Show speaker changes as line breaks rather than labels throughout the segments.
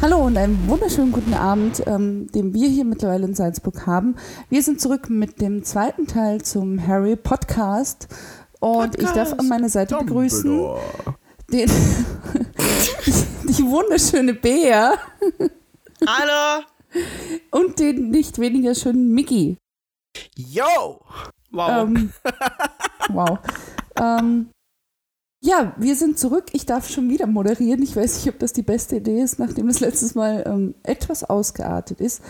Hallo und einen wunderschönen guten Abend, ähm, den wir hier mittlerweile in Salzburg haben. Wir sind zurück mit dem zweiten Teil zum Harry Podcast und ich darf an meiner Seite begrüßen den, die wunderschöne Bea
Hallo!
und den nicht weniger schönen Mickey.
Yo! Wow.
Ähm, wow. Ähm, ja, wir sind zurück. Ich darf schon wieder moderieren. Ich weiß nicht, ob das die beste Idee ist, nachdem das letztes Mal ähm, etwas ausgeartet ist.
es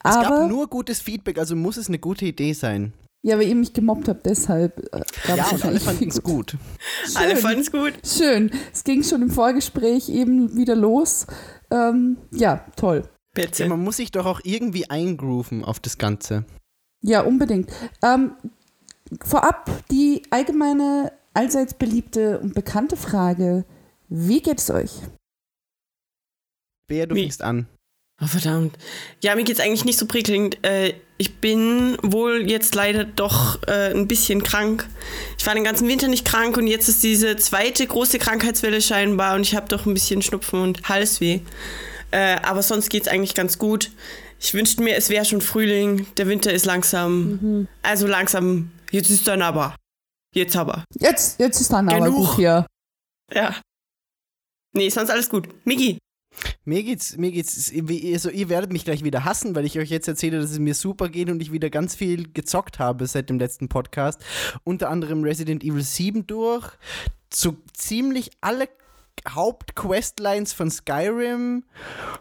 Aber
gab nur gutes Feedback, also muss es eine gute Idee sein.
Ja, weil ihr mich gemobbt habt, deshalb äh, gab es wahrscheinlich viel gut.
gut.
Alle
Schön.
fanden es gut.
Schön. Es ging schon im Vorgespräch eben wieder los. Ähm, ja, toll.
Ja,
Bitte.
man muss sich doch auch irgendwie eingrooven auf das Ganze.
Ja, unbedingt. Ähm, vorab die allgemeine, allseits beliebte und bekannte Frage: Wie geht es euch?
Bea, du
Wie?
fängst an.
Oh, verdammt. Ja, mir geht's eigentlich nicht so prickelnd. Äh, ich bin wohl jetzt leider doch äh, ein bisschen krank. Ich war den ganzen Winter nicht krank und jetzt ist diese zweite große Krankheitswelle scheinbar und ich habe doch ein bisschen Schnupfen und Halsweh. Äh, aber sonst geht's eigentlich ganz gut. Ich wünschte mir, es wäre schon Frühling. Der Winter ist langsam. Also langsam. Jetzt ist dann aber. Jetzt aber.
Jetzt, jetzt ist dann aber
Genug.
gut hier.
Ja. Nee, sonst alles gut. Migi,
Mir geht's, mir geht's, wie- also ihr werdet mich gleich wieder hassen, weil ich euch jetzt erzähle, dass es mir super geht und ich wieder ganz viel gezockt habe seit dem letzten Podcast. Unter anderem Resident Evil 7 durch, zu ziemlich alle Hauptquestlines von Skyrim.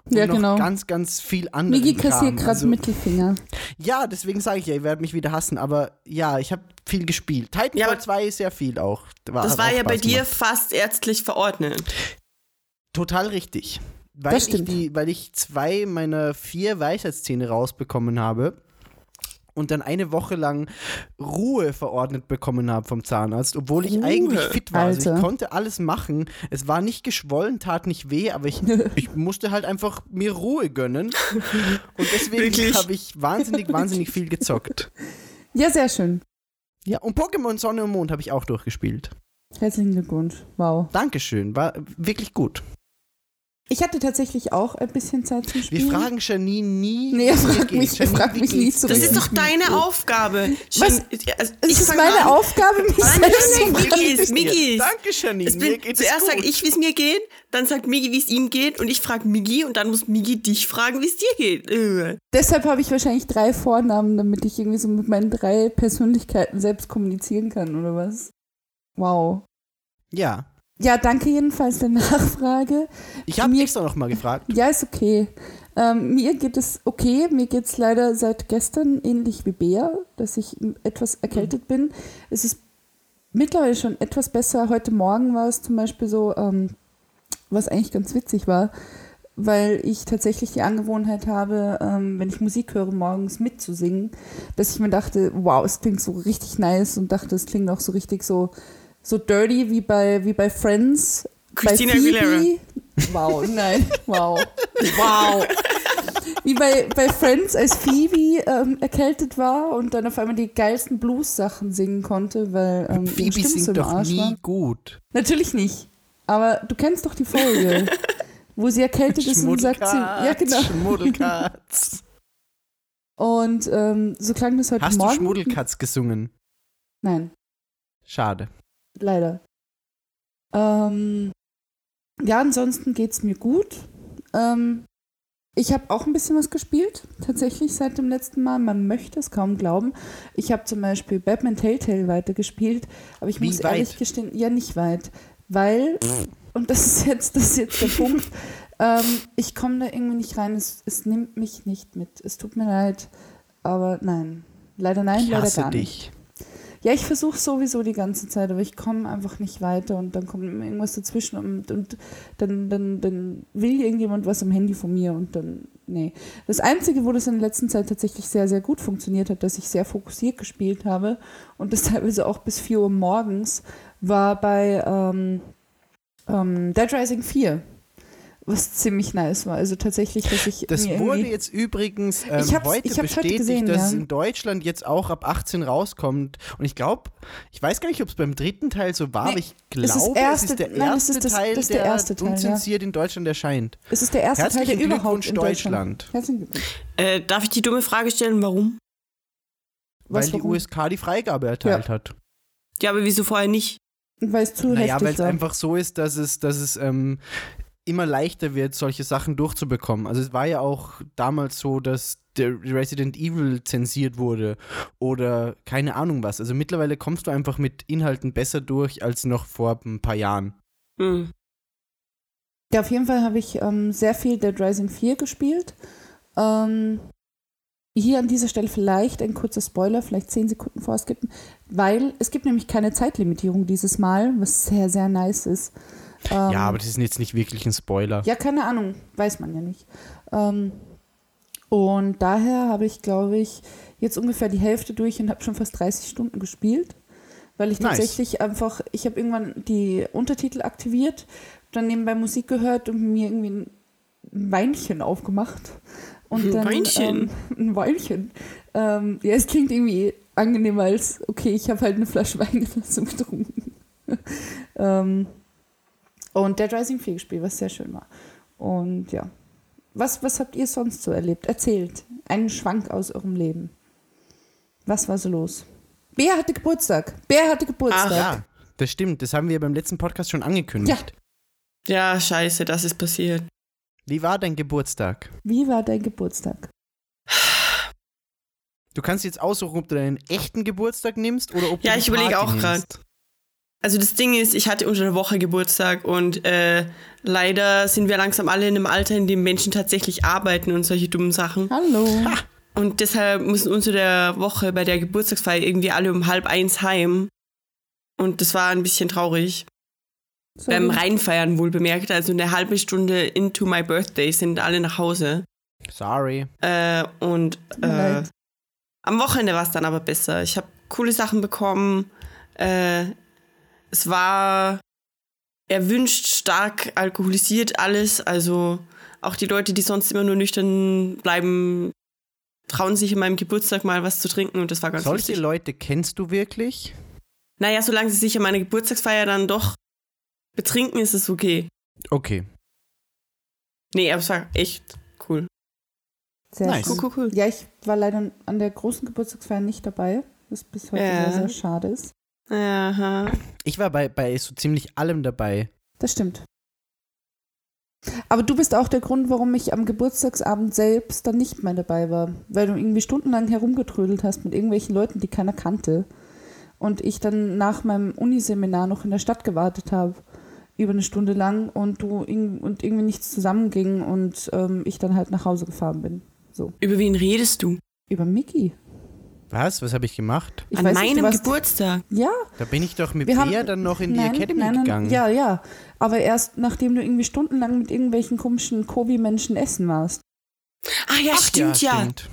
und
Ja,
noch
genau.
Ganz, ganz viel anderes.
Migi kassiert gerade
also,
Mittelfinger.
Ja, deswegen sage ich ja, ihr werdet mich wieder hassen, aber ja, ich habe viel gespielt. Titanfall
Ja, aber-
2 ist sehr viel auch.
das
hat
war
auch
ja bei
Spaß
dir
gemacht.
fast ärztlich verordnet.
Total richtig. Weil
Das
ich,
stimmt.
die, weil ich zwei meiner vier Weisheitszähne rausbekommen habe und dann eine Woche lang Ruhe verordnet bekommen habe vom Zahnarzt, obwohl ich
Ruhe?
eigentlich fit war. Also ich
Alter.
konnte alles machen. Es war nicht geschwollen, tat nicht weh, aber ich, ich musste halt einfach mir Ruhe gönnen. Und deswegen
Wirklich?
habe ich wahnsinnig, wahnsinnig viel gezockt.
Ja, sehr schön.
Ja, und Pokémon Sonne und Mond habe ich auch durchgespielt.
Herzlichen Glückwunsch. Wow.
Dankeschön, war wirklich gut.
Ich hatte tatsächlich auch ein bisschen Zeit zum
Wir
Spielen.
fragen Janine nie.
Mhm. Nee, er
wie es
fragt
geht.
mich- er
Janine,
fragt
wie
mich nie
geht's
zurück.
dir?
Das ist doch deine Aufgabe.
Was?
also
Es ist
fang
meine
an.
Aufgabe, mich
Nein,
selbst
nein,
zu
nein, Migis,
fragen.
Migis.
Danke, Janine.
Es bin, zuerst sage ich, wie es mir geht, dann sagt Migi, wie es ihm geht und ich frage Migi und dann muss Migi dich fragen, wie es dir geht. Äh.
Deshalb habe ich wahrscheinlich drei Vornamen, damit ich irgendwie so mit meinen drei Persönlichkeiten selbst kommunizieren kann, oder was? Wow.
Ja.
Ja, danke jedenfalls der Nachfrage.
Ich habe
Mir-
extra noch mal gefragt.
Ja, ist okay. Ähm, mir geht es okay. Mir geht es leider seit gestern ähnlich wie Bea, dass ich m- etwas erkältet bin. Es ist mittlerweile schon etwas besser. Heute Morgen war es zum Beispiel so, ähm, was eigentlich ganz witzig war, weil ich tatsächlich die Angewohnheit habe, ähm, wenn ich Musik höre, morgens mitzusingen, dass ich mir dachte, wow, es klingt so richtig nice und dachte, es klingt auch so richtig so, so dirty wie bei, wie bei Friends.
Christina
bei Phoebe.
Aguilera.
Wow, nein, wow. Wow. Wie bei, bei Friends, als Phoebe ähm, erkältet war und dann auf einmal die geilsten Blues-Sachen singen konnte, weil ähm, ihre
Phoebe
Stimme so im
singt doch
Arsch
nie
war.
gut.
Natürlich nicht. Aber du kennst doch die Folge, wo sie erkältet ist und sagt sie. Ja, genau.
Schmuddelkatz.
Und ähm, so klang das heute
Hast du
Morgen.
Schmuddelkatz gesungen?
Nein,
Schade.
leider. Ähm, ja, ansonsten geht es mir gut. Ähm, ich habe auch ein bisschen was gespielt, tatsächlich seit dem letzten Mal. Man möchte es kaum glauben. Ich habe zum Beispiel Batman Telltale weitergespielt, aber ich
Wie
muss
weit?
ehrlich gestehen, ja, nicht weit. Weil, und das ist jetzt, das ist jetzt der Punkt, ähm, ich komme da irgendwie nicht rein. Es, es nimmt mich nicht mit. Es tut mir leid, aber nein. Leider nein,
Ich
leider
hasse
gar nicht.
dich.
Ja, ich versuche sowieso die ganze Zeit, aber ich komme einfach nicht weiter und dann kommt immer irgendwas dazwischen und, und dann, dann, dann will irgendjemand was am Handy von mir und dann, nee. Das Einzige, wo das in der letzten Zeit tatsächlich sehr, sehr gut funktioniert hat, dass ich sehr fokussiert gespielt habe und das teilweise auch bis 4 Uhr morgens, war bei ähm, ähm, Dead Rising 4. was ziemlich nice war. Also tatsächlich, dass ich.
Das
mir
wurde
irgendwie-
jetzt übrigens ähm,
Ich hab's-
heute
ich hab's heute
bestätigt,
gesehen,
dass
ja.
es in Deutschland jetzt auch ab 18 rauskommt. Und ich glaube, ich weiß gar nicht, ob es beim dritten Teil so war,
Nee,
aber ich
es ist
glaube, es
erste-
ist der
nein, es
erste
ist das-
Teil,
das ist der erste Teil, ja.
unzensiert in Deutschland erscheint.
Es ist der erste Teil, der
Herzlichen
überhaupt in
Glückwunsch,
Deutschland.
Deutschland.
Herzlichen Glückwunsch.
Äh, darf ich die dumme Frage stellen, warum?
Was,
weil die
warum?
USK die Freigabe erteilt hat.
Ja, aber wieso vorher nicht?
Weil es zu
Naja, weil
heftig
es
war.
einfach so ist, dass es, dass es ähm, immer leichter wird, solche Sachen durchzubekommen. Also es war ja auch damals so, dass der Resident Evil zensiert wurde oder keine Ahnung was. Also mittlerweile kommst du einfach mit Inhalten besser durch als noch vor ein paar Jahren.
Hm.
Ja, auf jeden Fall habe ich ähm, sehr viel Dead Rising 4 gespielt. Ähm, hier an dieser Stelle vielleicht ein kurzer Spoiler, vielleicht 10 Sekunden vorskippen, weil es gibt nämlich keine Zeitlimitierung dieses Mal, was sehr, sehr nice ist. Ähm,
Ja, aber das ist jetzt nicht wirklich ein Spoiler.
Ja, keine Ahnung, weiß man ja nicht. Ähm, und daher habe ich, glaube ich, jetzt ungefähr die Hälfte durch und habe schon fast 30 Stunden gespielt, weil ich
Nice.
tatsächlich einfach, ich habe irgendwann die Untertitel aktiviert, dann nebenbei Musik gehört und mir irgendwie ein Weinchen aufgemacht. Und
Ein
dann,
Weinchen?
Ähm, ein Weinchen. Ähm, ja, es klingt irgendwie angenehmer als, okay, ich habe halt eine Flasche Wein dazu getrunken. ähm, und Dead Rising 4 gespielt, was sehr schön war. Und ja. Was, was habt ihr sonst so erlebt? Erzählt. Einen Schwank aus eurem Leben. Was war so los? Bea hatte Geburtstag. Bea hatte Geburtstag.
Ja, das stimmt. Das haben wir beim letzten Podcast schon angekündigt.
Ja.
Ja, scheiße, das ist passiert.
Wie war dein Geburtstag?
Wie war dein Geburtstag?
Du kannst jetzt aussuchen, ob du deinen echten Geburtstag nimmst oder ob
Ja,
du die
ich überlege
Party
auch
nimmst.
Also das Ding ist, ich hatte unter der Woche Geburtstag und äh, leider sind wir langsam alle in einem Alter, in dem Menschen tatsächlich arbeiten und solche dummen Sachen.
Hallo.
Und deshalb müssen unter der Woche bei der Geburtstagsfeier irgendwie alle um halb eins heim. Und das war ein bisschen traurig.
Sorry.
Beim Reinfeiern wohl bemerkt, also eine halbe Stunde into my birthday sind alle nach Hause.
Sorry.
Äh, und
Tut mir
äh,
leid.
am Wochenende war es dann aber besser. Ich habe coole Sachen bekommen. Äh, es war erwünscht, stark alkoholisiert alles. Also auch die Leute, die sonst immer nur nüchtern bleiben, trauen sich in meinem Geburtstag mal was zu trinken und das war ganz
Solche
lustig.
Leute kennst du wirklich?
Naja, solange sie sich an meiner Geburtstagsfeier dann doch betrinken, ist es okay.
Okay.
Nee, aber es war echt cool.
Sehr
Nice.
schön.
Cool, cool, cool.
Ja, ich war leider an der großen Geburtstagsfeier nicht dabei, was bis heute
Ja.
sehr, sehr schade ist.
Aha.
Ich war bei, bei so ziemlich allem dabei.
Das stimmt. Aber du bist auch der Grund, warum ich am Geburtstagsabend selbst dann nicht mehr dabei war, weil du irgendwie stundenlang herumgetrödelt hast mit irgendwelchen Leuten, die keiner kannte. Und ich dann nach meinem Uniseminar noch in der Stadt gewartet habe, über eine Stunde lang und du irg- und irgendwie nichts zusammenging und ähm, ich dann halt nach Hause gefahren bin.
Über wen redest du?
Über Mickey.
Was? Was habe ich gemacht?
Ich
an
weiß nicht,
meinem
du warst-
Geburtstag.
Ja,
Da bin ich doch mit
Wir haben-
Bea dann noch in
Nein,
die Academy
nein, nein,
gegangen.
Ja, ja. Aber erst nachdem du irgendwie stundenlang mit irgendwelchen komischen Kobi-Menschen essen warst.
Ah ja, stimmt ja.
stimmt.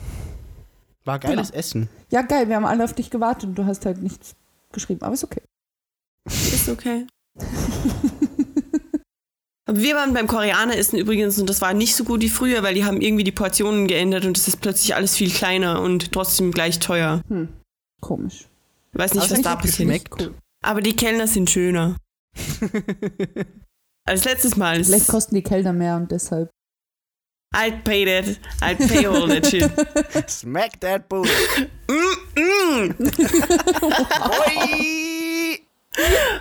War geiles
Genau.
Essen.
Ja, geil, wir haben alle auf dich gewartet und du hast halt nichts geschrieben, aber ist okay.
Ist okay. Aber wir waren beim Koreaner essen übrigens und das war nicht so gut wie früher, weil die haben irgendwie die Portionen geändert und es ist plötzlich alles viel kleiner und trotzdem gleich teuer.
Hm. Komisch.
Ich weiß nicht,
Aber es hat
was da
gut
passiert ist.
geschmeckt.
Aber die Kellner sind schöner. Als letztes Mal. Es-
Vielleicht kosten die Kellner mehr und deshalb.
I'd pay that. I'd pay all that shit.
Smack that boot.
Mm, mm.
Oi!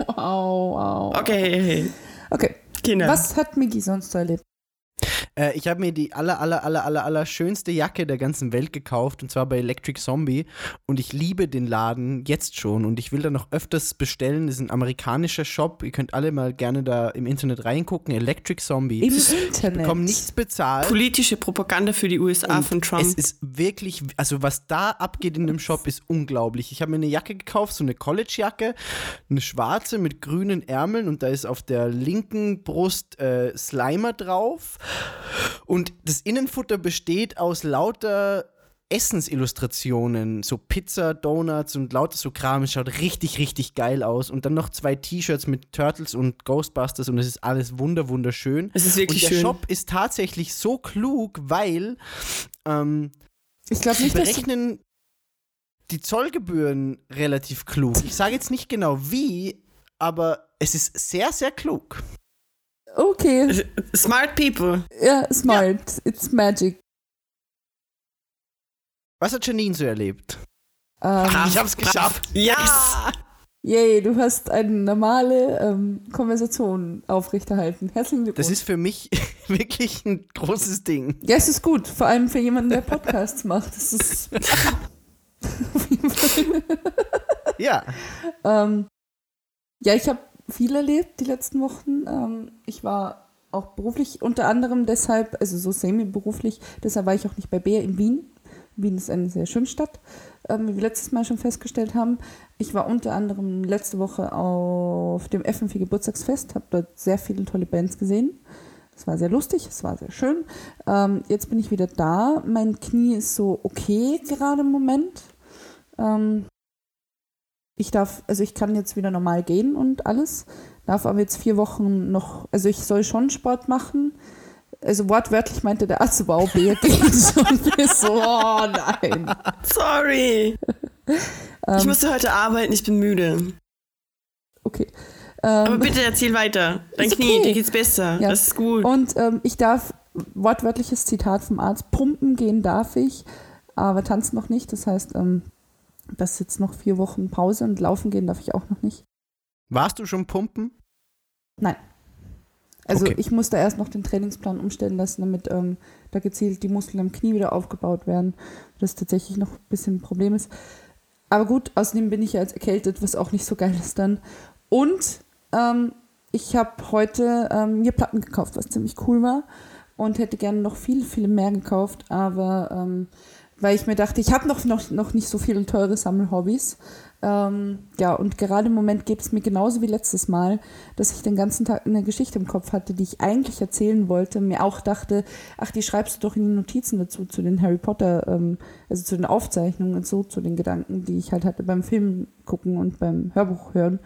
Wow, wow.
Okay, hey, hey.
Okay.
Kinder.
Was hat Migi sonst so erlebt?
Äh, ich habe mir die aller, aller, aller, aller, aller schönste Jacke der ganzen Welt gekauft und zwar bei Electric Zombie und ich liebe den Laden jetzt schon und ich will da noch öfters bestellen. Das ist ein amerikanischer Shop. Ihr könnt alle mal gerne da im Internet reingucken. Electric Zombie.
Im Internet.
Bekommen nichts bezahlt.
Politische Propaganda für die USA von Trump.
Es ist wirklich, also was da abgeht in dem Shop ist unglaublich. Ich habe mir eine Jacke gekauft, so eine College-Jacke, eine schwarze mit grünen Ärmeln und da ist auf der linken Brust äh, Slimer drauf. Und das Innenfutter besteht aus lauter Essensillustrationen, so Pizza, Donuts und lauter so Kram. Es schaut richtig, richtig geil aus. Und dann noch zwei T-Shirts mit Turtles und Ghostbusters und es ist alles wunder, wunderschön.
Es ist wirklich
und der
schön.
Shop ist tatsächlich so klug, weil ähm,
Ich glaube
die
nicht, dass
berechnen die Zollgebühren relativ klug. Ich sage jetzt nicht genau wie, aber es ist sehr, sehr klug.
Okay,
Smart People.
ja, smart. It's magic.
Was hat Janine so erlebt?
Ähm,
Brav,
ich hab's
brav.
geschafft.
Yes!
yay, du hast eine normale ähm, Konversation aufrechterhalten. Herzlichen Glückwunsch.
Das ist für mich wirklich ein großes Ding.
ja, es ist gut, vor allem für jemanden, der Podcasts macht. Das ist
Ja.
Ähm, ja, ich habe viel erlebt die letzten Wochen. Ähm, ich war auch beruflich unter anderem deshalb, also so semi-beruflich, deshalb war ich auch nicht bei Bär in Wien. Wien ist eine sehr schöne Stadt, ähm, wie wir letztes Mal schon festgestellt haben. Ich war unter anderem letzte Woche auf dem FMV Geburtstagsfest, habe dort sehr viele tolle Bands gesehen. Es war sehr lustig, es war sehr schön. Ähm, jetzt bin ich wieder da. Mein Knie ist so okay gerade im Moment. Ähm, ich darf, also ich kann jetzt wieder normal gehen und alles, darf aber jetzt vier Wochen noch, also ich soll schon Sport machen. Also wortwörtlich meinte der Arzt, wow, Bier geht. und wir so, oh nein.
Sorry. ich
Ähm,
musste heute arbeiten, ich bin müde.
okay.
Aber
Ähm,
bitte erzähl weiter. Dein
Ist
Knie,
okay.
dir geht's besser.
Ja.
Das ist gut.
und ähm, ich darf, wortwörtliches Zitat vom Arzt, pumpen gehen darf ich, aber tanzen noch nicht. Das heißt, ähm, das ist jetzt noch vier Wochen Pause und laufen gehen darf ich auch noch nicht.
Warst du schon pumpen?
Also
Okay.
ich muss da erst noch den Trainingsplan umstellen lassen, damit ähm, da gezielt die Muskeln am Knie wieder aufgebaut werden, das tatsächlich noch ein bisschen ein Problem ist. Aber gut, außerdem bin ich ja jetzt erkältet, was auch nicht so geil ist dann. Und ähm, ich habe heute ähm, mir Platten gekauft, was ziemlich cool war und hätte gerne noch viel, viel mehr gekauft, aber ähm, weil ich mir dachte, ich habe noch, noch, noch nicht so viele teure Sammelhobbys. Ähm, ja, und gerade im Moment geht es mir genauso wie letztes Mal, dass ich den ganzen Tag eine Geschichte im Kopf hatte, die ich eigentlich erzählen wollte, mir auch dachte, ach, die schreibst du doch in die Notizen dazu, zu den Harry Potter, ähm, also zu den Aufzeichnungen und so, zu den Gedanken, die ich halt hatte beim Film gucken und beim Hörbuch hören.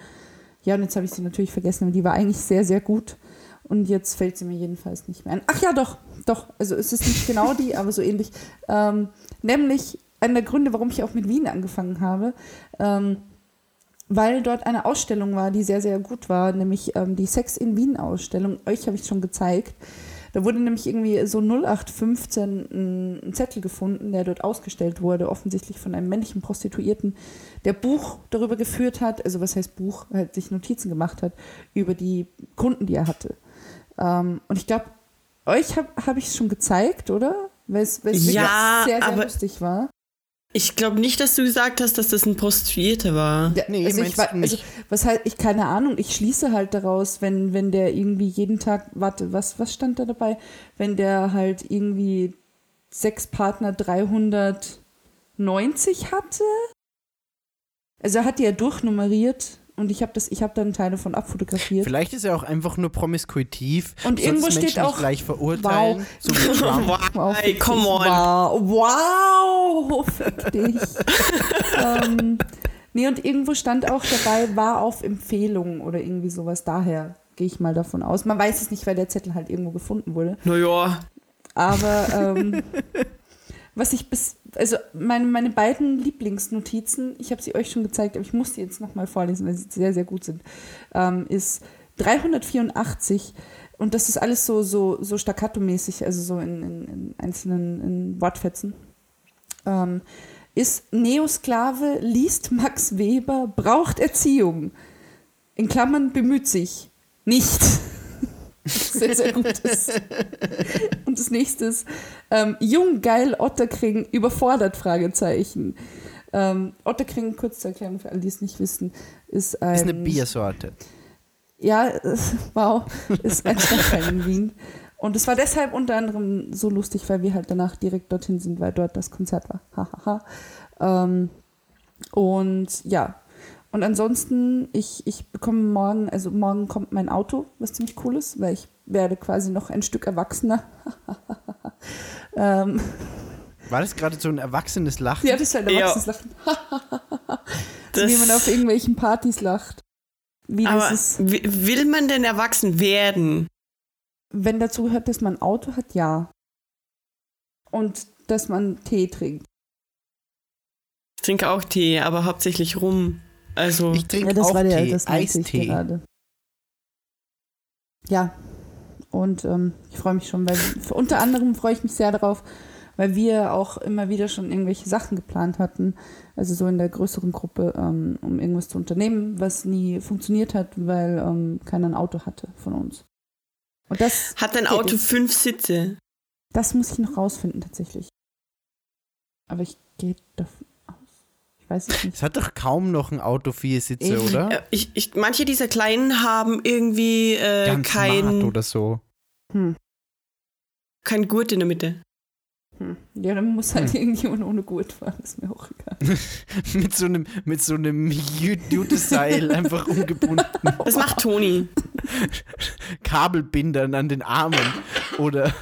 Ja, und jetzt habe ich sie natürlich vergessen, aber die war eigentlich sehr, sehr gut. Und jetzt fällt sie mir jedenfalls nicht mehr ein. Ach ja, doch, doch. Also es ist nicht genau die, aber so ähnlich. Ähm, nämlich einer der Gründe, warum ich auch mit Wien angefangen habe, ähm, weil dort eine Ausstellung war, die sehr, sehr gut war, nämlich ähm, die Sex in Wien Ausstellung. Euch habe ich schon gezeigt. Da wurde nämlich irgendwie so 0815 ein, ein Zettel gefunden, der dort ausgestellt wurde, offensichtlich von einem männlichen Prostituierten, der Buch darüber geführt hat, also was heißt Buch, halt sich Notizen gemacht hat über die Kunden, die er hatte. Ähm, und ich glaube, euch habe hab ich es schon gezeigt, oder? Weil es weil es wirklich
Ja,
sehr, sehr
aber-
lustig war.
Ich glaube nicht, dass du gesagt hast, dass das ein Prostituierter war.
Ja,
Nee,
also ich,
meinst
wei-
du nicht.
Also, was halt, ich keine Ahnung, ich schließe halt daraus, wenn, wenn der irgendwie jeden Tag, warte, was, was stand da dabei? Wenn der halt irgendwie sechs Partner 390 hatte? Also er hat die ja durchnummeriert und ich habe das, ich habe dann Teile von abfotografiert.
Vielleicht ist er auch einfach nur promiskuitiv.
Und
sollst
irgendwo
Menschen
steht auch-
Nicht gleich verurteilen.
Wow.
So wie Trump.
wow, ey, come on.
Wow, wow fick dich. ähm, nee, und irgendwo stand auch dabei, war auf Empfehlung oder irgendwie sowas. Daher gehe ich mal davon aus. Man weiß es nicht, weil der Zettel halt irgendwo gefunden wurde.
Naja,
Aber ähm, was ich bis, also meine, meine beiden Lieblingsnotizen, ich habe sie euch schon gezeigt, aber ich muss die jetzt nochmal vorlesen, weil sie sehr, sehr gut sind, ähm, ist 384 und das ist alles so, so, so staccato-mäßig, also so in, in, in einzelnen in Wortfetzen. Ähm, ist Neosklave, liest Max Weber, braucht Erziehung. In Klammern bemüht sich. Nicht. sehr, sehr gut ist. Und das nächste ist, ähm, jung, geil, Otterkring, überfordert, Fragezeichen. Ähm, Otterkring, kurz zur Erklärung für alle, die es nicht wissen, ist ein...
Ist eine Biersorte.
Ja, äh, wow, ist ein Stadtteil in Wien. Und es war deshalb unter anderem so lustig, weil wir halt danach direkt dorthin sind, weil dort das Konzert war. Hahaha. ähm, und ja. Und ansonsten, ich, ich bekomme morgen, also morgen kommt mein Auto, was ziemlich cool ist, weil ich werde quasi noch ein Stück erwachsener. ähm,
War das gerade so ein erwachsenes Lachen?
Ja, das ist ein
Ja.
erwachsenes Lachen. so
Das-
wie man auf irgendwelchen Partys lacht. Wie
Aber
dieses,
wi- will man denn erwachsen werden?
wenn dazu gehört, dass man ein Auto hat, ja. Und dass man Tee trinkt.
Ich trinke auch Tee, aber hauptsächlich rum. Also,
Ich trinke
ja, das
auch
war der,
Tee,
das meinte ich
Eistee.
gerade. Ja, und ähm, ich freue mich schon, weil unter anderem freue ich mich sehr darauf, weil wir auch immer wieder schon irgendwelche Sachen geplant hatten, also so in der größeren Gruppe, ähm, um irgendwas zu unternehmen, was nie funktioniert hat, weil ähm, keiner ein Auto hatte von uns. Und das,
hat dein
Tee
Auto
ist-
fünf Sitze?
das muss ich noch rausfinden tatsächlich. Aber ich gehe davon aus. Ich weiß es nicht.
Es hat doch kaum noch ein Auto vier Sitze,
Eben.
oder?
Äh, Ich, ich, manche dieser Kleinen haben irgendwie äh,
Ganz smart
kein,
oder so.
Hm.
kein Gurt in der Mitte.
Hm. Ja, dann muss halt
Hm.
irgendjemand ohne Gurt fahren, ist mir auch egal.
mit so einem, mit so einem Jute-Seil einfach umgebunden.
Das macht Toni.
Kabelbindern an den Armen. Oder,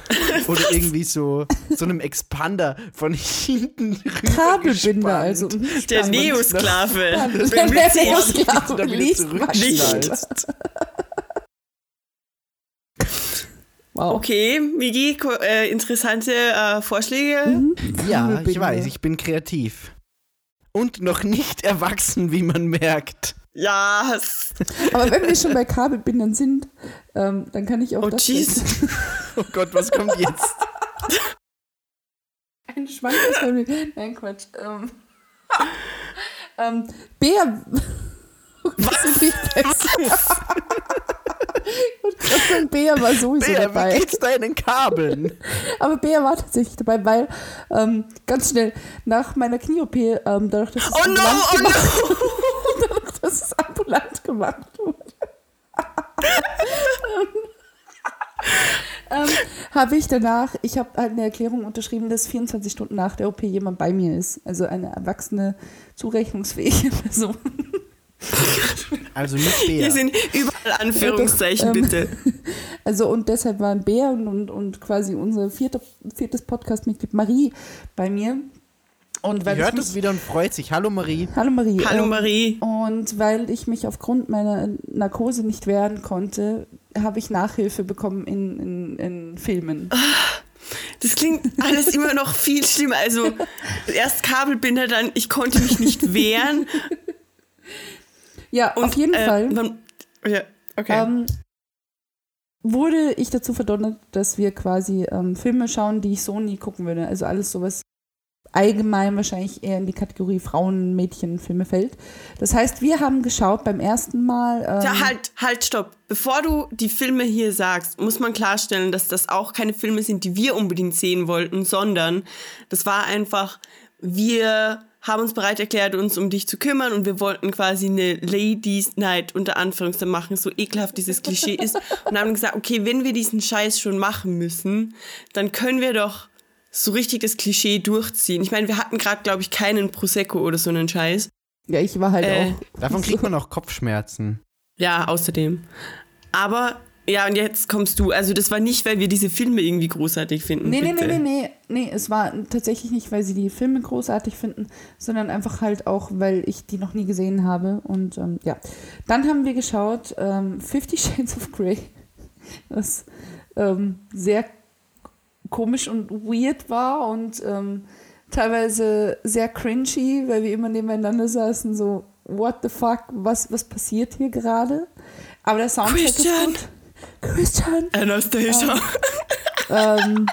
oder irgendwie so, so einem Expander von hinten rüber gespannt.
Kabelbinder, also. mhm,
Der
spannend.
Neosklave.
Spannend. Der
Bemüht sich.
Neosklave
Damit er
liest
zurückschnallt.
manchmal. Wow.
Okay, Migi, ko- äh, interessante äh, Vorschläge.
Mhm.
Ja, ich
Kabelbinder.
weiß, ich bin kreativ. Und noch nicht erwachsen, wie man merkt.
Ja, s-
Aber wenn wir schon bei Kabelbindern sind, ähm, dann kann ich auch
Oh,
das
jeez.
jetzt-
Oh Gott, was kommt jetzt?
Ein Schwank ist bei mir. Nein, Quatsch. Ähm, ähm, Bär. Was? Ich wollte gerade sagen, Bär war sowieso
Bea,
dabei.
wie geht's deinen Kabeln?
Aber Bea war tatsächlich dabei, weil ähm, ganz schnell nach meiner Knie-OP, ähm, dadurch, dass es
Oh no,
ambulant
oh
gemacht dadurch, dass es ambulant gemacht wurde, ähm, ähm, habe ich danach, ich habe halt eine Erklärung unterschrieben, dass 24 Stunden nach der OP jemand bei mir ist. Also eine erwachsene, zurechnungsfähige Person.
Also nicht Bea.
hier sind überall Anführungszeichen,
Ja, das, ähm,
bitte.
Also und deshalb waren Bea und, und, und quasi unser vierte, viertes Podcast-Mitglied Marie bei mir. Und
Die
weil ich
hört
mich-
es wieder und freut sich. Hallo Marie.
Hallo Marie.
Hallo
Ähm,
Marie.
Und weil ich mich aufgrund meiner Narkose nicht wehren konnte, habe ich Nachhilfe bekommen in, in, in Filmen.
Ah, Das klingt alles immer noch viel schlimmer. Also erst Kabelbinder, dann ich konnte mich nicht wehren.
Ja,
Und,
auf jeden
äh,
Fall
wann- ja, okay.
ähm, wurde ich dazu verdonnert, dass wir quasi ähm, Filme schauen, die ich so nie gucken würde. Also alles sowas allgemein wahrscheinlich eher in die Kategorie Frauen, Mädchen, Filme fällt. Das heißt, wir haben geschaut beim ersten Mal. Ähm,
ja, halt, halt, stopp. Bevor du die Filme hier sagst, muss man klarstellen, dass das auch keine Filme sind, die wir unbedingt sehen wollten, sondern das war einfach, wir haben uns bereit erklärt, uns um dich zu kümmern und wir wollten quasi eine Ladies Night unter Anführungszeichen machen, so ekelhaft dieses Klischee ist und haben gesagt, okay, wenn wir diesen Scheiß schon machen müssen, dann können wir doch so richtig das Klischee durchziehen. Ich meine, wir hatten gerade, glaube ich, keinen Prosecco oder so einen Scheiß.
ja, ich war halt
äh,
auch.
Davon kriegt man auch Kopfschmerzen.
Ja, außerdem. Aber ja, und jetzt kommst du. Also das war nicht, weil wir diese Filme irgendwie großartig finden.
Nee, nee,
bitte.
nee, nee, nee, nee, es war tatsächlich nicht, weil sie die Filme großartig finden, sondern einfach halt auch, weil ich die noch nie gesehen habe. Und ähm, ja, dann haben wir geschaut ähm, Fifty Shades of Grey, was ähm, sehr komisch und weird war und ähm, teilweise sehr cringy, weil wir immer nebeneinander saßen, so, what the fuck, was, was passiert hier gerade? Aber der Soundtrack
Christian!
ist gut. Christian!
Anastasia.
Oh. ähm,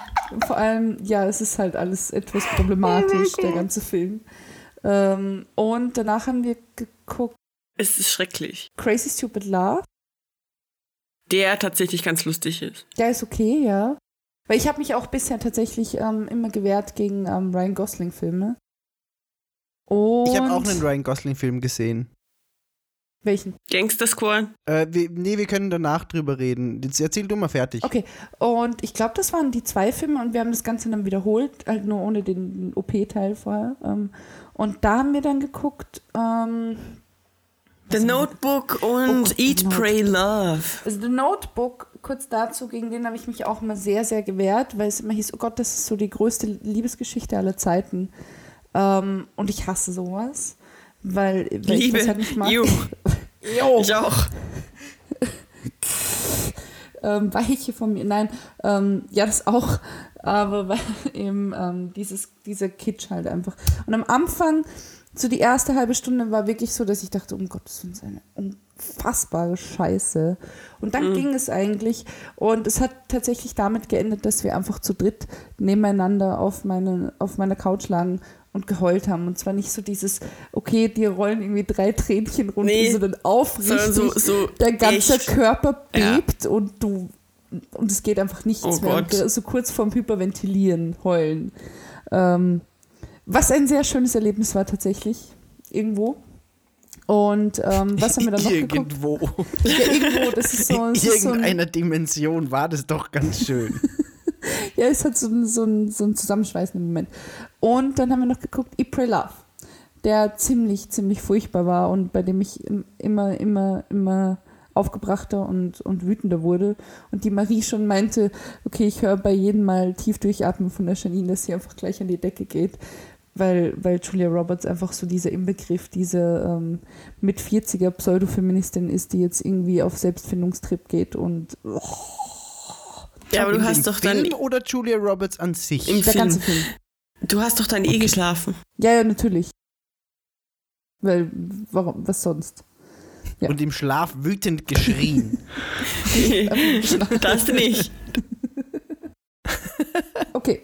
vor allem, ja, es ist halt alles etwas problematisch, der ganze Film. Ähm, und danach haben wir geguckt
Es ist schrecklich.
Crazy Stupid Love.
Der tatsächlich ganz lustig ist.
Der ist okay, ja. Weil ich habe mich auch bisher tatsächlich ähm, immer gewehrt gegen ähm, Ryan Gosling-Filme. Und
Ich habe auch einen Ryan Gosling-Film gesehen.
welchen?
Gangster Squad.
Äh, wir, nee, wir können danach drüber reden. Jetzt erzähl du mal fertig.
Okay. Und ich glaube, das waren die zwei Filme und wir haben das Ganze dann wiederholt, halt nur ohne den OP-Teil vorher. Ähm, und da haben wir dann geguckt, ähm,
The Notebook und
Oh,
Eat, Pray, Love.
Also The Notebook, kurz dazu, gegen den habe ich mich auch immer sehr, sehr gewehrt, weil es immer hieß, oh Gott, das ist so die größte Liebesgeschichte aller Zeiten. Ähm, und ich hasse sowas, weil, weil ich
Liebe.
das halt nicht mag.
Juh.
Jo.
Ich auch.
ähm, weiche von mir. Nein, ähm, ja, das auch. Aber weil eben ähm, dieses, dieser Kitsch halt einfach. Und am Anfang, so die erste halbe Stunde, war wirklich so, dass ich dachte, um Gottes Willen, so eine unfassbare Scheiße. Und
Mhm.
dann ging es eigentlich. Und es hat tatsächlich damit geendet, dass wir einfach zu dritt nebeneinander auf, meine, auf meiner Couch lagen und geheult haben. Und zwar nicht so dieses, okay, dir rollen irgendwie drei Tränchen runter,
Nee.
sondern aufrichtig.
So- so- so
dein ganzer
echt.
Körper
Ja.
bebt und du und es geht einfach nichts
Oh
mehr.
Gott.
Und so also kurz vorm Hyperventilieren, heulen. Ähm, was ein sehr schönes Erlebnis war tatsächlich. Irgendwo. Und ähm, was haben wir dann noch geguckt?
Irgendwo.
Ja, irgendwo, das ist so,
In
es ist so ein,
irgendeiner Dimension war das doch ganz schön.
ja, es hat so ein, so ein, so ein zusammenschweißenden Moment. Und dann haben wir noch geguckt, Eat, Pray, Love, der ziemlich, ziemlich furchtbar war und bei dem ich im- immer, immer, immer aufgebrachter und, und wütender wurde. Und die Marie schon meinte, okay, ich höre bei jedem Mal tief durchatmen von der Janine, dass sie einfach gleich an die Decke geht. Weil, weil Julia Roberts einfach so dieser Inbegriff, diese ähm, mit 40er Pseudofeministin ist, die jetzt irgendwie auf Selbstfindungstrip geht und
Ja, aber du
In
hast
dem
doch
Film
dann
oder Julia Roberts an sich?
im
der ganze
Film.
Film.
Du hast doch dann eh geschlafen.
Ja, ja, natürlich. Weil, warum, was sonst? ja.
Und im Schlaf wütend geschrien.
das nicht.
Okay.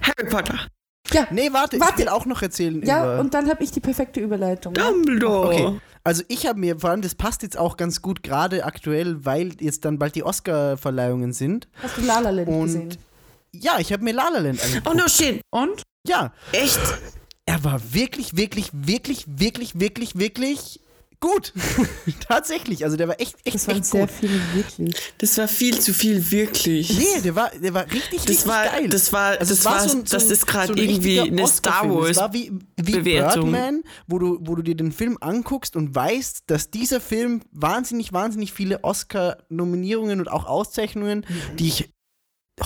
Harry Potter.
Ja,
nee, warte, ich
Warte.
will auch noch erzählen über...
ja und dann habe ich die perfekte Überleitung.
Dumbledore.
Okay. Also ich habe mir, vor allem das passt jetzt auch ganz gut gerade aktuell, weil jetzt dann bald die Oscar-Verleihungen sind.
Hast du La La Land
Und-
gesehen?
Ja, ich habe mir La La Land angeguckt.
Oh no shit.
Und?
Ja,
Echt?
er war wirklich, wirklich, wirklich, wirklich, wirklich, wirklich gut. Tatsächlich, also der war echt, echt,
Das waren
echt
sehr
gut.
viele wirklich.
Das war viel zu viel, wirklich.
Nee, der war, der war richtig,
Das
richtig
war,
geil.
das war,
Also
das war, das ist gerade
ein
irgendwie
richtiger
eine Star
Oscar-Film.
Wars.
Das war wie, wie
Bewertung.
Birdman, wo du, wo du dir den Film anguckst und weißt, dass dieser Film wahnsinnig, wahnsinnig viele Oscar-Nominierungen und auch Auszeichnungen,
Mhm.
die ich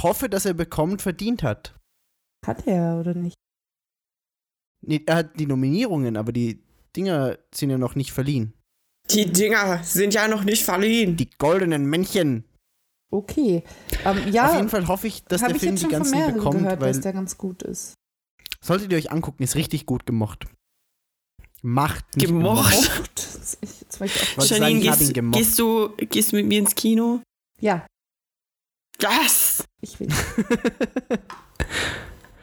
hoffe, dass er bekommt, verdient hat.
Hat er oder nicht?
Nee, er hat die Nominierungen, aber die Dinger sind ja noch nicht verliehen.
Die Dinger sind ja noch nicht verliehen.
Die goldenen Männchen.
Okay. Ähm,
Auf
ja,
jeden Fall hoffe ich, dass
habe
der
ich
Film
jetzt
die
schon von
ganzen
mehreren
bekommt,
gehört,
weil
dass der ganz gut ist.
solltet ihr euch angucken, ist richtig gut gemocht. Macht nicht
Gemocht?
Oh, das- ich- jetzt war ich auch-
Wollte
Janine,
sagen, ich hab ihn
gehst,
gemocht.
gehst, du, gehst du mit mir ins Kino?
ja,
Yes!
ich will.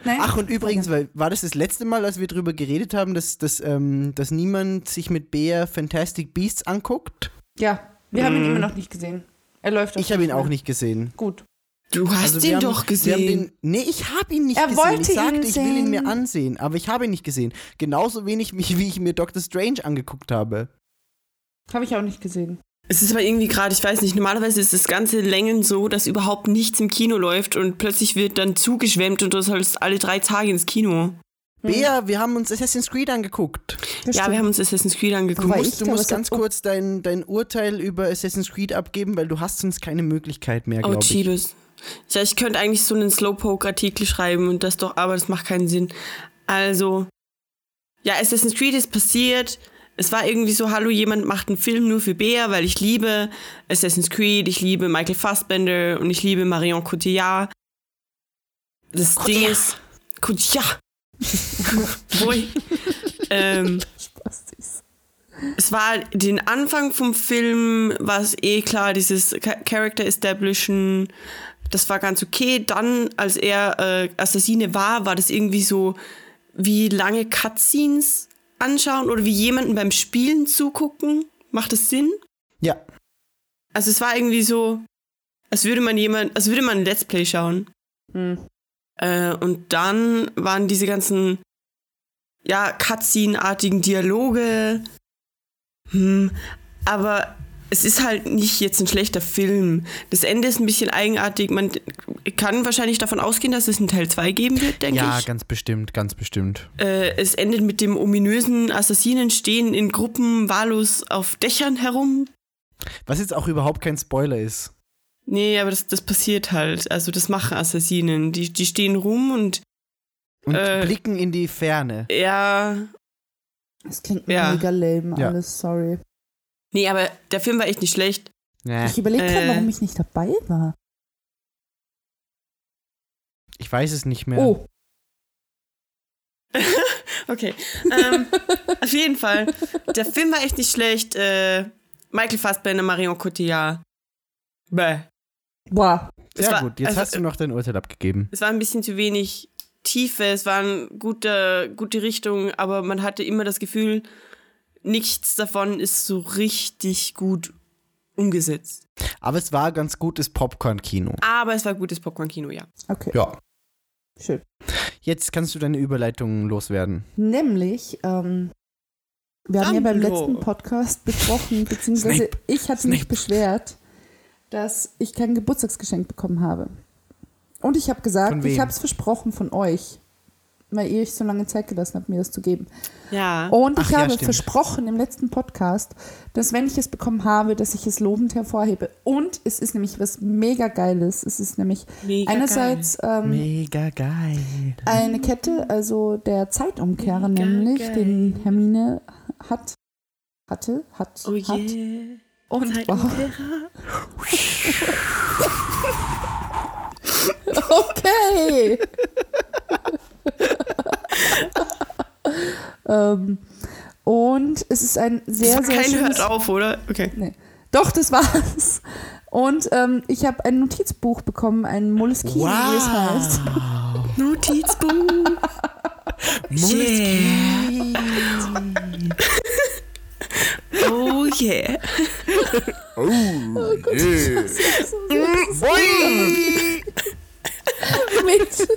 Nein?
Ach, und übrigens, weil, war das das letzte Mal, als wir drüber geredet haben, dass, dass, ähm, dass niemand sich mit Bea Fantastic Beasts anguckt?
Ja, wir haben ihn
Mm.
immer noch nicht gesehen. Er läuft
Ich habe ihn auch
mehr.
nicht gesehen.
Gut.
Du
Also
hast
wir
den
haben-
doch
Wir haben
gesehen.
den, nee, ich habe ihn nicht
Er
gesehen.
wollte
ich sagte,
ihn
ich will ihn mir
sehen.
ansehen, aber ich habe ihn nicht gesehen. Genauso wenig, wie, wie ich mir Doctor Strange angeguckt habe.
Habe ich auch nicht gesehen.
Es ist aber irgendwie gerade, ich weiß nicht, normalerweise ist das ganze Längen so, dass überhaupt nichts im Kino läuft und plötzlich wird dann zugeschwemmt und du sollst alle drei Tage ins Kino.
Hm.
Bea, wir haben uns Assassin's Creed angeguckt.
Das
ja,
stimmt.
wir haben uns Assassin's Creed
Du
Wobei
angeguckt.
ich
musst, du
da
musst
was hab-
ganz
oh.
kurz dein, dein Urteil über Assassin's Creed abgeben, weil du hast sonst keine Möglichkeit mehr,
Oh,
glaube ich.
Chibis. Ja, ich könnte eigentlich so einen Slowpoke-Artikel schreiben und das doch, aber das macht keinen Sinn. Also, ja, Assassin's Creed ist passiert. Es war irgendwie so, hallo, jemand macht einen Film nur für Bea, weil ich liebe Assassin's Creed, ich liebe Michael Fassbender und ich liebe Marion Cotillard. Das Ding ist, Cotillard. Boy. ähm,
Spastis.
es war den Anfang vom Film, war es eh klar, dieses Cha- Character Establishen, das war ganz okay. Dann, als er äh, Assassine war, war das irgendwie so, wie lange Cutscenes anschauen oder wie jemanden beim Spielen zugucken. Macht das Sinn?
Ja.
Also es war irgendwie so, als würde man jemand, als würde man ein Let's Play schauen.
Hm.
Äh, und dann waren diese ganzen, ja, Cutscene-artigen Dialoge. Hm, aber es ist halt nicht jetzt ein schlechter Film. Das Ende ist ein bisschen eigenartig. Man kann wahrscheinlich davon ausgehen, dass es einen Teil 2 geben wird, denke
Ja,
ich.
ganz bestimmt, ganz bestimmt.
Äh, es endet mit dem ominösen Assassinen stehen in Gruppen wahllos auf Dächern herum.
Was jetzt auch überhaupt kein Spoiler ist.
Nee, aber das, das passiert halt. Also das machen Assassinen. Die, die stehen rum und
Und
Äh.
blicken in die Ferne.
ja,
Das klingt
Ja.
mega lame
Ja.
alles, sorry.
Nee, aber der Film war echt nicht schlecht.
Nee,
Ich überlege gerade,
Äh.
warum ich nicht dabei war.
ich weiß es nicht mehr.
Oh,
Okay. Ähm, auf jeden Fall. Der Film war echt nicht schlecht. Äh, Michael Fassbender, Marion Cotillard. Bäh.
boah.
Es
Sehr
war-
gut, jetzt
also,
hast du noch dein Urteil abgegeben.
Es war ein bisschen zu wenig Tiefe, es war eine gute, gute Richtung, aber man hatte immer das Gefühl, nichts davon ist so richtig gut umgesetzt.
Aber es war ganz gutes Popcorn-Kino.
Aber es war gutes Popcorn-Kino, ja.
Okay,
Ja.
schön.
Jetzt kannst du deine Überleitung loswerden.
Nämlich, ähm, wir haben ja beim
Dumbledore.
letzten Podcast besprochen, beziehungsweise
Snape.
ich hatte mich
Snape.
beschwert, dass ich kein Geburtstagsgeschenk bekommen habe. Und ich habe gesagt,
Von
ich
wem?
habe es versprochen von euch, weil ihr euch so lange Zeit gelassen habt, mir das zu geben.
Ja.
Und ich
Ach ja,
habe
stimmt.
versprochen im letzten Podcast, dass wenn ich es bekommen habe, dass ich es lobend hervorhebe. Und es ist nämlich was mega Geiles. Es ist nämlich
Mega
einerseits ähm,
Mega geil.
eine Kette, also der Zeitumkehrer
Mega
nämlich,
geil.
den Hermine hat, hatte, hat,
Oh
hat. Oh.
yeah.
Und wow.
Zeitumkehrer.
okay. ähm, und es ist ein sehr,
Das
sehr
Kein
schönes
hört auf, oder? Okay.
Nee. Doch, das war's. Und ähm, ich habe ein Notizbuch bekommen, ein Moleskine, wie es heißt.
Notizbuch.
Moleskine.
Oh yeah.
Oh, yeah. Boing.
Mit. Mit-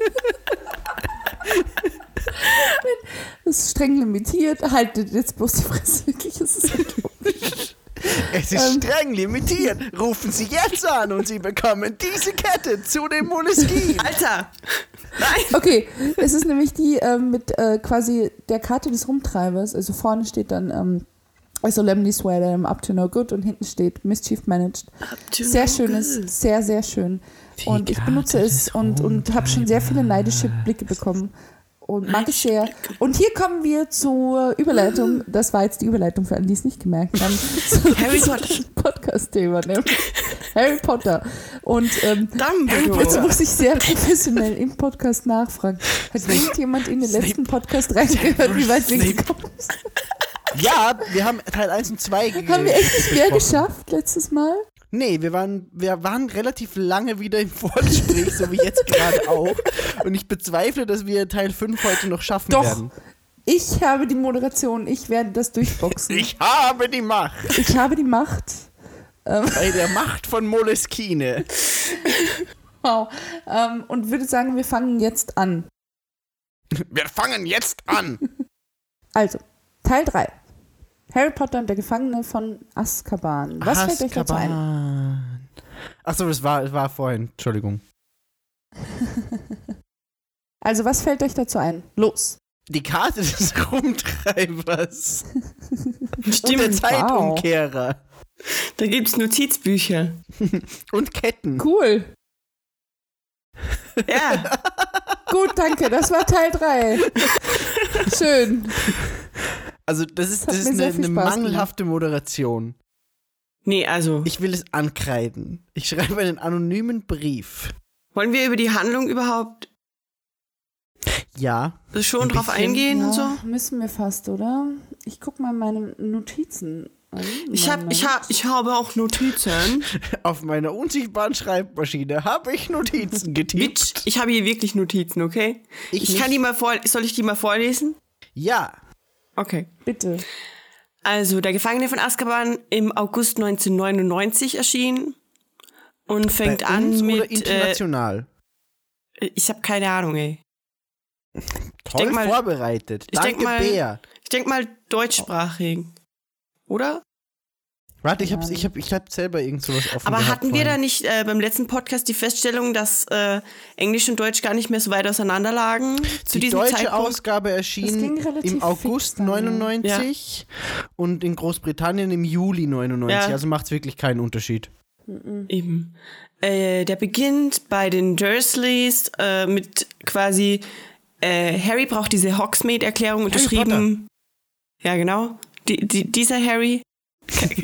Das ist streng limitiert. Haltet jetzt bloß die Fresse. Wirklich, es ist
Es ist
Ähm.
streng limitiert. Rufen Sie jetzt an und Sie bekommen diese Kette zu dem Moleskin.
Alter. Nein.
Okay, es ist nämlich die ähm, mit äh, quasi der Karte des Rumtreibers. Also vorne steht dann ähm, I solemnly swear that I'm up to no good und hinten steht Mischief Managed. Sehr schönes, sehr, sehr schön.
Die
Und ich benutze
Karte
es
des
und, und habe schon sehr viele neidische Blicke bekommen. Und mag es sehr. Und hier kommen wir zur Überleitung. Das war jetzt die Überleitung für alle, die es nicht gemerkt haben. Zu-
Harry
zu
Potter.
diesem Podcast-Thema, nämlich Harry Potter. Und ähm, Jetzt
Dumbledore.
muss ich sehr professionell im Podcast nachfragen. Hat irgendjemand in den letzten Podcast reingehört, wie weit wir
Snape.
gekommen sind?
Ja, wir haben Teil 1 und 2 gegeben.
Haben wir echt nicht mehr geschafft letztes Mal?
Nee, wir waren, wir waren relativ lange wieder im Vorgespräch, so wie jetzt gerade auch. Und ich bezweifle, dass wir Teil 5 heute noch schaffen
Doch.
werden.
Ich habe die Moderation, ich werde das durchboxen. Ich,
Ich habe die Macht.
habe die Macht. Ähm,
Bei der Macht von Moleskine.
Wow. Ähm, und würde sagen, wir fangen jetzt an.
Wir fangen jetzt an.
Also, Teil 3. Harry Potter und der Gefangene von Azkaban. Was fällt euch dazu ein?
Achso, das war, das war vorhin. Entschuldigung.
Also, was fällt euch dazu ein? Los.
Die Karte des Rumtreibers. Und der
Stimmt.
Zeitumkehrer.
Da gibt's Notizbücher.
Und Ketten.
Cool.
Ja.
Gut, danke. Das war Teil 3. Schön.
Also, das ist, das
Das hat
ist
mir sehr
eine,
viel
eine
Spaß
mangelhafte Moderation.
Nee, also,
Ich will es ankreiden. Ich schreibe einen anonymen Brief.
wollen wir über die Handlung überhaupt
Ja.
schon
Ein
drauf
bisschen,
eingehen und so?
Ja, Müssen wir fast, oder? Ich guck mal meine Notizen an.
Ich, hab, ich, hab, ich habe auch Notizen.
Auf meiner unsichtbaren Schreibmaschine habe ich Notizen
Bitch,
getippt.
ich habe hier wirklich Notizen, okay?
Ich
Ich, kann
nicht.
die mal vor. Soll ich die mal vorlesen?
Ja.
Okay.
Bitte.
Also, der Gefangene von Azkaban im August 1999 erschien und fängt
Bei
an
uns oder
mit. Äh,
international.
ich habe keine Ahnung, ey.
Toll
denk mal-
vorbereitet.
ich denk
Danke,
mal-
Bea.
Ich denke mal deutschsprachig. Oder?
Warte, ich hab's, ich hab, ich hab selber irgend sowas offen.
Aber
gehabt
hatten wir da
vorhin.
nicht äh, beim letzten Podcast die Feststellung, dass äh, Englisch und Deutsch gar nicht mehr so weit auseinanderlagen? Zu
die
diesem
deutsche
Zeitpunkt.
Ausgabe
Das
erschien
ging relativ
im
fix
August
dann, ja.
99 und in Großbritannien im Juli 99.
Ja.
Also macht es wirklich keinen Unterschied.
Mhm.
Eben. Äh, der beginnt bei den Dursleys äh, mit quasi äh, Harry braucht diese Hogsmeade-Erklärung unterschrieben. Ja, genau. Die, die, dieser Harry.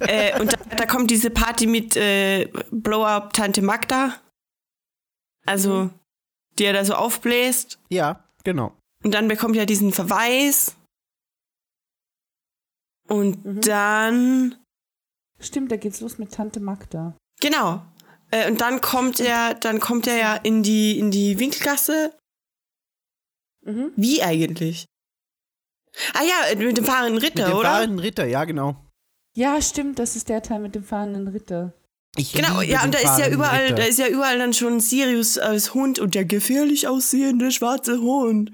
äh, und da, da kommt diese Party mit äh, Blow-up Tante Magda. Also, die er da so aufbläst.
Ja, genau.
Und dann bekommt er diesen Verweis. Und
Mhm.
dann
Mhm. Stimmt, da geht's los mit Tante Magda.
Genau. Äh, und dann kommt er, dann kommt er ja in die, in die Winkelgasse.
Mhm.
Wie eigentlich? Ah ja, äh, mit dem fahrenden
Mit
Ritter,
dem
oder?
fahrenden Ritter, ja, genau.
Ja, stimmt, das ist der Teil mit dem fahrenden Ritter.
Ich
genau,
liebe
ja,
den
und da ist ja
fahrenden
überall,
Ritter.
da ist ja überall dann schon Sirius als Hund und der gefährlich aussehende schwarze Hund.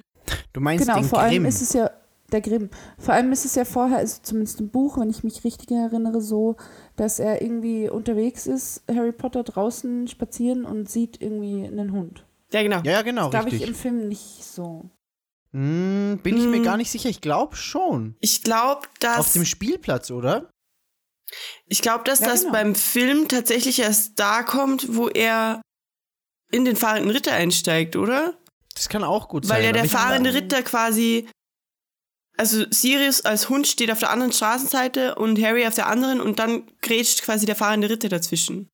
Du meinst
Genau,
den
vor
Grimm.
allem ist es ja der Grimm. Vor allem ist es ja vorher, also zumindest im Buch, wenn ich mich richtig erinnere, so, dass er irgendwie unterwegs ist, Harry Potter draußen spazieren und sieht irgendwie einen Hund.
Ja, genau.
ja, ja, genau,
Glaube ich im
richtig.
Film nicht so.
Hm, bin ich mir
Hm.
gar nicht sicher. Ich glaube schon.
Ich glaube,
Auf
dass,
dem Spielplatz, oder?
ich glaub, dass
Ja,
das
genau.
beim Film tatsächlich erst da kommt, wo er in den fahrenden Ritter einsteigt, oder?
Das kann auch gut sein.
Weil ja
aber
der
ich hab-
fahrende Ritter quasi. Also Sirius als Hund steht auf der anderen Straßenseite und Harry auf der anderen und dann grätscht quasi der fahrende Ritter dazwischen.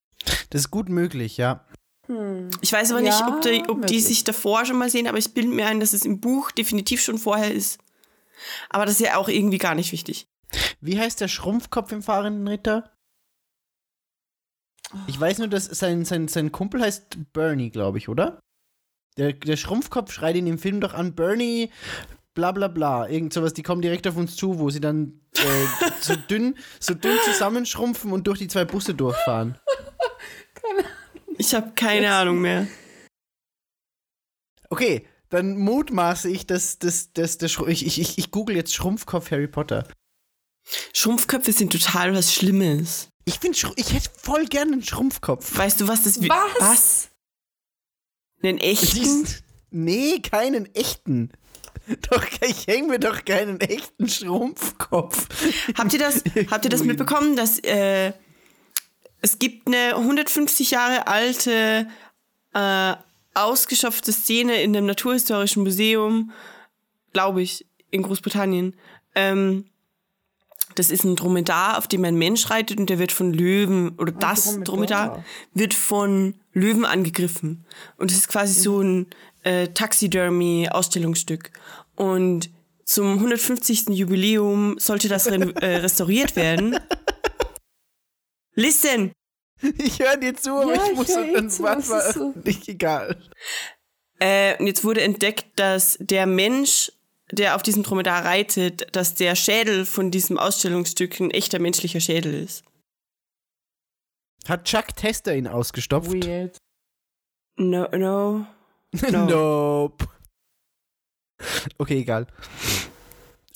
Das ist gut möglich, ja.
Hm.
Ich weiß aber nicht, ob, die,
Ja,
ob die
möglich.
sich davor schon mal sehen, aber ich bilde mir ein, dass es im Buch definitiv schon vorher ist. Aber das ist ja auch irgendwie gar nicht wichtig.
Wie heißt der Schrumpfkopf im fahrenden Ritter? Ich weiß nur, dass sein, sein, sein Kumpel heißt Bernie, glaube ich, oder? Der, der Schrumpfkopf schreit in dem Film doch an, Bernie, bla bla bla, irgend sowas. Die kommen direkt auf uns zu, wo sie dann äh, so, dünn, so dünn zusammenschrumpfen und durch die zwei Busse durchfahren.
Ich habe keine Ahnung mehr.
Okay, dann mutmaße ich, dass, dass, dass der Schru- ich, ich, ich, ich google jetzt Schrumpfkopf Harry Potter.
Schrumpfköpfe sind total was Schlimmes.
Ich, find, Schru- ich hätte voll gerne einen Schrumpfkopf.
Weißt du, was das
Was?
was? Einen echten?
Diesen, nee, keinen echten. Doch, ich hänge mir doch keinen echten Schrumpfkopf.
Habt ihr das, habt ihr das mitbekommen, dass äh, es gibt eine 150 Jahre alte äh, ausgeschöpfte Szene in einem naturhistorischen Museum, glaube ich, in Großbritannien. Ähm, das ist ein Dromedar, auf dem ein Mensch reitet und der wird von Löwen oder das Dromedar,
Dromedar.
wird von Löwen angegriffen. Und es ist quasi so ein äh, Taxidermy-Ausstellungsstück. Und zum 150. Jubiläum sollte das ren- äh, restauriert werden. Listen!
Ich höre dir zu, aber
Ja,
ich
ich
muss
hör eh
dann
zu,
was
es ist so-
nicht egal.
Äh, und jetzt wurde entdeckt, dass der Mensch, der auf diesem Dromedar reitet, dass der Schädel von diesem Ausstellungsstück ein echter menschlicher Schädel ist.
Hat Chuck Tester ihn ausgestopft?
Weird.
No, no. No.
nope. Okay, egal.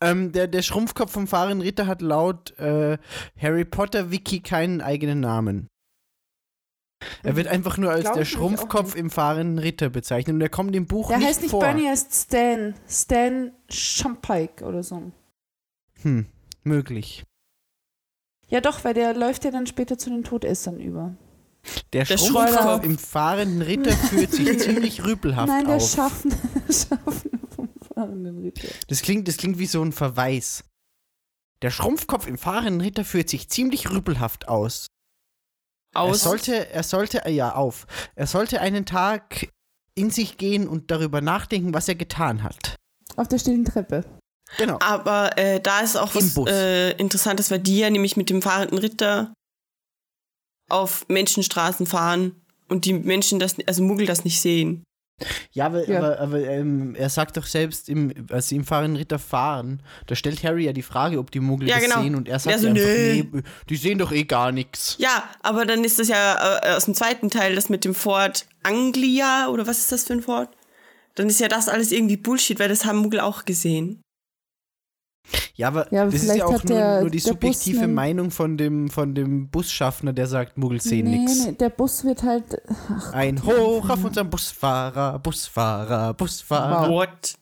Ähm, der, der Schrumpfkopf vom fahrenden Ritter hat laut äh, Harry Potter Wiki keinen eigenen Namen. Er wird einfach nur als
Mhm. Glaub
der
ich nämlich auch
Schrumpfkopf im fahrenden Ritter bezeichnet und er kommt im Buch
Der
nicht
heißt nicht
vor.
Bernie, er heißt Stan. Stan Schampike oder so.
Hm, möglich.
Ja doch, weil der läuft ja dann später zu den Todessern über.
Der,
Der
Schrumpfkopf
Schrumpfkopf.
im fahrenden Ritter führt sich ziemlich rüpelhaft
Nein, der
auf.
Schaffende, der Schaffende vom fahrenden Ritter.
Das klingt, das klingt wie so ein Verweis. Der Schrumpfkopf im fahrenden Ritter führt sich ziemlich rüpelhaft aus. Er
Aus.
sollte, er sollte, äh, ja, auf. Er sollte einen Tag in sich gehen und darüber nachdenken, was er getan hat.
Auf der stillen Treppe.
Genau.
Aber äh, da ist auch
Im
was
Bus.
äh, Interessantes, weil die ja nämlich mit dem fahrenden Ritter auf Menschenstraßen fahren und die Menschen das, also Muggel das nicht sehen.
Ja, aber,
Ja.
aber, aber ähm, er sagt doch selbst, im, als sie im fahrenden Ritter fahren, da stellt Harry ja die Frage, ob die Muggel
Ja,
das
genau.
sehen und er
Ja,
sagt
so,
ja einfach,
nö.
nee. die sehen doch eh gar nichts.
Ja, aber dann ist das ja äh, aus dem zweiten Teil, das mit dem Fort Anglia oder was ist das für ein Fort? Dann ist ja das alles irgendwie Bullshit, weil das haben Muggel auch gesehen.
Ja, aber
Ja,
das ist
vielleicht
ja auch
hat
nur,
der-
nur die
der Bus
subjektive
einen-
Meinung von dem, von dem Busschaffner, der sagt, Muggels sehen
nee,
nichts.
nee, der Bus wird halt. Ach,
Ein Hoch auf unseren Busfahrer, Busfahrer, Busfahrer.
What?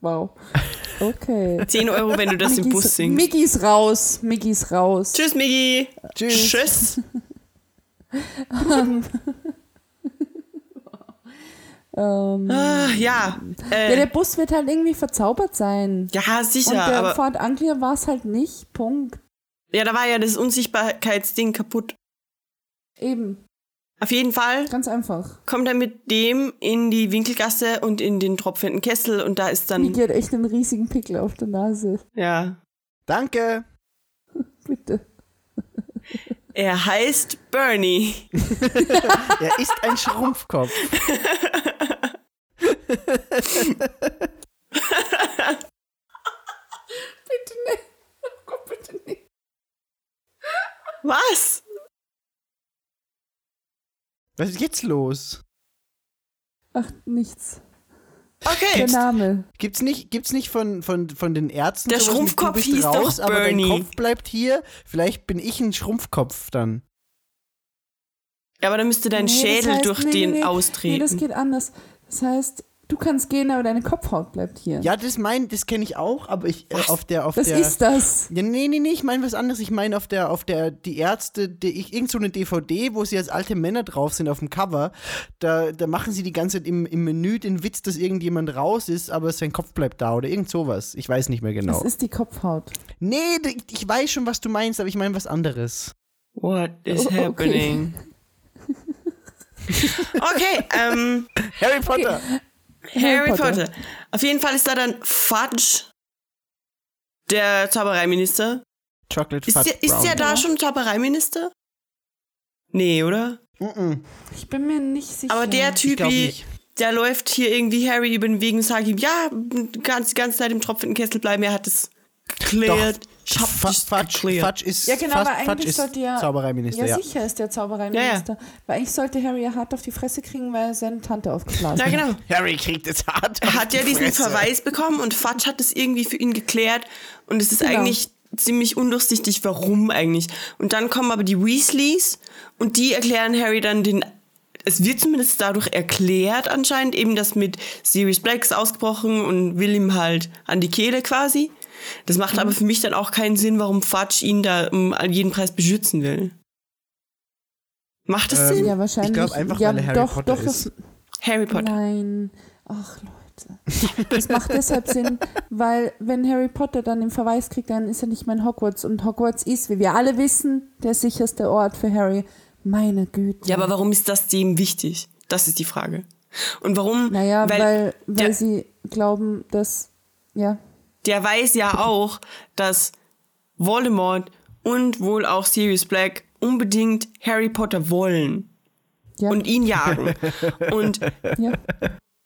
wow. Okay.
10 Euro, wenn du das im
Miggi
Bus
ist-
singst.
Miggi ist raus. Miggi ist raus.
Tschüss, Miggi.
Tschüss.
Tschüss.
Ähm,
Ah, ja.
ja,
Äh,
der Bus wird halt irgendwie verzaubert sein.
ja,
Und
sicher,
der
aber.
Ford Anglia war es halt nicht. Punkt.
Ja, da war ja das Unsichtbarkeitsding kaputt.
Eben.
Auf jeden Fall
Ganz einfach.
kommt er mit dem in die Winkelgasse und in den tropfenden Kessel und da ist dann.
Miggi hat echt einen riesigen Pickel auf der Nase.
Ja.
Danke.
Bitte.
Er heißt Bernie.
Er ist ein Schrumpfkopf.
Bitte nicht. Oh Gott, bitte nicht.
Was?
Was ist jetzt los?
Ach, nichts. Der
Okay.
Name.
Gibt's nicht, gibt's nicht von, von, von den Ärzten
Der
sowas mit,
Schrumpfkopf
du bist
hieß doch
raus, aber dein
Bernie.
Kopf bleibt hier. Vielleicht bin ich ein Schrumpfkopf dann.
Ja, aber dann müsste dein
Nee, das
Schädel
heißt-
durch
nee,
den
nee, nee. Nee,
austreten.
das geht anders. Das heißt, du kannst gehen, aber deine Kopfhaut bleibt hier.
Ja, das mein, das kenne ich auch, aber ich äh, auf der auf
das
der
ist das.
Ja, nee, nee, nee, ich meine was anderes. Ich meine auf der, auf der, die Ärzte, die, ich, irgend so eine DVD, wo sie als alte Männer drauf sind auf dem Cover, da, da machen sie die ganze Zeit im, im Menü den Witz, dass irgendjemand raus ist, aber sein Kopf bleibt da oder irgend sowas. Ich weiß nicht mehr genau.
Das ist die Kopfhaut.
Nee, d- ich weiß schon, was du meinst, aber ich meine was anderes.
What is
Oh, okay.
happening? Okay, ähm,
Harry Potter!
Harry
Potter.
Potter. Auf jeden Fall ist da dann Fudge, der Zaubereiminister.
Chocolate
Ist
Fudge
der, ist
Brown.
der da schon Zaubereiminister? Nee, oder?
Mm-mm.
Ich bin mir nicht sicher.
Aber der
Ich glaub
Typi,
nicht.
der läuft hier irgendwie Harry über den Weg und sagt ihm, ja, ganz, die ganze Zeit im tropfenden Kessel bleiben, er hat es geklärt. Ich hab
Fu-
das
Fudge,
geklärt.
Fudge ist,
Ja, genau,
Fast,
aber eigentlich
Fudge ist
sollte ja-
Zaubereiminister,
Ja,
ja.
sicher ist der Zaubereiminister. Weil eigentlich sollte Harry ja hart auf die Fresse kriegen, weil er seine Tante aufgeblasen
Ja,
hat.
genau.
Harry kriegt es hart.
Er
auf
hat
die
ja diesen
Fresse.
Verweis bekommen und Fatsch hat es irgendwie für ihn geklärt. Und es ist
Genau.
eigentlich ziemlich undurchsichtig, warum eigentlich. Und dann kommen aber die Weasleys und die erklären Harry dann den. Es wird zumindest dadurch erklärt anscheinend, eben das mit Sirius Black ist ausgebrochen und will ihm halt an die Kehle quasi. Das macht aber für mich dann auch keinen Sinn, warum Fatsch ihn da um an jeden Preis beschützen will. Macht das
Ähm,
Sinn?
Ja, wahrscheinlich.
Ich glaub einfach,
ja,
weil er Harry
doch,
Potter
doch,
ist.
Harry Potter.
Nein. Ach, Leute. Das macht deshalb Sinn, weil wenn Harry Potter dann den Verweis kriegt, dann ist er nicht mehr in Hogwarts. Und Hogwarts ist, wie wir alle wissen, der sicherste Ort für Harry. Meine Güte.
Ja, aber warum ist das dem wichtig? Das ist die Frage. Und warum?
naja, weil, weil,
der,
sie glauben, dass. Ja.
der weiß ja auch, dass Voldemort und wohl auch Sirius Black unbedingt Harry Potter wollen
Ja,
und ihn jagen. und
ja.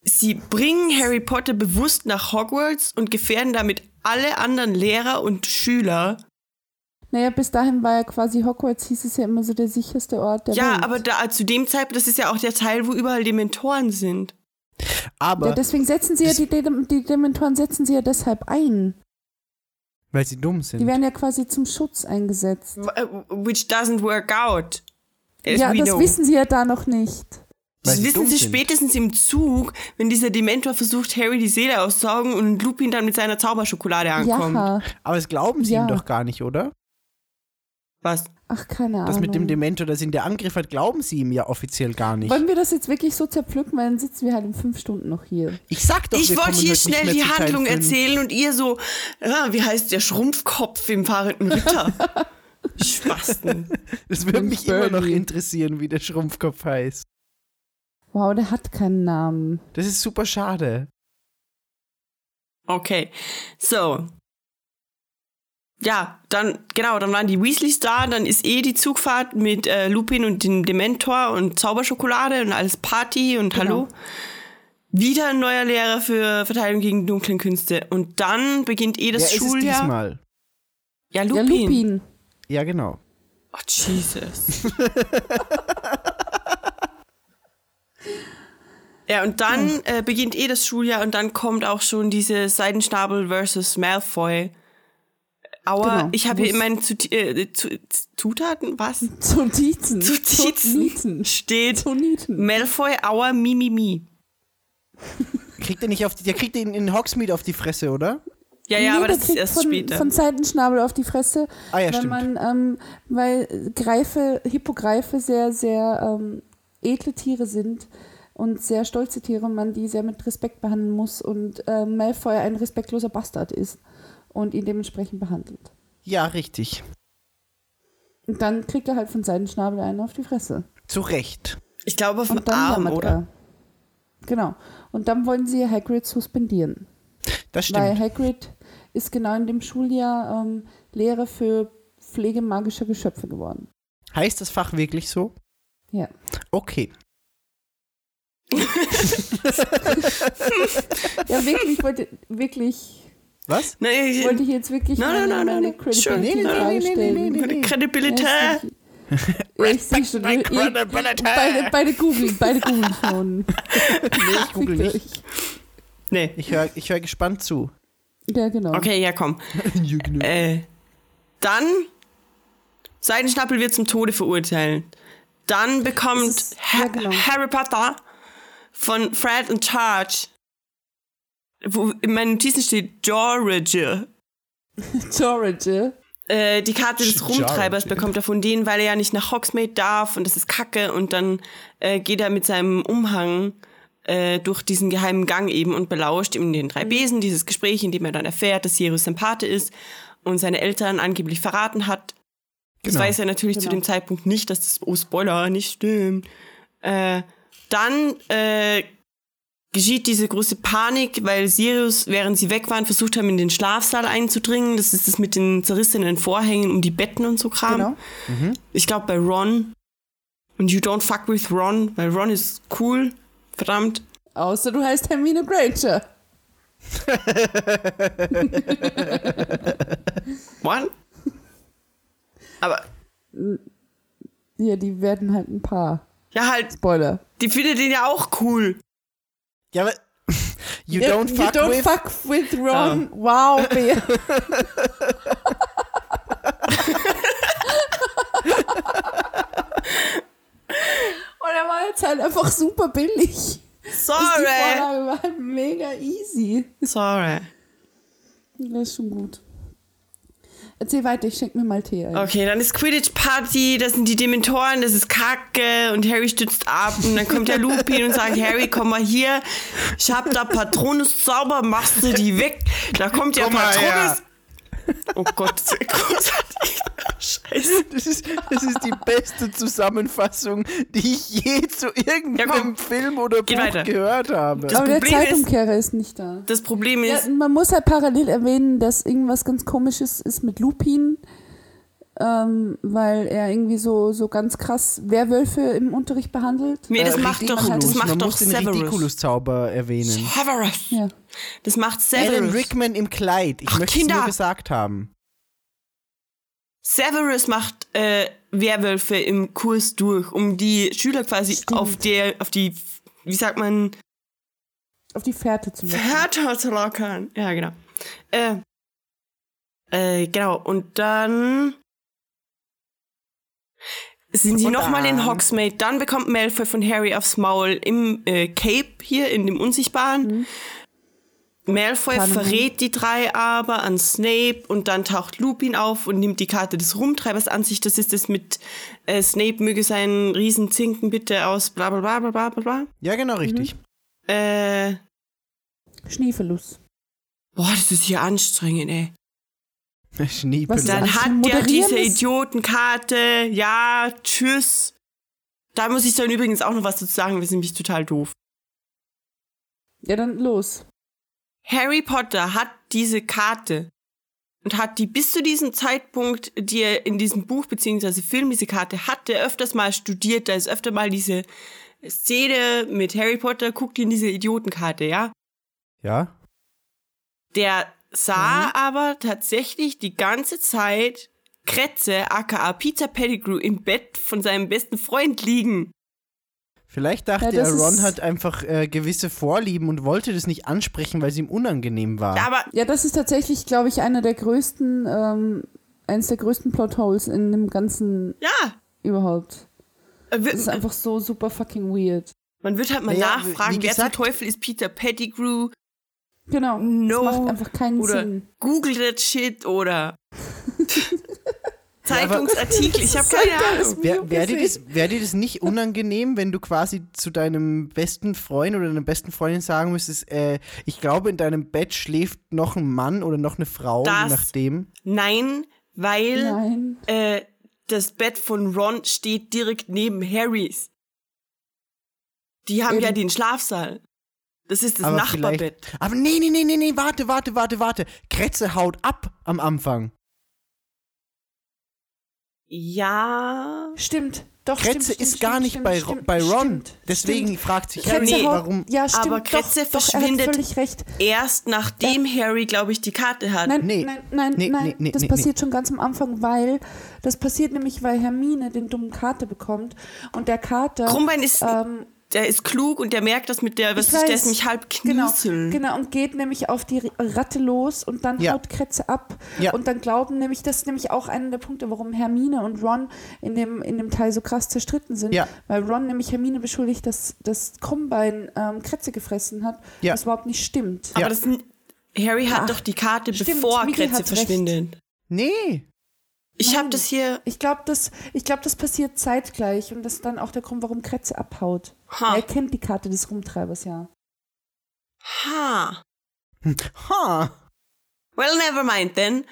sie bringen Harry Potter bewusst nach Hogwarts und gefährden damit alle anderen Lehrer und Schüler.
Naja, bis dahin war ja quasi Hogwarts, hieß es ja immer so der sicherste Ort der
Ja,
Welt.
aber da, zu dem Zeitpunkt, das ist ja auch der Teil, wo überall Dementoren sind.
Aber,
ja, deswegen setzen sie ja, die, Dem- die Dementoren setzen sie ja deshalb ein.
weil sie dumm sind.
Die werden ja quasi zum Schutz eingesetzt.
W- Äh, Which doesn't work out. As
ja,
we
das
oh.
know.
wissen sie ja da noch nicht.
Weil
Das
sie
wissen
dumm
sie
sind.
spätestens im Zug, wenn dieser Dementor versucht, Harry die Seele auszusaugen und Lupin dann mit seiner Zauberschokolade
Ah,
ankommt.
Ja.
Aber das glauben sie
Ja.
ihm doch gar nicht, oder?
Was?
Ach, keine Ahnung.
Das mit dem Dementor, das ihn der Angriff hat, glauben sie ihm ja offiziell gar nicht.
Wollen wir das jetzt wirklich so zerpflücken, weil dann sitzen wir halt in fünf Stunden noch hier.
Ich sag doch,
ich
wir
wollte
kommen
hier
heute nicht
schnell
mehr
die
zu Teil
Handlung
fünf.
erzählen und ihr so, ah, wie heißt der Schrumpfkopf im fahrenden Ritter? Spasten.
Das würde mich immer noch
Birdie.
interessieren, wie der Schrumpfkopf heißt.
Wow, der hat keinen Namen.
Das ist super schade.
Okay, so. Ja, dann, genau, dann waren die Weasleys da, dann ist eh die Zugfahrt mit äh, Lupin und dem Dementor und Zauberschokolade und alles Party und Hallo. Wieder ein neuer Lehrer für Verteidigung gegen dunklen Künste. Und dann beginnt eh das
Wer ist es
Schuljahr.
diesmal?
ja, Lupin.
Ja, Lupin.
Ja, genau.
Oh, Jesus. Ja, und dann äh, beginnt eh das Schuljahr und dann kommt auch schon diese Seidenschnabel versus Malfoy. Aua,
Genau.
ich habe hier
Muss-
in meinen Zut äh, Zu- Zutaten, was?
Zonizen.
Zutizen steht
Zoniten.
Malfoy, Aua, Mimimi. Mi, mi.
Kriegt er nicht auf die, der kriegt ihn in Hogsmeade auf die Fresse, oder?
Ja, ja,
Nee,
aber
der
das ist
kriegt
erst
von,
später.
Von Seitenschnabel auf die Fresse.
Ah, ja,
weil
stimmt.
Man, ähm, weil Greife, Hippogreife sehr, sehr ähm, edle Tiere sind und sehr stolze Tiere und man die sehr mit Respekt behandeln muss und äh, Malfoy ein respektloser Bastard ist und ihn dementsprechend behandelt.
Ja, richtig.
Und dann kriegt er halt von Seitenschnabel einen auf die Fresse.
Zu Recht.
ich glaube auf
Und
dem
dann
Arm,
jammert
oder?
er. Genau. Und dann wollen sie Hagrid suspendieren.
Das
Weil
stimmt.
Hagrid ist genau in dem Schuljahr ähm, Lehrer für Pflege magischer Geschöpfe geworden.
heißt das Fach wirklich so?
Ja.
Okay.
Ja, wirklich, ich wollte wirklich,
Was?
Nee, ich-
wollte ich jetzt wirklich
Nein,
meine,
nein,
meine
nein, nein. Schön.
Credibility in Frage stellen.
Credibility.
Ja, ist nicht- Ich sehe schon,
my
ihr- ihr-
credibility.
beide, beide googeln, beide googeln schon.
Nee, ich google
Fickt
nicht.
euch.
nee.
Ich höre ich hör gespannt zu.
Ja, genau.
Okay, ja, komm. Äh, dann Seidenschnappel wird zum Tode verurteilt. Dann bekommt
Das ist-
Ha
ja, genau.
Harry Potter von Fred und Charge, wo in meinen Notizen steht George.
George.
Äh, die Karte des
George.
Rumtreibers bekommt er von denen, weil er ja nicht nach Hogsmeade darf und das ist Kacke. Und dann äh, geht er mit seinem Umhang äh, durch diesen geheimen Gang eben und belauscht in den drei Besen dieses Gespräch, in dem er dann erfährt, dass Sirius sein Pate ist und seine Eltern angeblich verraten hat. Das
Genau.
weiß er natürlich zu
Genau.
dem Zeitpunkt nicht, dass das, oh Spoiler, nicht stimmt. Äh, dann äh, geschieht diese große Panik, weil Sirius, während sie weg waren, versucht haben, in den Schlafsaal einzudringen. Das ist das mit den zerrissenen Vorhängen um die Betten und so Kram.
Genau.
Ich glaube bei Ron. Und you don't fuck with Ron, weil Ron ist cool. Verdammt.
Außer du heißt Hermine Granger.
Ron? Aber,
Ja, die werden halt ein paar.
ja halt,
Spoiler.
die findet ihn ja auch cool.
Ja, aber. You
Ja,
don't
you
fuck
don't
with.
fuck with Ron. Wow, Bea. Und er war jetzt halt einfach super billig. Also Die
Sorry.
Vorlage war halt mega easy.
Sorry.
Das ist schon gut. Erzähl weiter, ich schenk mir mal Tee ein.
Okay, dann ist Quidditch Party, das sind die Dementoren, das ist Kacke und Harry stützt ab und dann kommt der Lupin und sagt, Harry, komm mal hier, ich hab da Patronus sauber, machst du die weg? Da kommt der
Komm mal her.
Patronus. Oh Gott, das ist großartig. Scheiße.
Das ist, das ist die beste Zusammenfassung, die ich je zu
Ja,
irgendeinem
komm.
Film oder
Geht
Buch
weiter.
gehört habe.
Das
Aber der
Problem ist-
Zeitumkehrer ist, nicht da.
Das Problem
Ja,
ist,
man muss halt parallel erwähnen, dass irgendwas ganz komisches ist mit Lupin, ähm, weil er irgendwie so, so ganz krass Werwölfe im Unterricht behandelt.
nee, das
Äh,
macht doch, das
Ridiculous. Man
macht doch
muss den
Severus.
Ridiculous-Zauber erwähnen.
Severus.
Ja.
Das macht
Alan
Severus.
Rickman im Kleid. Ich
Ach,
möchte es
Kinder.
nur gesagt haben.
Severus macht äh, Werwölfe im Kurs durch, um die Schüler quasi
Stimmt.
auf der, auf die, wie sagt man,
Auf die Fährte zu lassen.
Härter zu lockern. Ja, genau. Äh, äh, genau. Und dann sind sie
Und
nochmal in
dann-
Hogsmeade. Dann bekommt Malfoy von Harry aufs Maul im äh, Cape hier, in dem Unsichtbaren.
Mhm.
Malfoy
Kann-
verrät die drei aber an Snape und dann taucht Lupin auf und nimmt die Karte des Rumtreibers an sich. Das ist das mit äh, Snape möge seinen Riesenzinken bitte aus bla bla bla bla bla bla.
Ja, genau, richtig.
bla. Äh,
Schneeverlust.
boah, das ist hier anstrengend, ey.
Was
Schneepille.
dann?
Dann
Ja,
hat der
moderieren
diese
ist-
Idiotenkarte. Ja, tschüss. Da muss ich dann übrigens auch noch was dazu sagen, wir sind nämlich total doof.
Ja, dann los.
Harry Potter hat diese Karte und hat die bis zu diesem Zeitpunkt, die er in diesem Buch beziehungsweise Film diese Karte hatte, öfters mal studiert. Da ist öfter mal diese Szene mit Harry Potter, guckt in diese Idiotenkarte, ja?
Ja?
Der sah
Mhm.
aber tatsächlich die ganze Zeit Kretze, aka Peter Pettigrew, im Bett von seinem besten Freund liegen.
Vielleicht dachte
Ja,
er,
das
Ron
ist-
hat einfach äh, gewisse Vorlieben und wollte das nicht ansprechen, weil es ihm unangenehm war.
Ja, aber
Ja, das ist tatsächlich, glaube ich, einer der größten, ähm, eines der größten Plotholes in dem ganzen
ja,
überhaupt.
äh, wir-
Das ist einfach so super fucking weird.
man wird halt mal
Naja,
nachfragen,
wie
wer
gesagt-
zum Teufel ist Peter Pettigrew
Genau.
No.
Das macht einfach keinen
oder
Sinn.
Google that shit oder
aber-
Zeitungsartikel. Ich habe
Das ist
keine
ein geiles
Ahnung.
Meme
Wäre wär dir,
gesehen.
das- wär dir das nicht unangenehm, wenn du quasi zu deinem besten Freund oder deiner besten Freundin sagen müsstest, äh, ich glaube, in deinem Bett schläft noch ein Mann oder noch eine Frau, je
Das-
nachdem?
Nein, weil
Nein.
äh, das Bett von Ron steht direkt neben Harrys. Die haben
Eben.
ja den Schlafsaal. Das ist das Nachbarbett.
vielleicht- Aber nee, nee, nee, nee, nee, warte, warte, warte, warte. Kretze haut ab am Anfang.
Ja.
Stimmt. Doch,
Kretze ist gar nicht bei, Ro- bei Ron. Deswegen fragt sich Harry,
Kretze haut-
warum.
Ja, stimmt.
Aber Kretze
doch, doch, Er
verschwindet-
hat völlig recht.
Erst nachdem Harry, glaube ich, die Karte hat.
Nein,
Nee.
nein, nein,
Nee,
nein.
nee, nee,
das
nee,
passiert schon ganz am Anfang, weil das passiert nämlich, weil Hermine den dummen Kater bekommt und der Kater.
Krummbein ist,
ähm,
der ist klug und der merkt das mit der, was
Ich
ist, der
weiß.
ist nicht halb
Genau,
knüsseln.
genau, und geht nämlich auf die Ratte los und dann
Ja.
haut Kretze ab.
Ja.
Und dann glauben nämlich, das ist nämlich auch einer der Punkte, warum Hermine und Ron in dem, in dem Teil so krass zerstritten sind.
Ja.
Weil Ron nämlich Hermine beschuldigt, dass das Krummbein ähm, Kretze gefressen hat,
Ja.
was überhaupt nicht stimmt.
Aber
Ja.
das, Harry hat doch die Karte,
stimmt,
bevor
Miki
Kretze
hat recht.
verschwindet.
Nee.
Ich habe das hier.
Ich glaube, das, ich glaub, das passiert zeitgleich und das ist dann auch der Grund, warum Kretze abhaut.
Ha.
Er kennt die Karte des Rumtreibers, ja.
Ha.
Ha.
Well, never mind then.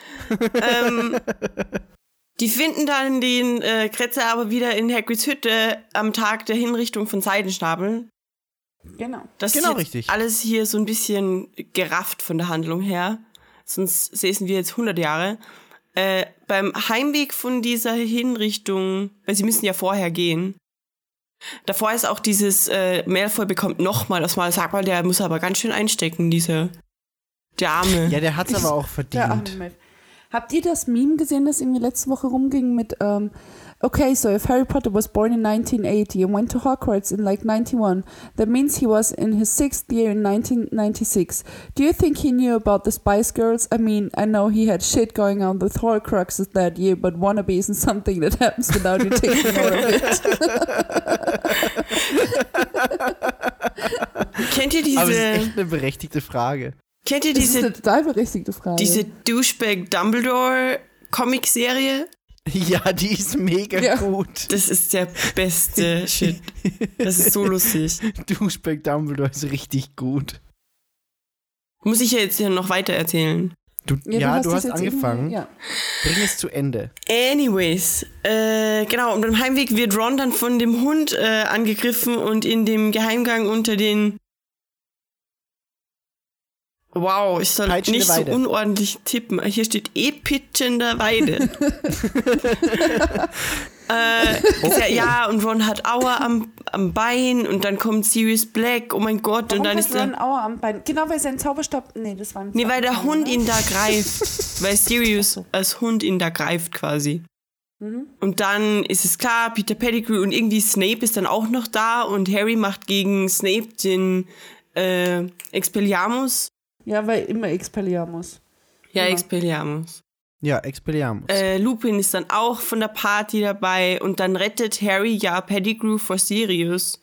ähm, die finden dann den äh, Kretze aber wieder in Hagrids Hütte am Tag der Hinrichtung von Seidenschnabel.
Genau.
Das
Genau
ist jetzt
richtig.
alles hier so ein bisschen gerafft von der Handlung her. Sonst säßen wir jetzt 100 Jahre. Äh, beim Heimweg von dieser Hinrichtung, weil sie müssen ja vorher gehen. Davor ist auch dieses äh, Malfoy bekommt nochmal das Mal, sag mal, der muss aber ganz schön einstecken, diese der Arme.
Ja, der hat's aber auch
Der arme
verdient.
Malfoy. Habt ihr das Meme gesehen, das irgendwie letzte Woche rumging mit ähm, Okay, so if Harry Potter was born in 1980 and went to Hogwarts in like 91, that means he was in his sixth year in 1996. Do you think he knew about the Spice Girls? I mean, I know he had shit going on with Horcruxes that year, but wannabe isn't something that happens without you taking note of it.
Kennt ihr diese,
aber es ist echt eine berechtigte Frage.
kennt ihr
Das ist eine
diese,
total berechtigte Frage.
diese Douchebag Dumbledore Comicserie?
Ja, die ist mega
Ja.
gut.
Das ist der beste Shit. Das ist so lustig.
Douchebag Dumbledore ist richtig gut.
Muss ich ja jetzt hier noch weiter erzählen.
Du, ja, du
das
hast,
jetzt
angefangen.
irgendwie- Ja.
Bring es zu Ende.
Anyways, äh, genau, und am Heimweg wird Ron dann von dem Hund äh, angegriffen und in dem Geheimgang unter den. Wow, ich soll
Peitschende
nicht
Weide.
so unordentlich tippen. Hier steht epitschender Weide. äh, ist ja, ja, und Ron hat Aua am, am Bein und dann kommt Sirius Black, oh mein Gott,
Warum
und dann
hat
ist der.
Ron Auer am Bein? Genau, weil sein Zauberstab. Nee, das war ein
Nee, weil der
Zauberstab,
Hund
ne?
ihn da greift. weil Sirius als Hund ihn da greift quasi.
Mhm.
Und dann ist es klar, Peter Pettigrew und irgendwie Snape ist dann auch noch da und Harry macht gegen Snape den äh, Expelliarmus. Genau.
Ja, weil immer Expelliarmus.
Ja,
Immer.
Expelliarmus.
Ja, Expelliarmus.
Äh, Lupin ist dann auch von der Party dabei und dann rettet Harry ja Pettigrew vor Sirius.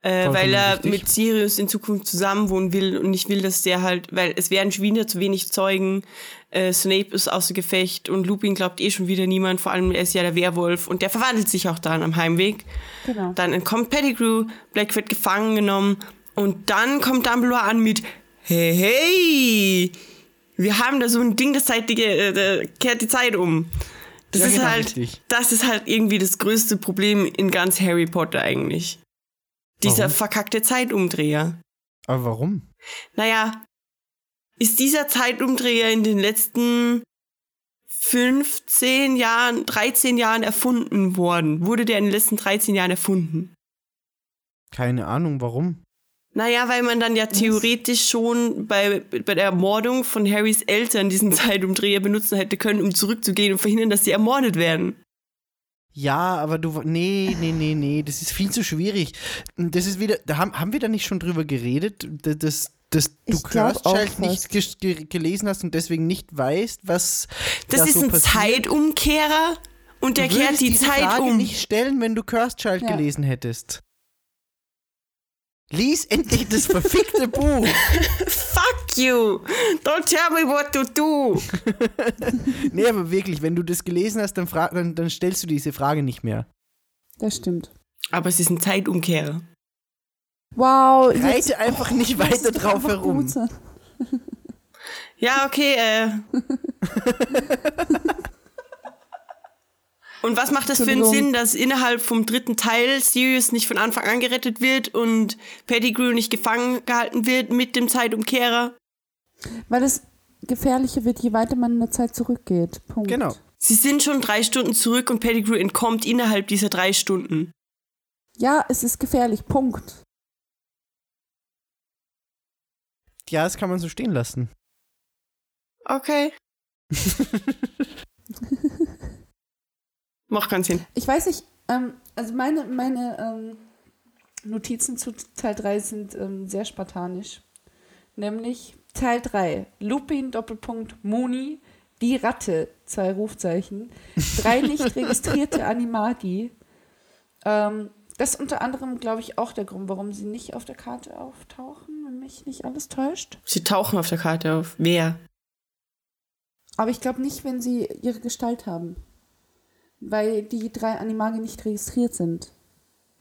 Äh,
Vollkommen
weil er
richtig.
mit Sirius in Zukunft zusammenwohnen will und ich will, dass der halt, weil es werden schon wieder zu wenig Zeugen, äh, Snape ist außer Gefecht und Lupin glaubt eh schon wieder niemand, vor allem er ist ja der Werwolf und der verwandelt sich auch dann am Heimweg.
Genau.
Dann entkommt Pettigrew, Black wird gefangen genommen und dann kommt Dumbledore an mit Hey, hey, wir haben da so ein Ding, das Zeit, die, äh, da kehrt die Zeit um. Das
Ja,
ist
genau,
halt,
richtig.
das ist halt irgendwie das größte Problem in ganz Harry Potter eigentlich. Dieser verkackte Zeitumdreher.
aber warum?
Naja, ist dieser Zeitumdreher in den letzten 15 Jahren, 13 Jahren erfunden worden? Wurde der in den letzten 13 Jahren erfunden?
Keine Ahnung, warum.
Naja, weil man dann ja theoretisch schon bei, bei der Ermordung von Harrys Eltern diesen Zeitumdreher benutzen hätte können, um zurückzugehen und verhindern, dass sie ermordet werden.
Ja, aber du. Nee, nee, nee, nee. Das ist viel zu schwierig. Das ist wieder. Da haben, haben wir da nicht schon drüber geredet? d- Dass, dass du
Ich glaub auch
Cursed Child nicht ges- ge gelesen hast und deswegen nicht weißt, was.
Das
da
ist
so
ein
passiert.
Zeitumkehrer und der
Du würdest
kehrt die
diese
Zeit
Frage
um.
nicht stellen, wenn du Cursed Child
Ja.
gelesen hättest. Lies endlich das verfickte Buch.
Fuck you! Don't tell me what to do!
Nee, aber wirklich, wenn du das gelesen hast, dann, fra- dann, dann stellst du diese Frage nicht mehr.
Das stimmt.
Aber es ist ein Zeitumkehrer.
Wow. jetzt-
Reite einfach nicht
das
weiter
ist doch
drauf
einfach
herum.
um.
gut sein.
Ja, okay, äh. Und was macht das für einen
Entschuldigung.
Sinn, dass innerhalb vom dritten Teil Sirius nicht von Anfang an gerettet wird und Pettigrew nicht gefangen gehalten wird mit dem Zeitumkehrer?
Weil das gefährlicher wird, je weiter man in der Zeit zurückgeht. Punkt.
Genau.
Sie sind schon drei Stunden zurück und Pettigrew entkommt innerhalb dieser drei Stunden.
Ja, es ist gefährlich. Punkt.
Ja, das kann man so stehen lassen.
Okay. Mach ganz hin.
Ich weiß nicht, ähm, also meine, meine ähm, Notizen zu Teil 3 sind ähm, sehr spartanisch. Nämlich Teil 3, Lupin, Doppelpunkt, Moni, die Ratte, zwei Rufzeichen, drei nicht registrierte Animagi. Ähm, das ist unter anderem, glaube ich, auch der Grund, warum sie nicht auf der Karte auftauchen, wenn mich nicht alles täuscht.
Sie tauchen auf der Karte auf. Wer?
Aber ich glaube nicht, wenn sie ihre Gestalt haben. Weil die drei Animage nicht registriert sind.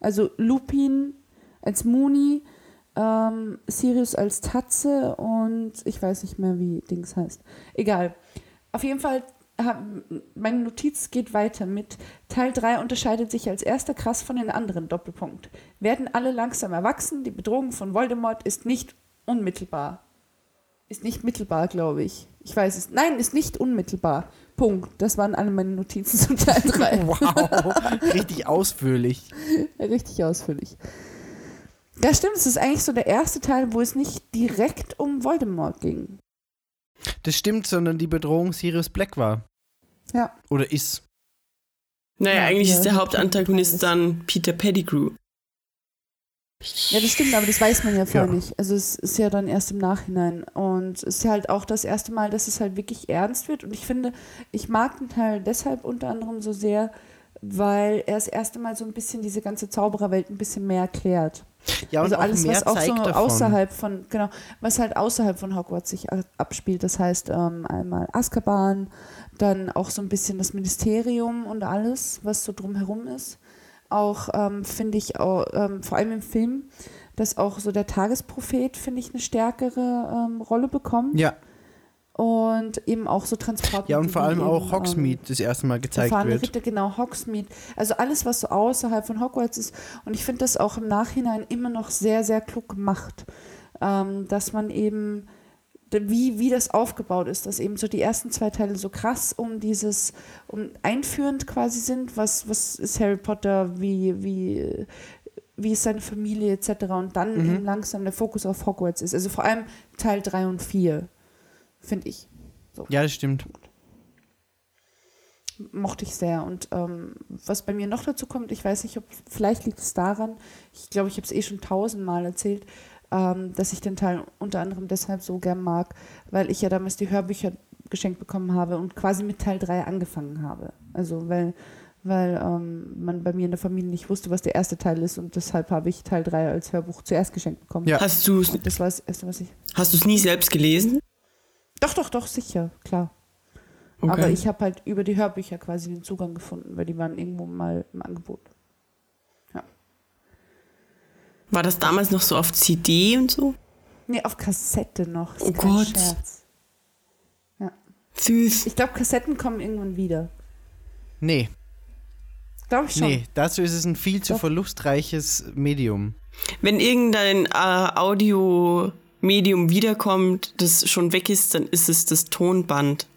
Also Lupin als Muni, ähm, Sirius als Tatze und ich weiß nicht mehr, wie Dings heißt. Egal. Auf jeden Fall, haben- meine Notiz geht weiter mit Teil 3 unterscheidet sich als erster krass von den anderen. Doppelpunkt. Werden alle langsam erwachsen, die Bedrohung von Voldemort ist nicht unmittelbar. Ist nicht mittelbar, glaube ich. Ich weiß es. Nein, ist nicht unmittelbar. Punkt. Das waren alle meine Notizen zum Teil 3.
Wow, richtig ausführlich.
Richtig ausführlich. Das stimmt, es ist eigentlich so der erste Teil, wo es nicht direkt um Voldemort ging.
Das stimmt, sondern die Bedrohung Sirius Black war.
Ja.
Oder ist.
Naja,
Ja,
eigentlich
ja,
ist der
das
Hauptantagonist
stimmt
dann Peter Pettigrew.
Ja, das stimmt, aber das weiß man ja vorher
Ja.
nicht. Also es ist ja dann erst im Nachhinein. Und es ist halt auch das erste Mal, dass es halt wirklich ernst wird. Und ich finde, ich mag den Teil deshalb unter anderem so sehr, weil er das erste Mal so ein bisschen diese ganze Zaubererwelt ein bisschen mehr erklärt.
Ja,
also
auch
alles, was auch so
zeigt davon.
außerhalb von, genau, was halt außerhalb von Hogwarts sich a- abspielt. Das heißt, ähm, einmal Azkaban, dann auch so ein bisschen das Ministerium und alles, was so drumherum ist. Auch ähm, finde ich, auch, ähm, vor allem im Film, dass auch so der Tagesprophet, finde ich, eine stärkere ähm, Rolle bekommt.
Ja,
Und eben auch so Transport.
ja, und vor allem auch
Hogsmeade
Hogsmeade das erste Mal gezeigt
erfahrene
wird.
Ritter, genau, Hogsmeade. Also alles, was so außerhalb von Hogwarts ist. Und ich finde das auch im Nachhinein immer noch sehr, sehr klug gemacht, ähm, dass man eben, d- wie, wie das aufgebaut ist, dass eben so die ersten zwei Teile so krass um dieses, um einführend quasi sind, was, was ist Harry Potter, wie, wie, wie ist seine Familie etc. Und dann
Mhm.
eben langsam der Fokus auf Hogwarts ist. Also vor allem Teil 3 und 4, finde ich.
Ja, das stimmt.
mochte ich sehr. Und ähm, was bei mir noch dazu kommt, ich weiß nicht, ob vielleicht liegt es daran, ich glaube, ich habe es eh schon tausendmal erzählt, ähm, dass ich den Teil unter anderem deshalb so gern mag, weil ich ja damals die Hörbücher geschenkt bekommen habe und quasi mit Teil 3 angefangen habe. Also weil, weil ähm, man bei mir in der Familie nicht wusste, was der erste Teil ist und deshalb habe ich Teil 3 als Hörbuch zuerst geschenkt bekommen.
Ja.
Hast du es
Und das war das Erste, was ich...
hast du's nie selbst gelesen?
Doch, doch, doch, sicher, klar.
Okay.
Aber ich habe halt über die Hörbücher quasi den Zugang gefunden, weil die waren irgendwo mal im Angebot.
War das damals noch so auf CD und so?
Nee, auf Kassette noch. Ist
Oh
kein
Gott.
Scherz.
Süß.
Ich glaube, Kassetten kommen irgendwann wieder.
Nee,
Glaube ich schon.
nee, dazu ist es ein viel zu
Doch.
verlustreiches Medium.
Wenn irgendein äh, Audiomedium wiederkommt, das schon weg ist, dann ist es das Tonband.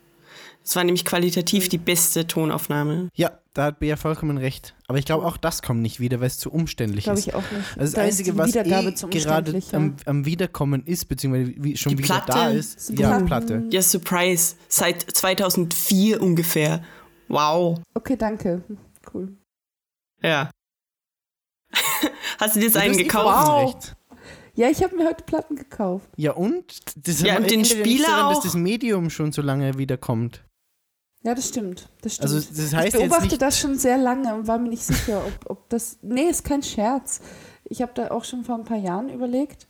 Das war nämlich qualitativ die beste Tonaufnahme.
Ja, da hat Bea vollkommen recht. Aber ich glaube, auch das kommt nicht wieder, weil es zu umständlich
Glaube
ist.
ich auch nicht.
Also das
Da ist
Einzige,
die
was
Wiedergabe
eh
zu
gerade
umständlich, ja.
am, am Wiederkommen ist, beziehungsweise wie, schon
Die
wieder da
Platte.
ist,
Die
ja,
Platten.
Platte.
Ja, Surprise. Seit 2004 ungefähr. Wow.
Okay, danke. Cool.
Ja. Hast du dir jetzt einen
hast eh
gekauft?
vollkommen recht.
Ja, ich habe mir heute Platten gekauft.
Ja, und? Das
Ja,
hat-
und den
ändert ja nichts
Spieler
daran,
auch.
dass das Medium schon so lange wiederkommt.
Ja, das stimmt. Das stimmt.
Also, das heißt
ich
jetzt
beobachte
nicht.
das schon sehr lange und war mir nicht sicher, ob, ob das. Nee, ist kein Scherz. Ich habe da auch schon vor ein paar Jahren überlegt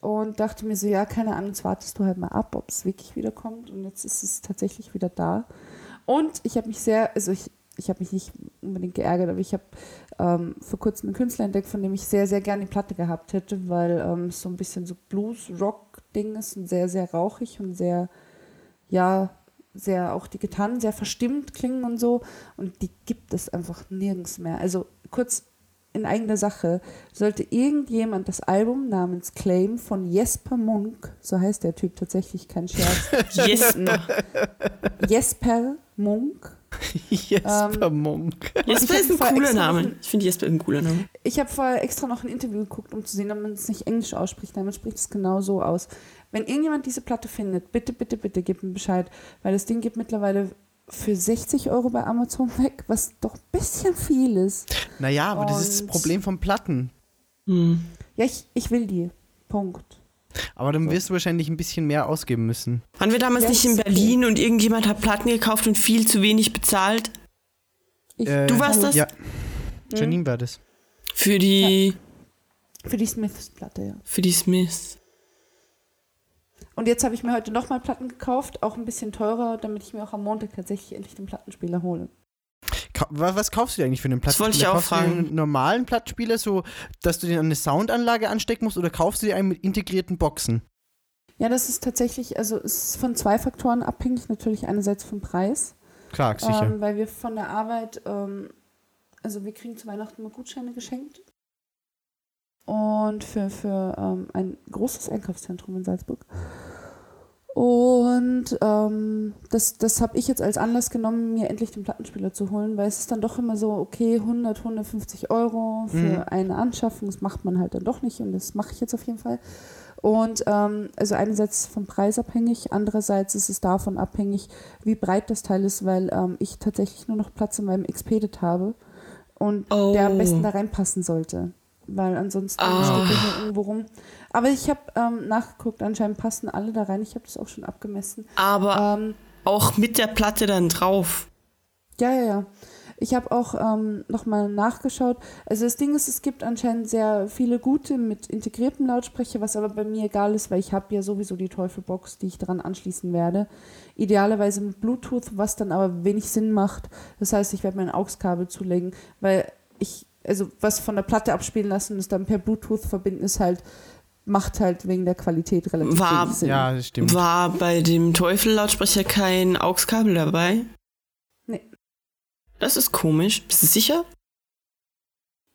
und dachte mir so, ja, keine Ahnung, jetzt wartest du halt mal ab, ob es wirklich wiederkommt. Und jetzt ist es tatsächlich wieder da. Und ich habe mich sehr, also ich, ich habe mich nicht unbedingt geärgert, aber ich habe ähm, vor kurzem einen Künstler entdeckt, von dem ich sehr, sehr gerne die Platte gehabt hätte, weil ähm, es so ein bisschen so Blues-Rock-Ding ist und sehr, sehr rauchig und sehr ja, sehr auch die Gitarren sehr verstimmt klingen und so. Und die gibt es einfach nirgends mehr. Also kurz in eigener Sache, sollte irgendjemand das Album namens Claim von Jesper Munk, so heißt der Typ tatsächlich, kein Scherz,
Jesper.
Jesper Munk.
Jesper Munk.
Ich
Jesper
hab
ist ein
vorher
cooler
extra noch
Name.
ein-
Ich finde Jesper ein cooler Name.
Ich habe vorher extra noch ein Interview geguckt, um zu sehen, ob man es nicht Englisch ausspricht. Nein, man spricht es genau so aus. Wenn irgendjemand diese Platte findet, bitte, bitte, bitte gib mir Bescheid, weil das Ding geht mittlerweile für 60 Euro bei Amazon weg, was doch ein bisschen viel ist.
Naja, aber das ist das
Und-
Problem von Platten.
Hm.
Ja, ich, ich will die. Punkt.
Aber dann wirst du wahrscheinlich ein bisschen mehr ausgeben müssen.
Waren wir damals
Ja,
nicht in
ist okay.
Berlin und irgendjemand hat Platten gekauft und viel zu wenig bezahlt?
Ich,
Äh,
Du warst das? Mhm. Hm.
Ja. Janine war das.
Für die,
Für die Smiths-Platte, ja.
für die Smiths.
Und jetzt habe ich mir heute nochmal Platten gekauft, auch ein bisschen teurer, damit ich mir auch am Montag tatsächlich endlich den Plattenspieler hole.
Ka wa- was kaufst du dir eigentlich für einen
Das
Plattenspieler?
wollte ich
kaufst
auch
du dir
fragen.
einen normalen Plattenspieler, so dass du den an eine Soundanlage anstecken musst, oder kaufst du dir einen mit integrierten Boxen?
Ja, das ist tatsächlich, also es ist von zwei Faktoren abhängig. Natürlich einerseits vom Preis.
Klar, sicher.
Ähm, weil wir von der Arbeit, ähm, also wir kriegen zu Weihnachten mal Gutscheine geschenkt. Und für, für ähm, ein großes Einkaufszentrum in Salzburg. Und ähm, das, das habe ich jetzt als Anlass genommen, mir endlich den Plattenspieler zu holen, weil es ist dann doch immer so, okay, 100, 150 Euro für
Mhm.
eine Anschaffung, das macht man halt dann doch nicht und das mache ich jetzt auf jeden Fall. Und ähm, also einerseits vom Preis abhängig, andererseits ist es davon abhängig, wie breit das Teil ist, weil ähm, ich tatsächlich nur noch Platz in meinem Expedit habe und
Oh.
der am besten da reinpassen sollte. Weil ansonsten
Ah.
steht der hier irgendwo rum. Aber ich habe ähm, nachgeguckt, anscheinend passen alle da rein. Ich habe das auch schon abgemessen.
Aber
Ähm,
auch mit der Platte dann drauf.
ja, ja, ja. Ich habe auch ähm, nochmal nachgeschaut. Also das Ding ist, es gibt anscheinend sehr viele gute mit integriertem Lautsprecher, was aber bei mir egal ist, weil ich habe ja sowieso die Teufelbox, die ich daran anschließen werde. Idealerweise mit Bluetooth, was dann aber wenig Sinn macht. Das heißt, ich werde mir ein AUX-Kabel zulegen, weil ich, also was von der Platte abspielen lassen und es dann per Bluetooth verbinden, ist halt, macht halt wegen der Qualität relativ
War-
wenig Sinn.
ja, das stimmt.
War bei dem Teufel-Lautsprecher kein AUX-Kabel dabei?
Nee.
Das ist komisch. Bist du sicher?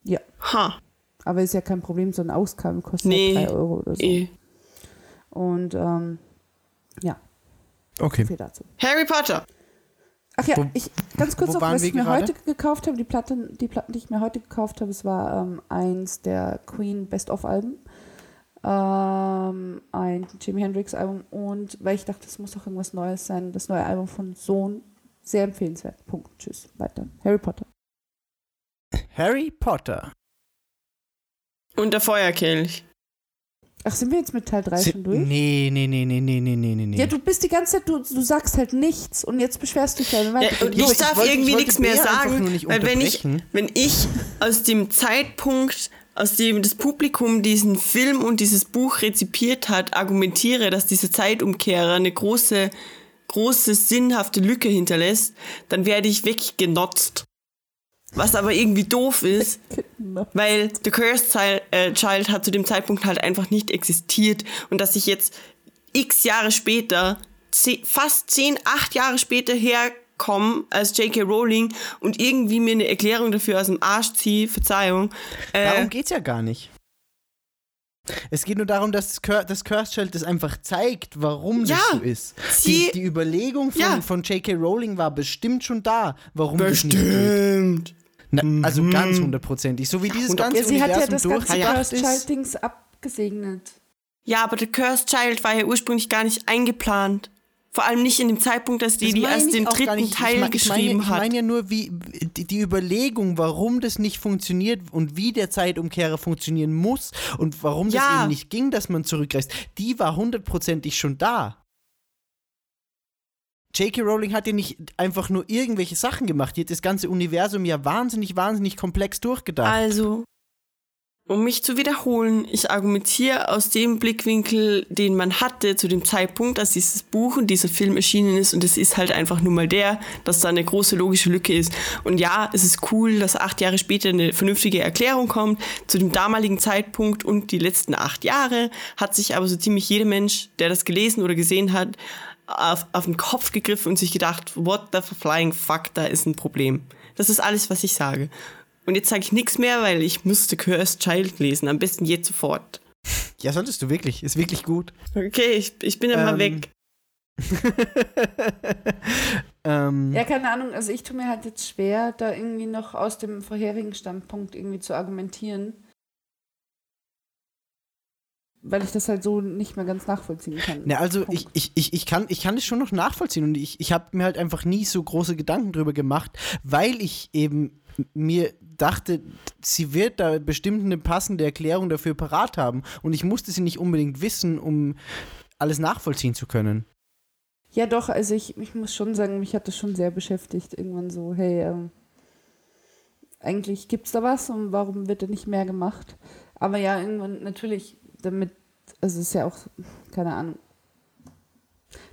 Ja.
Ha,
Aber ist ja kein Problem, so ein AUX-Kabel kostet
Nee.
ja 3 Euro oder so.
eh.
Und ähm, ja,
Okay.
viel dazu.
Harry Potter.
Ach ja,
Wo-
ich, ganz kurz
wo
noch,
waren
was
wir
ich mir
gerade?
heute gekauft habe, die, Platte, die Platten, die ich mir heute gekauft habe, es war ähm, eins der Queen Best-of-Alben, ähm, ein Jimi Hendrix-Album und weil ich dachte, es muss doch irgendwas Neues sein, das neue Album von Sohn, sehr empfehlenswert. Punkt, tschüss, weiter. Harry Potter.
Harry Potter.
Und der Feuerkelch.
Ach, sind wir jetzt mit Teil 3
Sie-
schon durch?
Nee, nee, nee, nee, nee, nee, nee, nee, nee.
Ja, du bist die ganze Zeit, du, du sagst halt nichts und jetzt beschwerst du dich ja.
Ja,
weiter.
und
Los,
ich darf
wollte-
irgendwie
wollte
nichts mehr
Bea einfach nur
sagen,
nicht
weil wenn ich,
unterbrechen.
wenn ich aus dem Zeitpunkt, aus dem das Publikum diesen Film und dieses Buch rezipiert hat, argumentiere, dass diese Zeitumkehrer eine große, große sinnhafte Lücke hinterlässt, dann werde ich weggenotzt. Was aber irgendwie doof ist, weil The Cursed Child, äh, Child hat zu dem Zeitpunkt halt einfach nicht existiert und dass ich jetzt x Jahre später, ze fast zehn, acht Jahre später herkomme als J.K. Rowling und irgendwie mir eine Erklärung dafür aus dem Arsch ziehe, Verzeihung. Äh,
Darum geht's ja gar nicht. Es geht nur darum, dass das Cur- das Cursed Child das einfach zeigt, warum
Ja,
das so ist.
sie-
Die, die Überlegung von,
Ja.
von J.K. Rowling war bestimmt schon da, warum das nicht geht.
bestimmt.
Na, also ganz
Mhm.
hundertprozentig. So wie dieses
hundert-
ganze
ja, sie hat ja
Universum
das ganze
durchgedacht
Cursed
ist.
Child-Dings abgesegnet.
Ja, aber The Cursed Child war ja ursprünglich gar nicht eingeplant. Vor allem nicht in dem Zeitpunkt, dass die,
Das
die
meine
erst
ich
den
auch gar
dritten
nicht. Ich
Teil
mein- ich meine-
geschrieben
ich
hat.
meine ja nur, wie die, die Überlegung, warum das nicht funktioniert und wie der Zeitumkehrer funktionieren muss und warum das
Ja.
eben nicht ging, dass man zurückreist, die war hundertprozentig schon da. J.K. Rowling hat ja nicht einfach nur irgendwelche Sachen gemacht. Die hat das ganze Universum ja wahnsinnig, wahnsinnig komplex durchgedacht.
Also, um mich zu wiederholen, ich argumentiere aus dem Blickwinkel, den man hatte zu dem Zeitpunkt, als dieses Buch und dieser Film erschienen ist. Und es ist halt einfach nur mal der, dass da eine große logische Lücke ist. Und ja, es ist cool, dass acht Jahre später eine vernünftige Erklärung kommt zu dem damaligen Zeitpunkt und die letzten acht Jahre hat sich aber so ziemlich jeder Mensch, der das gelesen oder gesehen hat, auf, auf den Kopf gegriffen und sich gedacht, what the flying fuck, da ist ein Problem. Das ist alles, was ich sage. Und jetzt sage ich nichts mehr, weil ich musste Cursed Child lesen. Am besten jetzt sofort.
Ja, solltest du wirklich. Ist wirklich gut.
Okay, ich, ich bin dann mal
Ähm,
weg.
ähm,
Ja, keine Ahnung. Also ich tue mir halt jetzt schwer, da irgendwie noch aus dem vorherigen Standpunkt irgendwie zu argumentieren. Weil ich das halt so nicht mehr ganz nachvollziehen kann.
Na, also ich,
Punkt.
ich, ich, ich, kann, ich kann es schon noch nachvollziehen und ich, ich habe mir halt einfach nie so große Gedanken drüber gemacht, weil ich eben mir dachte, sie wird da bestimmt eine passende Erklärung dafür parat haben und ich musste sie nicht unbedingt wissen, um alles nachvollziehen zu können.
Ja, doch, also ich, ich muss schon sagen, mich hat das schon sehr beschäftigt. Irgendwann so, hey, ähm, eigentlich gibt's da was und warum wird da nicht mehr gemacht? Aber ja, irgendwann natürlich, damit, also es ist ja auch, keine Ahnung,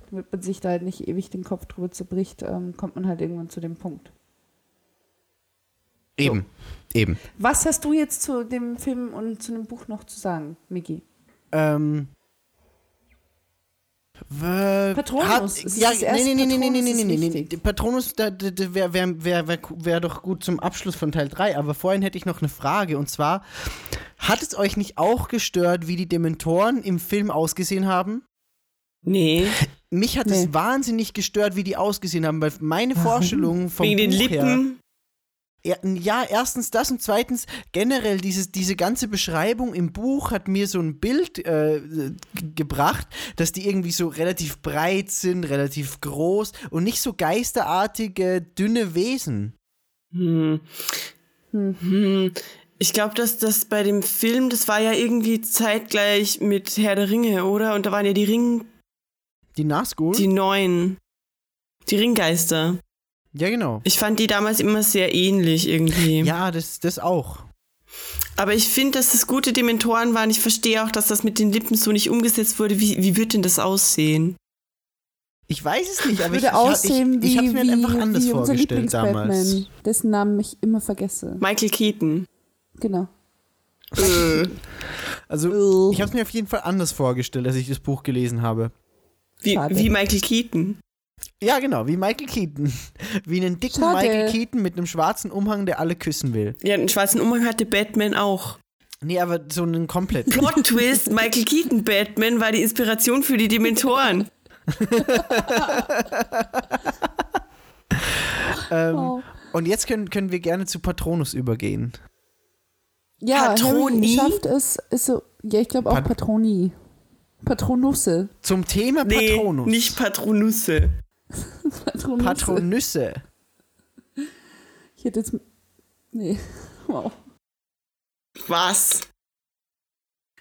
damit man sich da halt nicht ewig den Kopf drüber zerbricht, ähm, kommt man halt irgendwann zu dem Punkt.
Eben, eben.
Was hast du jetzt zu dem Film und zu dem Buch noch zu sagen, Miki?
Ähm. w-
Patronus,
hat-
es ist
Ja,
das
nee,
erste
nee, nee, nee, nee, nee, nee,
Patronus ist
nee, nee, nee.
wichtig.
Patronus wäre wär, wär, wär, wär doch gut zum Abschluss von Teil 3, aber vorhin hätte ich noch eine Frage und zwar: Hat es euch nicht auch gestört, wie die Dementoren im Film ausgesehen haben?
Nee,
Mich hat
Nee.
es wahnsinnig gestört, wie die ausgesehen haben, weil meine Vorstellungen vom
wegen den
Buch Her,
Lippen.
ja, ja, erstens das und zweitens generell dieses, diese ganze Beschreibung im Buch hat mir so ein Bild äh, g- gebracht, dass die irgendwie so relativ breit sind, relativ groß und nicht so geisterartige, dünne Wesen.
Hm. Hm. Ich glaube, dass das bei dem Film, das war ja irgendwie zeitgleich mit Herr der Ringe, oder? Und da waren ja die Ring,
Die Nazgul?
die Neuen. Die Ringgeister.
ja, genau.
Ich fand die damals immer sehr ähnlich irgendwie.
Ja, das, das auch.
Aber ich finde, dass das gute Dementoren waren. Ich verstehe auch, dass das mit den Lippen so nicht umgesetzt wurde. Wie, wie wird denn das aussehen?
Ich weiß es nicht, aber ich,
Würde
ich,
aussehen
ich, ich,
wie,
hab's mir
wie,
halt einfach anders
wie unser
vorgestellt damals.
Lieblings-Batman, dessen Namen ich immer vergesse.
Michael Keaton.
Genau.
Äh.
Also, ich habe es mir auf jeden Fall anders vorgestellt, als ich das Buch gelesen habe.
Wie,
Schade.
wie Michael Keaton.
Ja, genau, wie Michael Keaton. Wie einen dicken
Schade.
Michael Keaton mit einem schwarzen Umhang, der alle küssen will.
Ja, einen schwarzen Umhang hatte Batman auch.
Nee, aber so einen kompletten.
Plot Twist, Michael Keaton Batman war die Inspiration für die Dementoren.
ähm,
Oh.
Und jetzt können, können wir gerne zu Patronus übergehen.
Ja,
Patroni?
Harry schafft es, ist so, ja, ich glaube auch
Pat-
Patroni. Patronusse.
Zum Thema
Nee,
Patronus.
nicht Patronusse.
Patronusse.
Patronüsse.
ich hätte jetzt, nee, wow.
Was?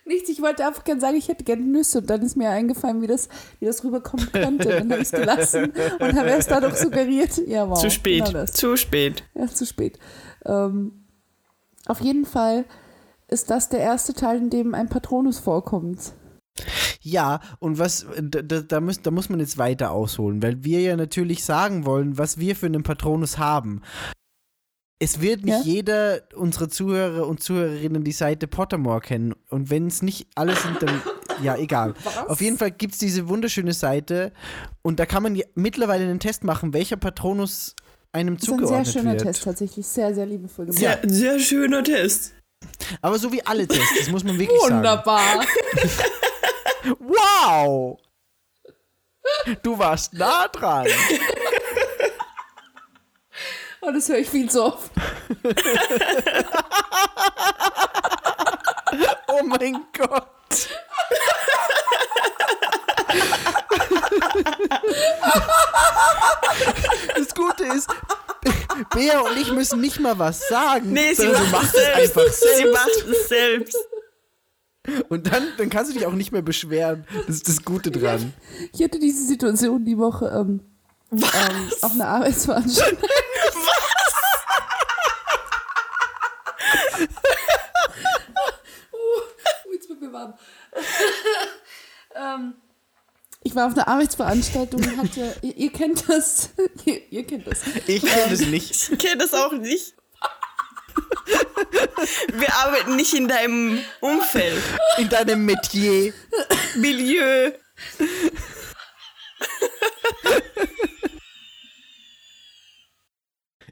Nichts, ich wollte einfach gerne sagen, ich hätte gerne Nüsse und dann ist mir eingefallen, wie das, wie das rüberkommen könnte. Dann habe ich es gelassen und habe erst dadurch suggeriert, ja, wow.
Zu spät.
Genau das.
Zu spät.
Ja, zu spät. Ähm, auf jeden Fall ist das der erste Teil, in dem ein Patronus vorkommt.
Ja, und was, da, da, da, muss, da muss man jetzt weiter ausholen, weil wir ja natürlich sagen wollen, was wir für einen Patronus haben. Es wird nicht
Ja.
jeder unserer Zuhörer und Zuhörerinnen die Seite Pottermore kennen. Und wenn es nicht alle sind, dann. Ja, egal. Auf jeden Fall gibt es diese wunderschöne Seite und da kann man ja mittlerweile einen Test machen, welcher Patronus einem
Das ist ein sehr
zugeordnet
schöner
wird.
Test tatsächlich, sehr, sehr liebevoll gemacht.
Sehr, sehr schöner Test.
Aber so wie alle Tests, das muss man wirklich sagen.
Wunderbar.
Wow! Du warst nah dran.
Und das höre ich viel zu oft.
Oh mein Gott. Bea und ich müssen nicht mal was sagen.
Nee, sie
sondern
macht,
sie macht
es
es einfach
Sie
selbst.
macht es selbst.
Und dann, dann kannst du dich auch nicht mehr beschweren. Das ist das Gute dran.
Ich hatte diese Situation die Woche ähm, ähm, auf einer Arbeitsveranstaltung. Oh, jetzt wird mir warm. ähm, ich war auf einer Arbeitsveranstaltung und hatte, ihr, ihr kennt das, ihr, ihr kennt das.
Ich kenne es nicht.
Ich kenne das auch nicht. Wir arbeiten nicht in deinem Umfeld,
In deinem Metier.
Milieu.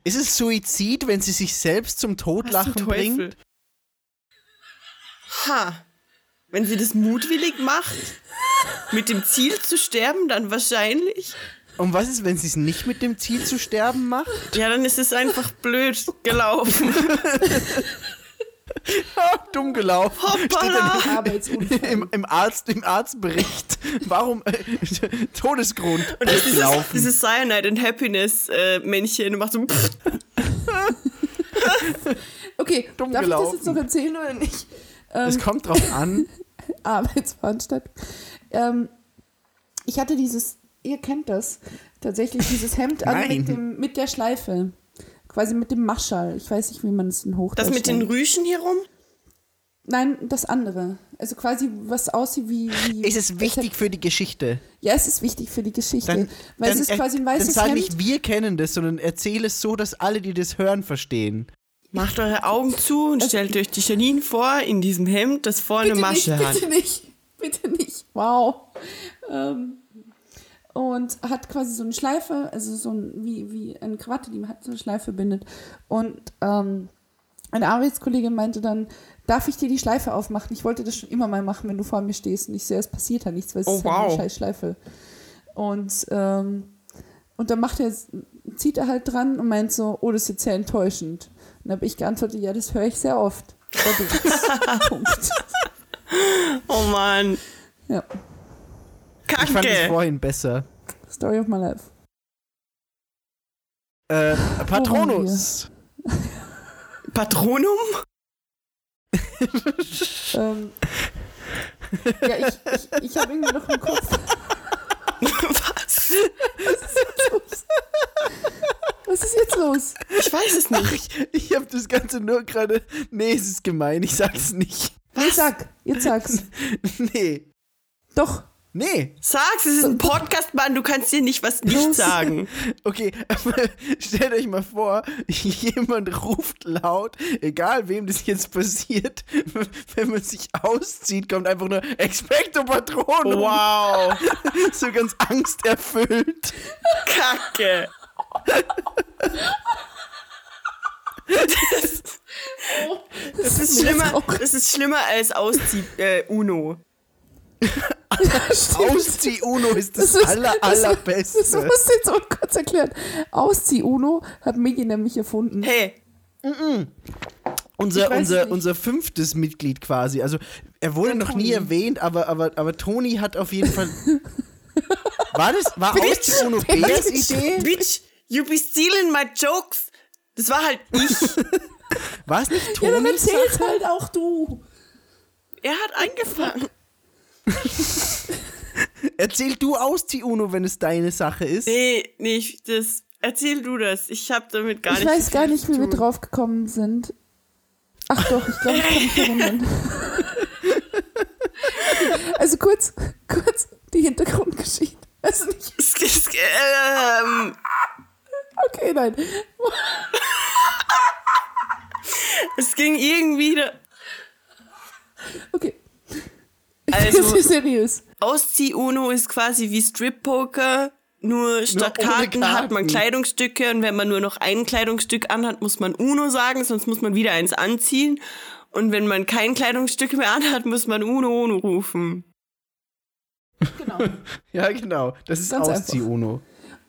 Ist es Suizid, wenn sie sich selbst zum
Was zum
Totlachen
Teufel?
bringt?
Ha. Wenn sie das mutwillig macht, mit dem Ziel zu sterben, dann wahrscheinlich.
Und was ist, wenn sie es nicht mit dem Ziel zu sterben macht?
Ja, dann ist es einfach blöd gelaufen.
Dumm gelaufen.
Hoppala.
Arbeitsunfall.
Im, im, Arzt, Im Arztbericht. Warum? Äh, Todesgrund.
Und das ist dieses,
Laufen.
dieses Cyanide and Happiness äh, Männchen und macht so pff,
Okay,
Dumm
darf ich das
gelaufen.
jetzt noch erzählen oder nicht? ähm,
Es kommt drauf an.
Arbeitsveranstaltung. Ähm, ich hatte dieses, ihr kennt das, tatsächlich dieses Hemd an
Nein.
mit, dem, mit der Schleife. Quasi mit dem Maschall. Ich weiß nicht, wie man es in Hochdeutsch
das mit den
nennt.
Rüschen hier rum.
Nein, das andere. Also quasi, was aussieht wie. wie
Ist es wichtig für die Geschichte?
Ja, es ist wichtig für die Geschichte.
Dann,
weil
dann
es ist
er-
quasi ein
dann
weißes
sag
Hemd.
nicht, wir kennen das, sondern erzähle es so, dass alle, die das hören, verstehen.
Macht eure Augen zu und stellt euch die Janine vor in diesem Hemd, das vorne
bitte
Masche
nicht,
hat.
Bitte nicht, bitte nicht. Wow. Ähm, und hat quasi so eine Schleife, also so ein, wie, wie eine Krawatte, die man hat, so eine Schleife bindet. Und ähm, eine Arbeitskollegin meinte dann, darf ich dir die Schleife aufmachen? Ich wollte das schon immer mal machen, wenn du vor mir stehst. Und ich so, ja, es passiert ja nichts, weil es
Oh,
ist halt eine
wow.
scheiß Schleife. Und, ähm, und dann macht er, zieht er halt dran und meint so, oh, das ist jetzt sehr enttäuschend. Und dann habe ich geantwortet, ja, das höre ich sehr oft. Und du- Punkt.
Oh Mann.
Ja,
Ich fand es
Kacke.
vorhin besser.
Story of my life.
Äh, Patronus.
Patronum?
Ähm, ja, ich, ich, ich habe irgendwie noch im Kopf,
Was?
was ist jetzt los?
Ich weiß es nicht.
Ich, ich habe das Ganze nur gerade. Nee, es ist gemein, ich sag's nicht.
Nee, sag, jetzt sag's.
Nee.
Doch,
Nee.
Sag's, es ist ein Podcast, Mann, du kannst dir nicht was nicht
Los.
sagen.
Okay, stellt euch mal vor, jemand ruft laut, egal wem das jetzt passiert, wenn man sich auszieht, kommt einfach nur Expecto Patronum.
Wow.
So ganz angsterfüllt.
Kacke.
das,
Das
ist
ist
mir jetzt
schlimmer,
auch-
das ist schlimmer als Auszieh äh, Uno.
Stimmt.
Auszieh-Uno ist das, aller,
das-
allerbeste.
Das musst du jetzt auch kurz erklären. Auszieh-UNO hat Migi nämlich erfunden.
Hey,
Ich
Unser,
weiß es
unser,
nicht.
unser fünftes Mitglied quasi. Also, er wurde noch nie
Toni.
erwähnt, aber, aber, aber Toni hat auf jeden Fall. War das, war
Bitch,
Auszieh-Uno
bitch.
Beas Idee?
bitch, you be stealing my jokes. Das war halt ich.
War es nicht
Ja, dann
Toni?
erzähl's halt auch du.
Er hat angefangen.
Erzähl du Auszieh-Uno, wenn es deine Sache ist.
Nee, nee, ich, das, erzähl du das. Ich hab damit gar
ich
nicht.
weiß
so
gar
viel
nicht,
zu
wie wir
tun.
drauf gekommen sind. Ach doch, ich glaube, ich kann mich erinnern. Also kurz, kurz die Hintergrundgeschichte. Also nicht,
Es- es- ähm,
okay, nein.
es ging irgendwie. da-
Okay.
Also-
das ist seriös.
Auszieh-Uno ist quasi wie Strip-Poker, nur statt
ohne
Karten, hat man
Karten.
Kleidungsstücke und wenn man nur noch ein Kleidungsstück anhat, muss man Uno sagen, sonst muss man wieder eins anziehen. Und wenn man kein Kleidungsstück mehr anhat, muss man Uno Uno rufen.
Ja, genau. Das ist
Ganz einfach.
Auszieh-Uno.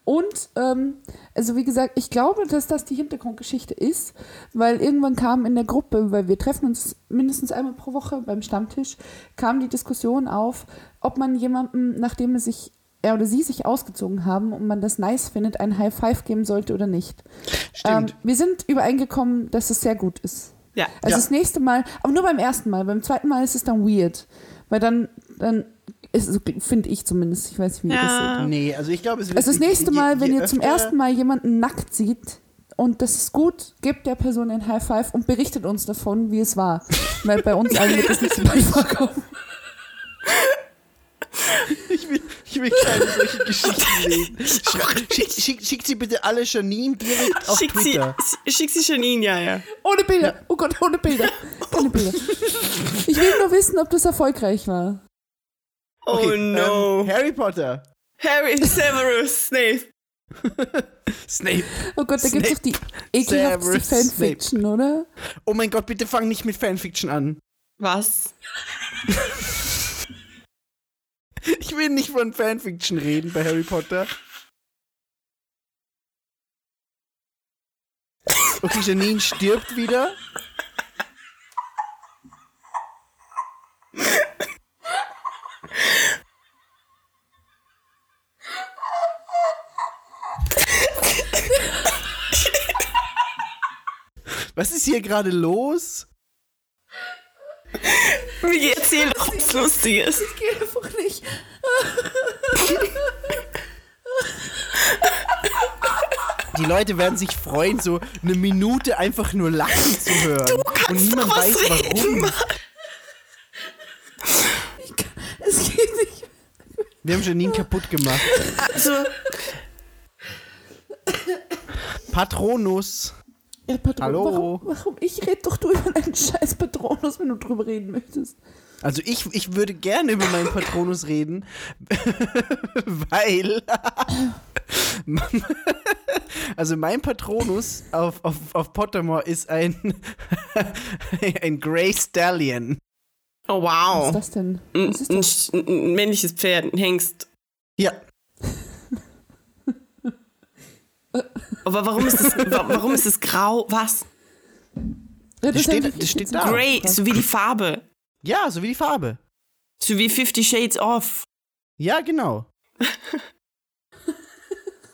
Und, ähm, also wie gesagt, ich glaube, dass das die Hintergrundgeschichte ist, weil irgendwann kam in der Gruppe, weil wir treffen uns mindestens einmal pro Woche beim Stammtisch, kam die Diskussion auf, ob man jemandem, nachdem er sich er oder sie sich ausgezogen haben und man das nice findet, ein High Five geben sollte oder nicht. Ähm,
Stimmt.
wir sind übereingekommen, dass es sehr gut ist.
Ja.
Also
Ja.
das nächste Mal, aber nur beim ersten Mal, beim zweiten Mal ist es dann weird. Weil dann, dann ist es, finde ich zumindest, ich weiß nicht, wie ihr das seht.
Ja.
Nee, also ich glaube, es wird.
Also das nächste Mal, wenn ihr zum
öfter-
ersten Mal jemanden nackt seht und das ist gut, gebt der Person ein High Five und berichtet uns davon, wie es war. Weil bei uns allen wird das nicht so weit vorkommen.
Ich will, ich will keine solche Geschichten lesen. Schra- Schick, schick, schickt sie bitte alle Janine direkt auf
Schick sie,
Twitter.
schick sie Janine, ja, ja.
Ohne Bilder. Oh Gott, ohne Bilder. Keine Bilder. Ich will nur wissen, ob das erfolgreich war.
Oh
Okay,
no.
ähm, Harry Potter.
Harry, Severus, Snape.
Snape.
Oh Gott, da gibt es doch die ekelhafteste
Severus Snape.
Fanfiction, oder?
Oh mein Gott, bitte fang nicht mit Fanfiction an.
Was?
Ich will nicht von Fanfiction reden bei Harry Potter. Okay, Janine stirbt wieder. Was ist hier gerade los?
Migi, erzähl doch was Lustiges.
Das geht einfach nicht.
Die Leute werden sich freuen, so eine Minute einfach nur lachen zu hören. Du
kannst
Und niemand
doch was
weiß
reden,
warum.
Ich kann, es geht nicht.
Wir haben Janine kaputt gemacht.
Also,
Patronus.
Ja, Patron,
Hallo?
Warum, warum? Ich rede doch du über einen scheiß Patronus, wenn du drüber reden möchtest.
Also ich, ich würde gerne über meinen Patronus reden, weil... also mein Patronus auf, auf, auf Pottermore ist ein, ein Grey Stallion.
oh
Was ist
wow.
das denn?
Ein,
Was ist
ein
das?
Sch- ein, ein männliches Pferd, ein Hengst.
Ja,
Aber warum ist das, wa- warum ist das grau? Was?
Ja,
das steht-
hab ich
das steht
jetzt
da.
nicht
Grey,
gefragt.
so wie die Farbe.
ja, so wie die Farbe.
So wie Fifty Shades Off.
Ja, genau.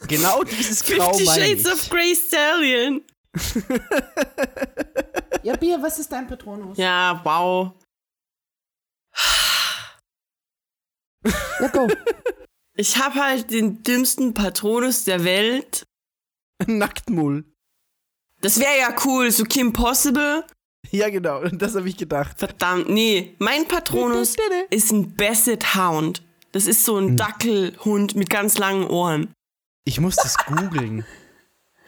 genau dieses Grau
Fifty
meine
Shades
ich.
of Grey Stallion.
Ja, Bia, was ist dein Patronus? Ja,
Ja, wow.
go.
Ich habe halt den dümmsten Patronus der Welt.
Nacktmull.
Das wäre ja cool, so Kim Possible.
Ja, genau, das habe ich gedacht.
Verdammt, nee. Mein Patronus ist ein Basset Hound. Das ist so
Hm.
ein Dackelhund mit ganz langen Ohren.
Ich muss das googeln.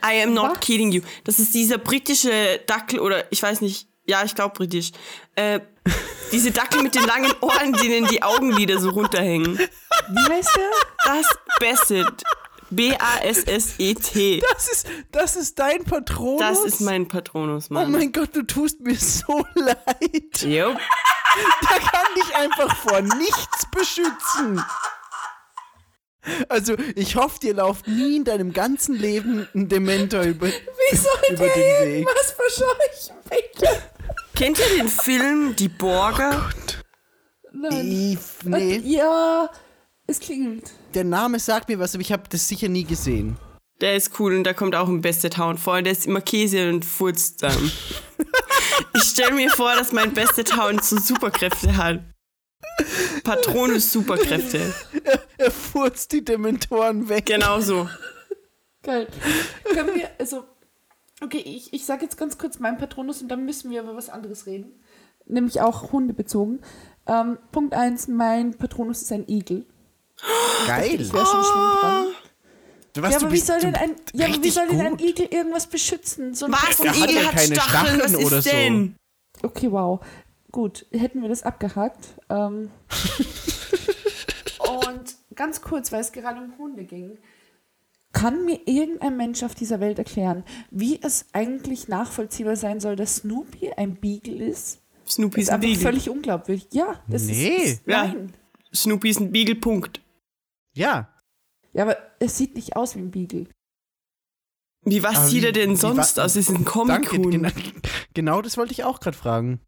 I am not
Was?
kidding you. Das ist dieser britische Dackel oder ich weiß nicht, ja, ich glaube britisch. Äh, diese Dackel mit den langen Ohren, denen die Augenlider so runterhängen.
Wie heißt der?
Das Basset. B-A-S-S-E-T.
Das ist, das ist dein Patronus?
E Das ist mein Patronus,
Oh
Mann.
mein Gott, du tust mir so leid.
Yup.
Der kann dich einfach vor nichts beschützen. Also, ich hoffe, dir läuft nie in deinem ganzen Leben ein Dementor über,
Wie soll
Über
der
den Weg.
irgendwas verscheuchen, bitte?
Kennt ihr den Film Die Borger?
Nein.
Eve. Nee,
Ja, es klingelt.
der Name sagt mir was, aber ich habe das sicher nie gesehen.
der ist cool und da kommt auch ein Bestet Hound vor. Der ist immer Käse und furzt dann. ich stelle mir vor, dass mein Bestet Hound so Superkräfte hat. Patronus Superkräfte.
Er furzt die Dementoren weg.
Genau so.
Geil. Können wir, also, okay, ich, ich sage jetzt ganz kurz meinen Patronus und dann müssen wir über was anderes reden. Nämlich auch hundebezogen. Ähm, Punkt 1, mein Patronus ist ein Igel.
Geil.
Ich wäre schon schlimm dran.
Was,
Ja,
du
aber wie
bist-
soll
du-
denn ein, ja, aber wie
richtig
soll denn ein
gut.
Igel irgendwas beschützen? So ein
Was?
Patronus-
Ein
hat
Igel
ja
hat
keine
Stacheln, was
Stacheln
ist
oder so.
denn?
Okay, wow. Gut, hätten wir das abgehakt. Ähm. Und ganz kurz, weil es gerade um Hunde ging. Kann mir irgendein Mensch auf dieser Welt erklären, wie es eigentlich nachvollziehbar sein soll, dass Snoopy ein Beagle ist?
Snoopy
Ist
ist ein
einfach
Beagle.
völlig unglaublich. Ja, das
Nee.
ist, ist
Ja.
nein.
Snoopy ist ein Beagle, Punkt.
Ja.
Ja, aber es sieht nicht aus wie ein Beagle.
Wie, was
Aber
sieht
wie-
er denn
wie
sonst
wa-
aus? Ist ein comic
Danke, genau,
-Huhn.
genau das wollte ich auch gerade fragen.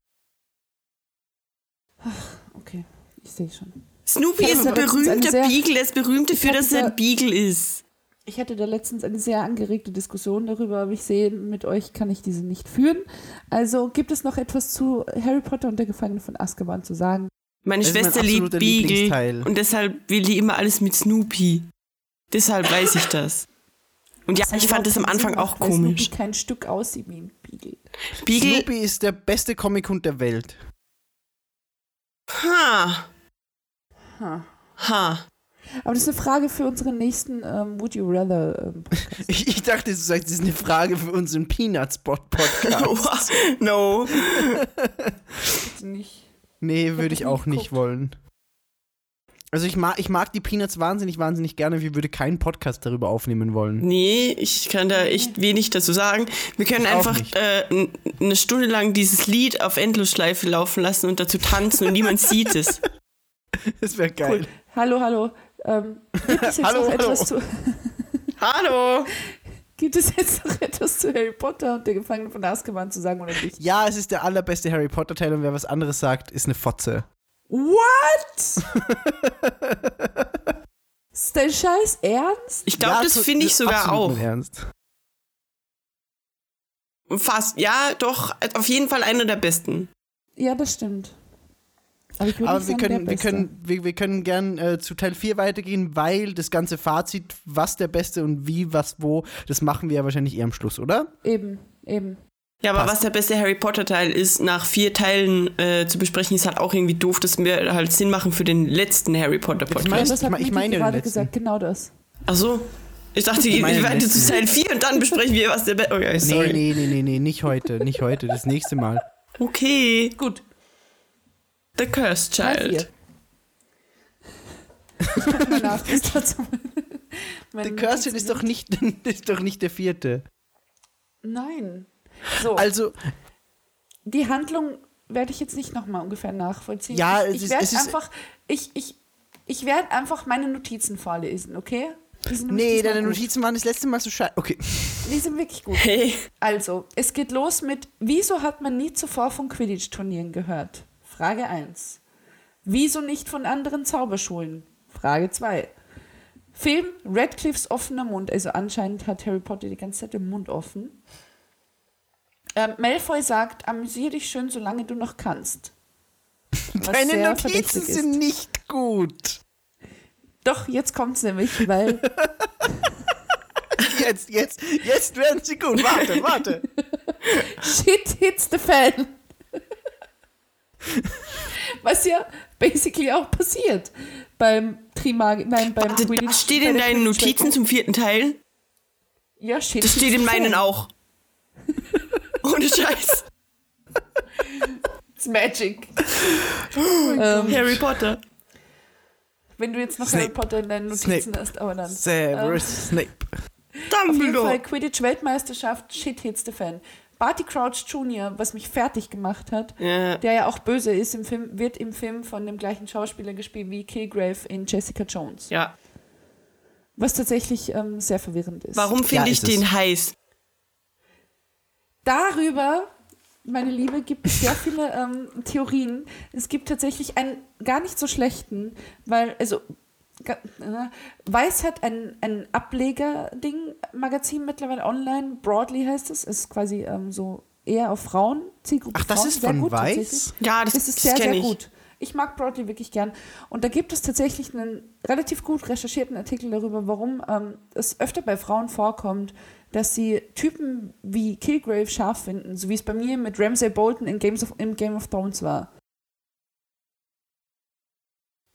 Okay, ich sehe schon.
Snoopy
Ich
ist
hatte
ein
letztens eine
berühmter
sehr-
Beagle. Er ist berühmt dafür,
hatte
dass er
da-
ein Beagle ist.
Ich hatte da letztens eine sehr angeregte Diskussion darüber, aber ich sehe, mit euch kann ich diese nicht führen. Also gibt es noch etwas zu Harry Potter und der Gefangene von Azkaban zu sagen?
Meine
Das ist mein
Schwester liebt
absoluter
Beagle.
Lieblingsteil.
Und deshalb will die immer alles mit Snoopy. Deshalb weiß ich das. Und ja,
hat
ich fand
überhaupt
das am
keinen
Anfang
Sinn
auch
gemacht, weil
komisch.
Snoopy kein Stück aussieht wie ein Beagle.
Beagle,
Snoopy ist der beste Comichund der Welt.
ha,
Ha.
ha.
Aber das ist eine Frage für unseren nächsten ähm, Would You Rather. Ähm, Podcast.
Ich, ich dachte, du sagst, das ist eine Frage für unseren Peanuts-Podcast.
Wow, no.
nicht.
nee,
hab
würde
das
ich
nie
auch nicht
geguckt.
wollen. Also ich mag, ich mag die Peanuts wahnsinnig, wahnsinnig gerne. Ich würde keinen Podcast darüber aufnehmen wollen.
Nee, ich kann da echt wenig dazu sagen. Wir können
Ich auch
einfach
nicht.
äh, n- eine Stunde lang dieses Lied auf Endlosschleife laufen lassen und dazu tanzen und niemand sieht es.
Das wäre geil.
Hallo, hallo. Ähm, gibt es jetzt
Hallo,
noch
hallo.
etwas zu.
Hallo!
Gibt es jetzt noch etwas zu Harry Potter und der Gefangene von Azkaban zu sagen oder nicht?
Ja, es ist der allerbeste Harry Potter-Teil und wer was anderes sagt, ist eine Fotze.
What? ist dein Scheiß ernst?
Ich glaube,
Ja,
das
zu-
finde ich sogar
absolut
auch.
im Ernst.
Fast, ja, doch, auf jeden Fall einer der besten.
Ja, das stimmt. Aber, ich würde
Aber
nicht
wir
sagen,
können,
der
wir,
Beste.
können, wir, wir können gern äh, zu Teil 4 weitergehen, weil das ganze Fazit, was der Beste und wie, was, wo, das machen wir ja wahrscheinlich eher am Schluss, oder?
Eben, eben.
Ja, aber
Passt.
was der beste Harry Potter-Teil ist, nach vier Teilen äh, zu besprechen, ist halt auch irgendwie doof. Das würde halt Sinn machen für den letzten Harry
Ich
Ja,
mein-
Potter-Podcast.
das hat
ich mein- ich
Miki
meine den
gerade
letzten.
gesagt, genau das.
Ach so. Ich dachte, ich
meine
warte
letzten.
zu Teil 4 und dann besprechen wir, was der beste. Okay, sorry.
Nee, nee, nee, nee, nee, nicht heute, nicht heute, das nächste Mal.
Okay.
Gut.
The Cursed
Teil
Child.
4. Ich guck mal nach, bis dazu.
The Cursed ist doch nicht, ist doch nicht der vierte.
Nein. So,
Also,
die Handlung werde ich jetzt nicht nochmal ungefähr nachvollziehen.
Ja,
ich,
es
ich
ist-
werde
es ist-
einfach, ich, ich, ich werde einfach meine Notizen vorlesen, okay? Die sind nämlich
nee,
diesmal
deine
gut.
Notizen waren das letzte Mal so scheiße. Okay.
Die sind wirklich gut.
Hey.
Also, es geht los mit, wieso hat man nie zuvor von Quidditch-Turnieren gehört? Frage 1. Wieso nicht von anderen Zauberschulen? Frage 2. Film Radcliffes offener Mund. Also anscheinend hat Harry Potter die ganze Zeit den Mund offen. Ähm, Malfoy sagt, amüsier dich schön, solange du noch kannst. Was
Deine
sehr
Notizen
verdächtig ist.
sind nicht gut.
Doch, jetzt kommt's nämlich, weil
Jetzt, jetzt, jetzt werden sie gut. Warte, warte.
Shit hits the fan. Was ja basically auch passiert beim Trimag, nein, beim
Warte,
Quidditch-
das steht
bei
in
der
deinen
Quidditch-Strecke.
Notizen zum vierten Teil.
Ja, shit.
Das
hits
steht
the
in meinen
fan.
auch. Ohne Scheiß.
It's magic. Ähm,
Harry Potter.
Wenn du jetzt noch
Snape.
Harry Potter in deinen Notizen
Snape.
hast, aber dann. ähm,
Severus Snape.
Auf jeden Fall
Dumbledore.
Quidditch-Weltmeisterschaft, shit hits the fan. Barty Crouch Jr., was mich fertig gemacht hat,
Ja.
der ja auch böse ist im Film, wird im Film von dem gleichen Schauspieler gespielt wie Kilgrave in Jessica Jones.
Ja.
Was tatsächlich ähm, sehr verwirrend ist.
Warum finde ich
ist es.
den heiß?
darüber, meine Liebe, gibt es sehr viele ähm, Theorien. Es gibt tatsächlich einen gar nicht so schlechten, weil, also, ga- äh, Weiß hat ein, ein Ableger-Ding, Magazin mittlerweile online, Broadly heißt es, ist quasi ähm, so eher auf Frauen, Zielgruppe
Ach, das
Frauen,
ist
sehr
von
gut
Weiß?
tatsächlich.
Ja, das,
Das ist
das
sehr,
kenn
sehr
ich.
gut. Ich mag Broadly wirklich gern. Und da gibt es tatsächlich einen relativ gut recherchierten Artikel darüber, warum ähm, es öfter bei Frauen vorkommt, dass sie Typen wie Kilgrave scharf finden, so wie es bei mir mit Ramsay Bolton in Games of, im Game of Thrones war.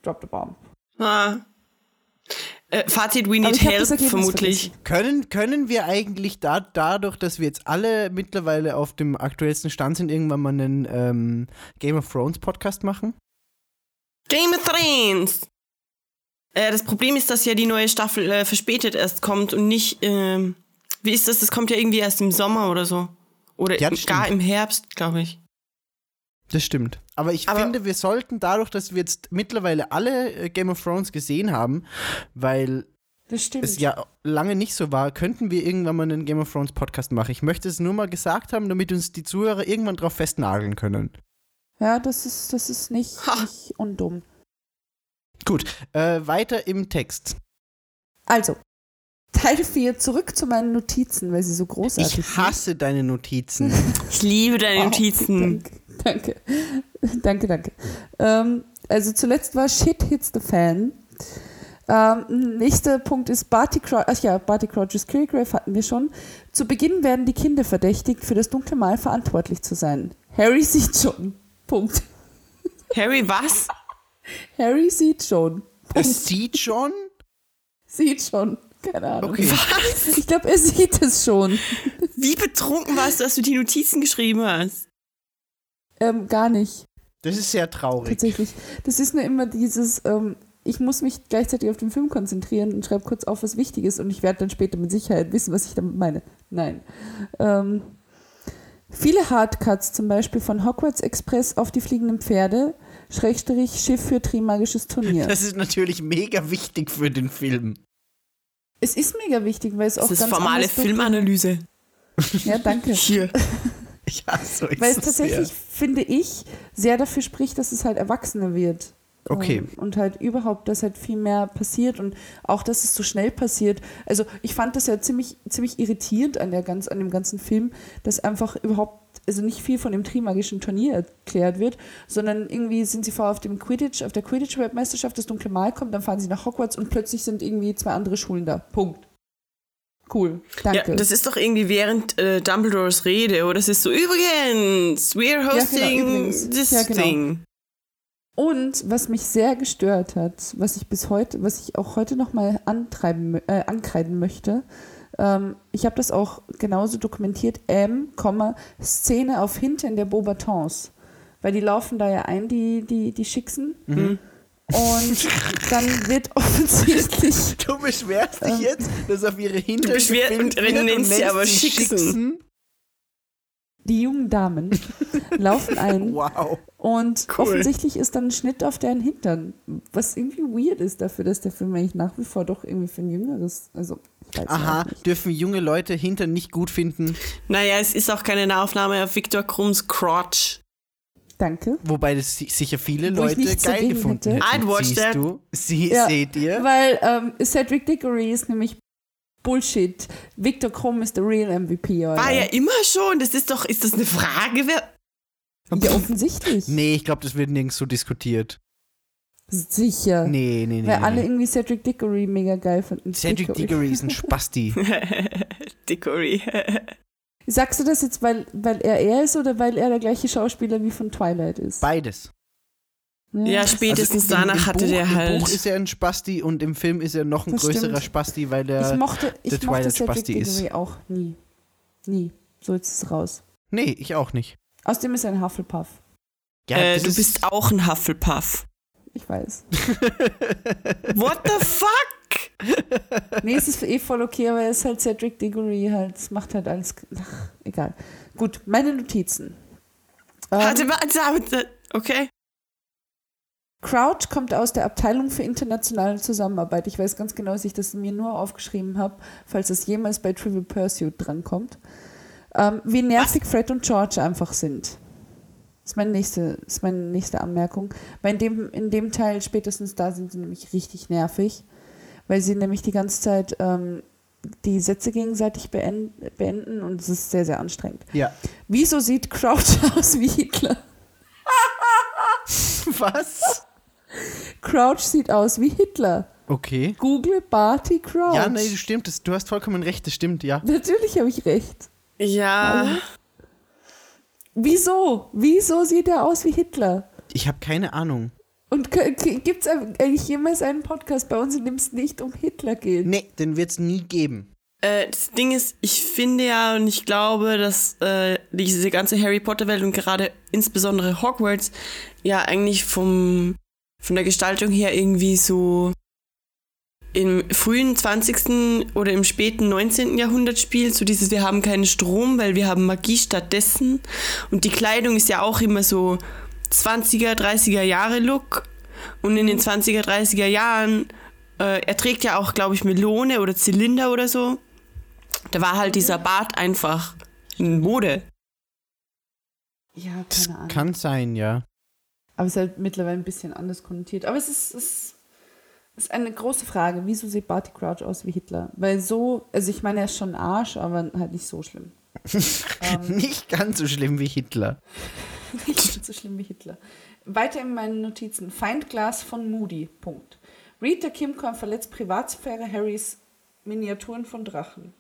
Drop the bomb.
Ah. Äh, Fazit, we
Aber
need
ich hab
help,
das Ergebnis
vermutlich.
vergessen.
Können, können wir eigentlich da, dadurch, dass wir jetzt alle mittlerweile auf dem aktuellsten Stand sind, irgendwann mal einen ähm, Game of Thrones Podcast machen?
Game of Thrones! Äh, das Problem ist, dass ja die neue Staffel äh, verspätet erst kommt und nicht. Ähm, wie ist das? Das kommt ja irgendwie erst im Sommer oder so. Oder
Ja,
im,
das
gar
stimmt.
im Herbst, glaube ich.
Das stimmt. Aber ich
Aber-
finde, wir sollten dadurch, dass wir jetzt mittlerweile alle äh, Game of Thrones gesehen haben, weil
Das stimmt.
es ja lange nicht so war, könnten wir irgendwann mal einen Game of Thrones Podcast machen. Ich möchte es nur mal gesagt haben, damit uns die Zuhörer irgendwann drauf festnageln können.
Ja, das ist, das ist nicht,
Ha.
nicht undumm.
Gut, äh, weiter im Text.
Also, Teil 4, zurück zu meinen Notizen, weil sie so großartig
Ich hasse deine Notizen.
Ich liebe deine
Oh,
Notizen.
Danke, danke, danke. danke. Ähm, also zuletzt war Shit Hits the Fan. Ähm, nächster Punkt ist Barty Crouch. Ach ja, Barty Crouch's Kilgrave hatten wir schon. Zu Beginn werden die Kinder verdächtigt, für das dunkle Mal verantwortlich zu sein. Harry sieht schon. Punkt.
Harry, was?
Harry sieht schon.
Es sieht schon?
Sieht schon. Keine Ahnung.
Okay.
Was?
Ich glaube, er sieht es schon.
Wie betrunken warst du, dass du die Notizen geschrieben hast?
Ähm, gar nicht.
Das ist sehr traurig.
Tatsächlich. Das ist nur immer dieses, ähm, ich muss mich gleichzeitig auf den Film konzentrieren und schreibe kurz auf, was wichtig ist und ich werde dann später mit Sicherheit wissen, was ich damit meine. Nein. Ähm, viele Hardcuts, zum Beispiel von Hogwarts Express auf die fliegenden Pferde, Schrägstrich Schiff für Trimagisches Turnier.
Das ist natürlich mega wichtig für den Film.
es ist mega wichtig, weil es auch
Das ist
ganz
formale
anders durch-
Filmanalyse.
Ja, danke.
Hier.
Ich hasse euch
Weil es
so
tatsächlich,
sehr.
finde ich, sehr dafür spricht, dass es halt erwachsener wird.
Okay.
Ähm, Und halt überhaupt, dass halt viel mehr passiert und auch, dass es so schnell passiert. Also ich fand das ja ziemlich, ziemlich irritierend an, der ganz, an dem ganzen Film, dass einfach überhaupt, also nicht viel von dem Trimagischen Turnier erklärt wird, sondern irgendwie sind sie vorher auf dem Quidditch, auf der Quidditch-Weltmeisterschaft, das dunkle Mal kommt, dann fahren sie nach Hogwarts und plötzlich sind irgendwie zwei andere Schulen da. Punkt. Cool.
Ja,
Danke.
das ist doch irgendwie während äh, Dumbledores Rede, oder? Das ist so, übrigens, we're hosting
genau, übrigens.
this
Ja, genau.
thing.
Und was mich sehr gestört hat, was ich bis heute, was ich auch heute nochmal antreiben, mö- äh, ankreiden möchte, ähm, ich habe das auch genauso dokumentiert, M, Komma, Szene auf Hintern der Bobatons. Weil die laufen da ja ein, die, die, die Schicksen. Und dann wird offensichtlich
Du beschwerst dich
Ähm.
jetzt, dass auf ihre Hintern
beschwer-
gefilmt
und nennst sie aber Schicksen.
die jungen Damen laufen ein
Wow.
Und
Cool.
offensichtlich ist dann ein Schnitt auf deren Hintern, was irgendwie weird ist dafür, dass der Film eigentlich nach wie vor doch irgendwie für ein jüngeres, also ich weiß
Aha,
auch nicht.
dürfen junge Leute Hintern nicht gut finden,
Naja, es ist auch keine Nahaufnahme auf Viktor Krumms Crotch.
Danke.
wobei das si- sicher viele
Wo ich
Leute
nichts
geil
dagegen
gefunden
hätte.
hätten.
I'd watch
Siehst
that.
du? Sie,
Ja,
Seht ihr?
Weil ähm, Cedric Diggory ist nämlich Bullshit. Victor Krumm ist der real MVP, oder?
Ah,
War ja immer schon. Das ist doch, ist das eine Frage? Wer
ja, offensichtlich.
Nee, ich glaube, das wird nirgends so diskutiert.
Sicher.
Nee, nee, nee.
Weil
nee,
alle
nee.
irgendwie Cedric Diggory mega geil fanden.
Cedric Diggory ist ein Spasti.
Dickory.
Sagst du das jetzt, weil, weil er er ist oder weil er der gleiche Schauspieler wie von Twilight ist?
Beides.
ja,
Also
spätestens
im- im
danach hatte
Buch,
der
im
halt.
Buch ist er ein Spasti und im Film ist er noch ein
Das
größerer
stimmt.
Spasti, weil
ich
der.
mochte,
der
ich mochte
Twilight
Cedric
Spasti ist.
Diggory auch nie. Nie. So jetzt ist es raus.
nee, ich auch nicht.
Außerdem ist er ein Hufflepuff.
Ja,
äh,
das
du
ist-
bist auch ein Hufflepuff.
Ich weiß.
What the fuck?
Nee, es ist eh voll okay, aber er ist halt Cedric Diggory, halt, es macht halt alles. Ach, egal. Gut, meine Notizen. Ähm,
Hatte, warte, warte, okay.
Crouch kommt aus der Abteilung für internationale Zusammenarbeit. Ich weiß ganz genau, dass ich das mir nur aufgeschrieben habe, falls es jemals bei Trivial Pursuit drankommt. Ähm, wie nervig Fred und George einfach sind. ist meine nächste, ist meine nächste Anmerkung. Weil in dem, in dem Teil spätestens da sind sie nämlich richtig nervig, weil sie nämlich die ganze Zeit ähm, die Sätze gegenseitig beenden, beenden und es ist sehr, sehr anstrengend.
Ja.
Wieso sieht Crouch aus wie Hitler?
Was?
Crouch sieht aus wie Hitler.
Okay.
Google Barty Crouch.
Ja, nee, das stimmt. Das, du hast vollkommen recht, das stimmt, ja.
Natürlich habe ich recht.
Ja.
Wieso? Wieso sieht er aus wie Hitler?
Ich habe keine Ahnung.
Und gibt es eigentlich jemals einen Podcast bei uns, in dem es nicht um Hitler geht?
Nee, den wird's nie geben.
Äh, das Ding ist, ich finde ja und ich glaube, dass äh, diese ganze Harry Potter Welt und gerade insbesondere Hogwarts ja eigentlich vom, von der Gestaltung her irgendwie so im frühen 20. oder im späten 19. Jahrhundert spielt, so dieses wir haben keinen Strom, weil wir haben Magie stattdessen und die Kleidung ist ja auch immer so 20er, 30er Jahre Look und in den 20er, 30er Jahren äh, er trägt ja auch, glaube ich, Melone oder Zylinder oder so. Da war halt dieser Bart einfach in Mode.
Ja,
Das
keine Ahnung.
kann sein, ja.
Aber es ist halt mittlerweile ein bisschen anders konnotiert. Aber es ist, es Das ist eine große Frage. Wieso sieht Barty Crouch aus wie Hitler? Weil so, also ich meine, er ist schon Arsch, aber halt nicht so schlimm. Ähm.
Nicht ganz so schlimm wie Hitler.
nicht so schlimm wie Hitler. Weiter in meinen Notizen. Feindglas von Moody. Punkt. Rita Kimcorn verletzt Privatsphäre Harrys Miniaturen von Drachen.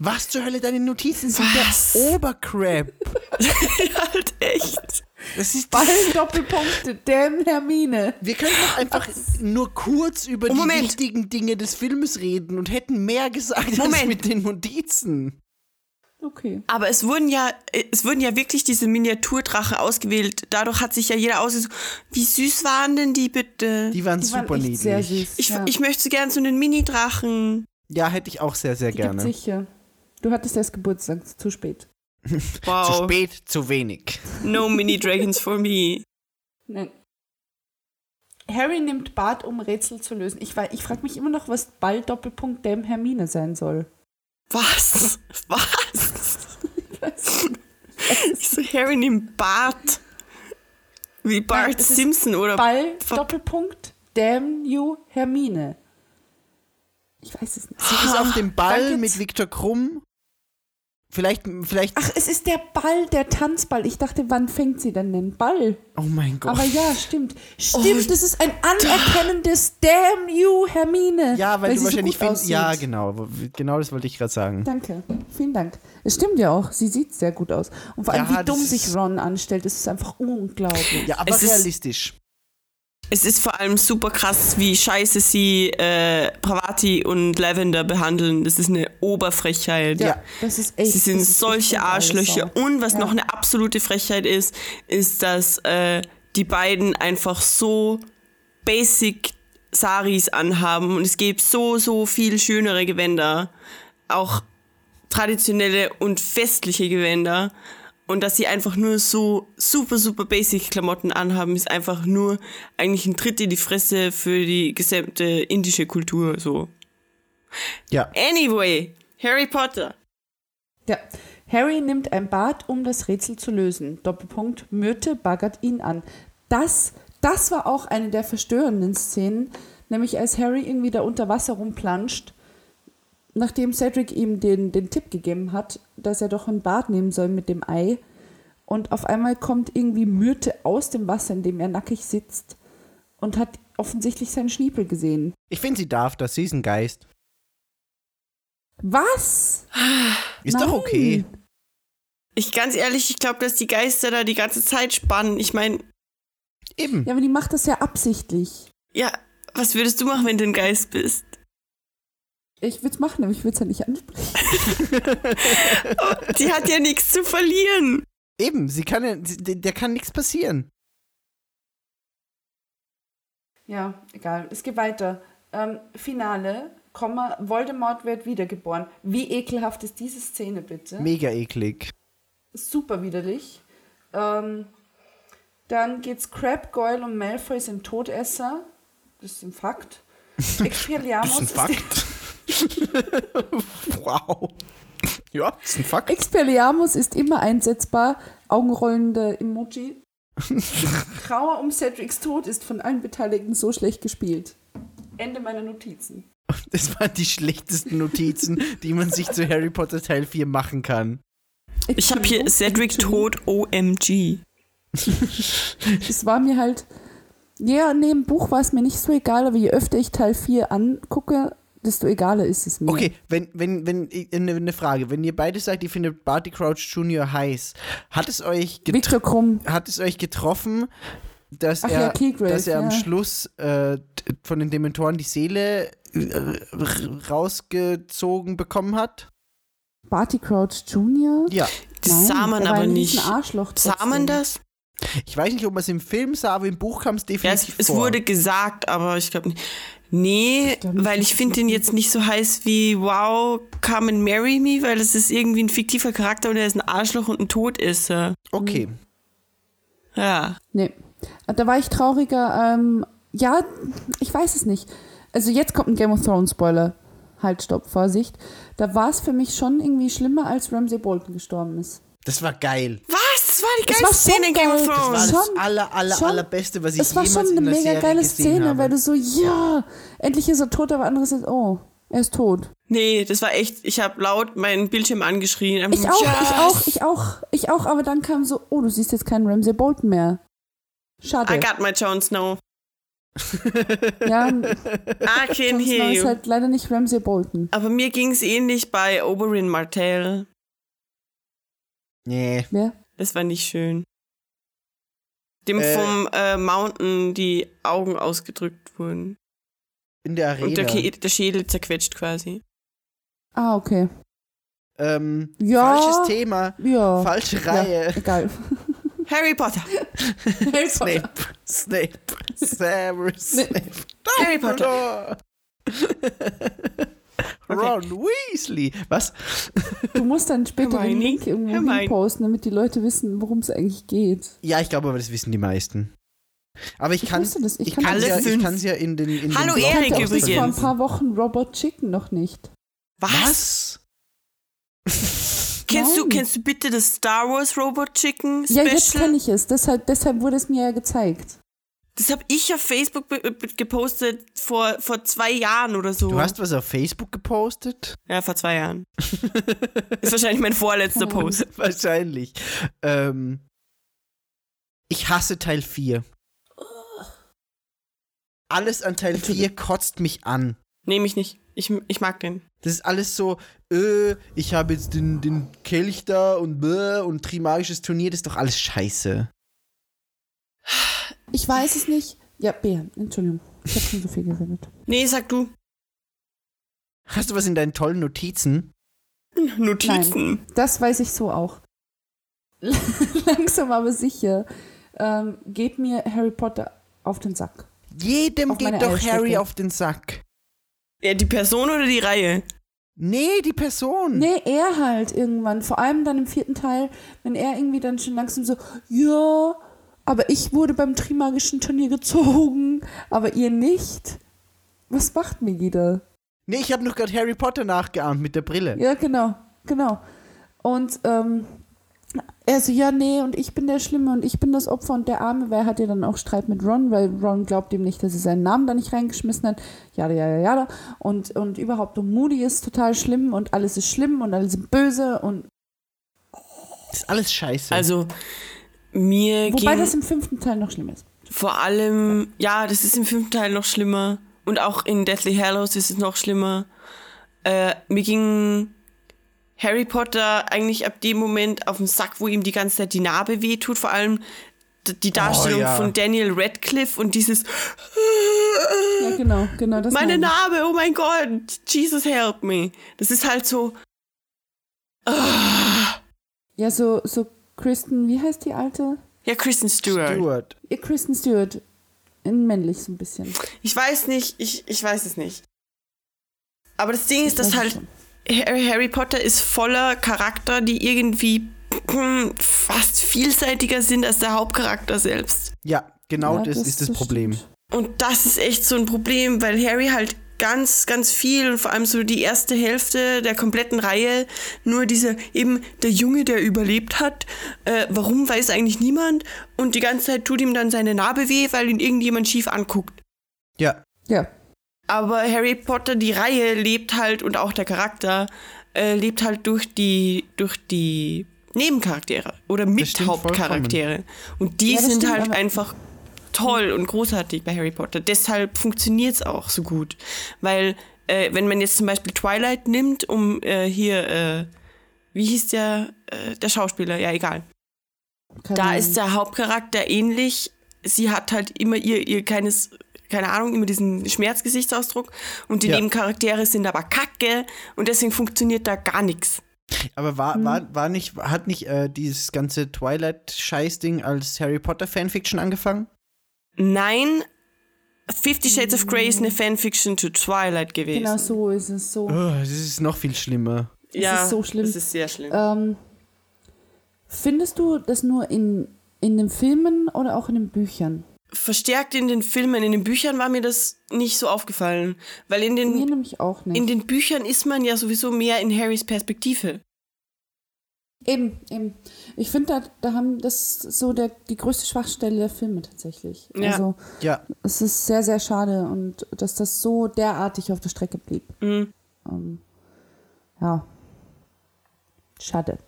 Was zur Hölle, deine Notizen sind
Was?
der Obercrap.
halt echt.
Das ist
Ball Doppelpunkte. Damn Hermine.
Wir können doch einfach nur kurz über
Oh,
die
Moment.
wichtigen Dinge des Filmes reden und hätten mehr gesagt als
Moment.
mit den Notizen.
Okay.
Aber es wurden ja, es wurden ja wirklich diese Miniaturdrachen ausgewählt. Dadurch hat sich ja jeder ausgesucht. Wie süß waren denn die bitte?
Die waren
Die
super
waren echt
niedlich.
sehr süß.
ich,
ja.
ich möchte so gern so einen Mini-Drachen.
Ja, hätte ich auch sehr, sehr
Die gibt's
gerne.
sicher. Du hattest erst Geburtstag, zu spät.
Zu
Wow.
spät, zu wenig.
No Mini-Dragons for me.
Nein. Harry nimmt Bart, um Rätsel zu lösen. Ich, wei- ich frage mich immer noch, was Ball Doppelpunkt Damn Hermine sein soll.
Was? Was? so Harry nimmt Bart. Wie Bart
es ist
Simpson
Äh,
oder
Ball
Ver-
Doppelpunkt Damn You Hermine. Ich weiß es nicht.
Sie ist auf dem Ball
danke.
mit Viktor Krumm. Vielleicht, vielleicht.
Ach, es ist der Ball, der Tanzball. Ich dachte, wann fängt sie denn den Ball?
Oh mein Gott.
Aber ja, stimmt. Stimmt, das ist ein anerkennendes Damn You Hermine.
ja, weil, du
sie
wahrscheinlich
so gut
findest. Ja,
aussieht.
genau. wo- Genau das wollte ich gerade sagen.
Danke, vielen Dank. Es stimmt ja auch, sie sieht sehr gut aus. Und vor allem,
Ja,
wie
das
dumm
ist-
sich Ron anstellt, das ist einfach unglaublich.
Ja, aber
Es ist-
realistisch.
Es ist vor allem super krass, wie scheiße sie äh, Pravati und Lavender behandeln. Das ist eine Oberfrechheit.
Ja.
Das ist echt.
Sie sind
das ist echt
solche
eine
Arschlöcher.
Sau.
Und was
Ja.
noch eine absolute Frechheit ist, ist, dass äh, die beiden einfach so basic Saris anhaben. Und es gibt so, so viel schönere Gewänder. Auch traditionelle und festliche Gewänder. Und dass sie einfach nur so super, super basic Klamotten anhaben, ist einfach nur eigentlich ein Tritt in die Fresse für die gesamte indische Kultur. So.
Ja.
Anyway, Harry Potter.
Ja. Harry nimmt ein Bad, um das Rätsel zu lösen. Doppelpunkt, Myrte baggert ihn an. Das, das war auch eine der verstörenden Szenen, nämlich als Harry irgendwie da unter Wasser rumplanscht, nachdem Cedric ihm den, den Tipp gegeben hat, dass er doch ein Bad nehmen soll mit dem Ei. Und auf einmal kommt irgendwie Myrte aus dem Wasser, in dem er nackig sitzt und hat offensichtlich seinen Schniepel gesehen.
Ich finde, sie darf das. Sie ist ein Geist.
Was?
Ist
Nein.
doch okay.
Ich ganz ehrlich, ich glaube, dass die Geister da die ganze Zeit spannen. Ich meine,
Eben.
Ja, aber die macht das ja absichtlich.
ja, was würdest du machen, wenn du ein Geist bist?
Ich würde es machen, aber ich würde es ja nicht ansprechen.
Die hat ja nichts zu verlieren.
Eben. Sie kann ja, sie, der der kann nichts passieren.
Ja, egal. Es geht weiter. Ähm, Finale, Komma, Voldemort wird wiedergeboren. Wie ekelhaft ist diese Szene bitte?
Mega eklig.
Super widerlich. Ähm, dann geht's Crab, Goyle und Malfoy sind Todesser. Das ist ein Fakt. Expelliarmus
Das ist ein Fakt. wow. Ja, das ist ein Fakt.
Expelliarmus ist immer einsetzbar. Augenrollende Emoji. Trauer um Cedrics Tod ist von allen Beteiligten so schlecht gespielt. Ende meiner Notizen.
Das waren die schlechtesten Notizen, die man sich zu Harry Potter Teil 4 machen kann.
Ich habe hier Cedric tot, OMG.
es war mir halt, ja, nee, im Buch war es mir nicht so egal, aber je öfter ich Teil 4 angucke, desto egaler ist es mir.
Okay, wenn, wenn, wenn, eine ne Frage. Wenn ihr beide sagt, ihr findet Barty Crouch Jr. heiß, hat es euch, getr-
Victor Krumm,
hat es euch getroffen, dass
Ach ja,
er,
Kilgrave,
dass er am
ja.
Schluss äh, t- von den Dementoren die Seele äh, r- rausgezogen bekommen hat?
Barty Crouch Jr.
Ja.
Das sah man
er war
aber
ein
nicht.
riesen Arschloch
Sah
trotzdem.
man das?
Ich weiß nicht, ob man es im Film sah, aber im Buch kam es
Ja, es,
definitiv
es
vor.
wurde gesagt, aber ich glaube nicht. Nee,
glaub nicht,
weil
dass
ich finde den jetzt nicht so heiß wie Wow, come and marry me, weil es ist irgendwie ein fiktiver Charakter und er ist ein Arschloch und ein Todesser.
Okay.
Mhm.
Ja.
Nee. Da war ich trauriger. Ähm, ja, ich weiß es nicht. Also jetzt kommt ein Game of Thrones Spoiler. Halt, stopp, Vorsicht. Da war es für mich schon irgendwie schlimmer, als Ramsey Bolton gestorben ist.
Das war geil.
Was? Das war die
Es
geilste
war schon
Szene in Game of
geil.
war
Das
Thrones.
Oh, Schon-
das aller, aller,
schon-
allerbeste, was ich
Es war
jemals
schon eine
in einer
mega
Serie
geile
gesehen
Szene,
habe.
weil du so, ja, endlich ist er tot, aber andererseits, oh, er ist tot.
Nee, das war echt, ich habe laut meinen Bildschirm angeschrien. Einfach
Ich auch,
"Yes!"
ich auch, ich auch, ich auch, aber dann kam so, oh, du siehst jetzt keinen Ramsay Bolton mehr.
I
Schade.
got my Jon Snow.
Ja,
I can
Jon Snow
hear
ist
you.
halt leider nicht Ramsay Bolton.
Aber mir ging's ähnlich bei Oberyn Martell.
Nee.
Wer?
Das war nicht schön. Dem
Äh.
vom äh, Mountain die Augen ausgedrückt wurden.
In der Arena.
Und der, Ke- der Schädel zerquetscht quasi.
Ah, okay.
ähm,
Ja.
Falsches Thema.
Ja.
Falsche
Ja,
Reihe.
egal.
Harry Potter.
Snape. Snape. Severus Snape.
Harry Potter.
Dumbledore. Ron Weasley. Was?
Du musst dann später
Hermione.
den Link irgendwo
Hermione.
hinposten, damit die Leute wissen, worum es eigentlich geht.
Ja, ich glaube, aber das wissen die meisten. Aber ich
Ich
kann
wusste das, ich
ich
kann
kann
das
ja,
nicht.
ich kann's ja in den in
Hallo,
den
Ich
Blog
Erik
kannte auch bis vor ein
übrigens.
paar Wochen Robot Chicken noch nicht.
Was?
Was? Kennst du,
Nein.
kennst du bitte das Star Wars Robot Chicken
Ja,
Special?
jetzt kenne ich es. Deshalb, deshalb wurde es mir ja gezeigt.
Das habe ich auf Facebook be- be- gepostet vor, vor zwei Jahren oder so.
Du hast was auf Facebook gepostet?
ja, vor zwei Jahren. ist wahrscheinlich mein vorletzter
Keine Ahnung.
Post.
Wahrscheinlich. Ähm, ich hasse Teil 4. Alles an Teil 4 kotzt mich an.
Nehme ich nicht. Ich, ich mag den.
Das ist alles so, äh, ich habe jetzt den, den Kelch da und bläh und Trimagisches Turnier, das ist doch alles scheiße.
Ich weiß es nicht. Ja, Bär, Entschuldigung. Ich habe schon so viel geredet.
Nee, sag du.
Hast du was in deinen tollen Notizen?
Notizen.
Das weiß ich so auch. Langsam aber sicher ähm, geht mir Harry Potter auf den Sack.
Jedem
Auf meine
geht doch
Eierstücke.
Harry auf den Sack.
Ja, die Person oder die Reihe?
Nee, die Person.
Nee, er halt irgendwann. Vor allem dann im vierten Teil, wenn er irgendwie dann schon langsam so, ja, aber ich wurde beim Trimagischen Turnier gezogen, aber ihr nicht. Was macht mir jeder?
Nee, ich habe noch gerade Harry Potter nachgeahmt mit der Brille.
Ja, genau, genau. Und ähm, er so, ja, nee, und ich bin der Schlimme und ich bin das Opfer und der Arme, weil er hat ja dann auch Streit mit Ron, weil Ron glaubt ihm nicht, dass er seinen Namen da nicht reingeschmissen hat. Jada, jada, jada. Und, und überhaupt, und Moody ist total schlimm und alles ist schlimm und alle sind böse und
Das ist alles scheiße.
Also, mir
Wobei
ging
das im fünften Teil noch schlimm ist.
vor allem, ja, das ist im fünften Teil noch schlimmer. Und auch in Deathly Hallows ist es noch schlimmer. Äh, mir ging Harry Potter eigentlich ab dem Moment auf den Sack, wo ihm die ganze Zeit die Narbe wehtut. Vor allem d-
Oh,
die Darstellung
ja.
von Daniel Radcliffe und dieses
Ja, genau, genau. Das meine
Meine
ich.
Narbe, oh mein Gott, Jesus help me. Das ist halt so,
Ja, so, so Kristen, wie heißt die alte?
ja, Kristen Stewart.
Stuart.
Ja, Kristen Stewart. In männlich so ein bisschen.
Ich weiß nicht, ich, ich weiß es nicht. Aber das Ding ist, dass
weiß
halt
schon.
Harry Harry Potter ist voller Charakter, die irgendwie hm, fast vielseitiger sind als der Hauptcharakter selbst.
Ja, genau
Ja,
das, ist das, Problem.
stimmt.
Und das ist echt so ein Problem, weil Harry halt ganz, ganz viel, vor allem so die erste Hälfte der kompletten Reihe, nur diese, eben der Junge, der überlebt hat, äh, warum weiß eigentlich niemand und die ganze Zeit tut ihm dann seine Narbe weh, weil ihn irgendjemand schief anguckt.
Ja.
Ja,
Aber Harry Potter, die Reihe, lebt halt und auch der Charakter äh, lebt halt durch die, durch die Nebencharaktere oder
stimmt
Mithauptcharaktere. Und die
Ja, das
sind
stimmt,
halt
aber-
einfach toll und großartig bei Harry Potter. Deshalb funktioniert es auch so gut. Weil, äh, wenn man jetzt zum Beispiel Twilight nimmt, um äh, hier, äh, wie hieß der, äh, der Schauspieler? Ja, egal.
keine
Da
Ahnung.
ist der Hauptcharakter ähnlich. Sie hat halt immer ihr, ihr keines, keine Ahnung, immer diesen Schmerzgesichtsausdruck. Und die
Ja.
Nebencharaktere sind aber kacke und deswegen funktioniert da gar nichts.
Aber war, war, war nicht, hat nicht äh, dieses ganze Twilight-Scheiß-Ding als Harry Potter Fanfiction angefangen?
Nein, Fifty Shades of Grey ist eine Fanfiction zu Twilight gewesen.
Genau so ist es so.
Oh, das ist noch viel schlimmer.
ja,
ist so schlimm.
Das ist sehr schlimm.
Ähm, findest du das nur in, in den Filmen oder auch in den Büchern?
Verstärkt in den Filmen, in den Büchern war mir das nicht so aufgefallen. Weil in
Mir
den,
nämlich auch nicht.
in den Büchern ist man ja sowieso mehr in Harrys Perspektive.
Eben, eben. Ich finde, da, da haben das so der, die größte Schwachstelle der Filme tatsächlich.
Ja.
Also
Ja,
es ist sehr, sehr schade und dass das so derartig auf der Strecke blieb.
Mhm.
Ähm, ja. Schade.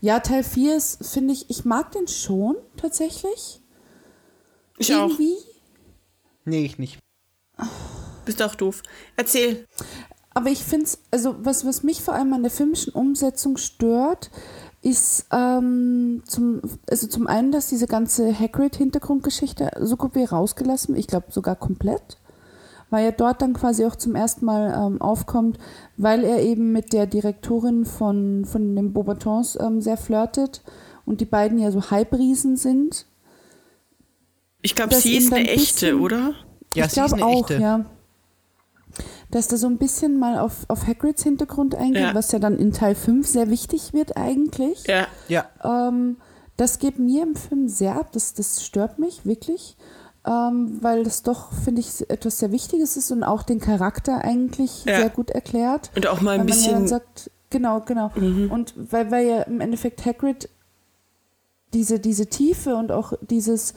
Ja, Teil 4 ist, finde ich, ich mag den schon tatsächlich.
Ich auch.
Irgendwie.
nee, ich nicht.
Bist auch doof. Erzähl.
Aber ich finde es, also was, was mich vor allem an der filmischen Umsetzung stört, ist ähm, zum, also zum einen, dass diese ganze Hagrid-Hintergrundgeschichte so gut wie rausgelassen, ich glaube sogar komplett, weil er dort dann quasi auch zum ersten Mal ähm, aufkommt, weil er eben mit der Direktorin von, von den Beaubatons ähm, sehr flirtet und die beiden ja so Halbriesen sind.
Ich glaube,
Das
sie
eben
ist eine
dann ein
echte,
bisschen-
oder?
Ja,
ich
sie ist
glaube
eine
auch,
echte.
ja. Dass da so ein bisschen mal auf, auf Hagrids Hintergrund eingeht,
Ja.
was ja dann in Teil 5 sehr wichtig wird eigentlich.
Ja.
Ja,
Ähm, das geht mir im Film sehr ab, das, das stört mich wirklich, ähm, weil das doch, finde ich, etwas sehr Wichtiges ist und auch den Charakter eigentlich
Ja.
sehr gut erklärt.
Und auch mal ein
Weil man ja
bisschen. Mhm.
dann sagt, genau, genau. Und weil, weil ja im Endeffekt Hagrid diese, diese Tiefe und auch dieses,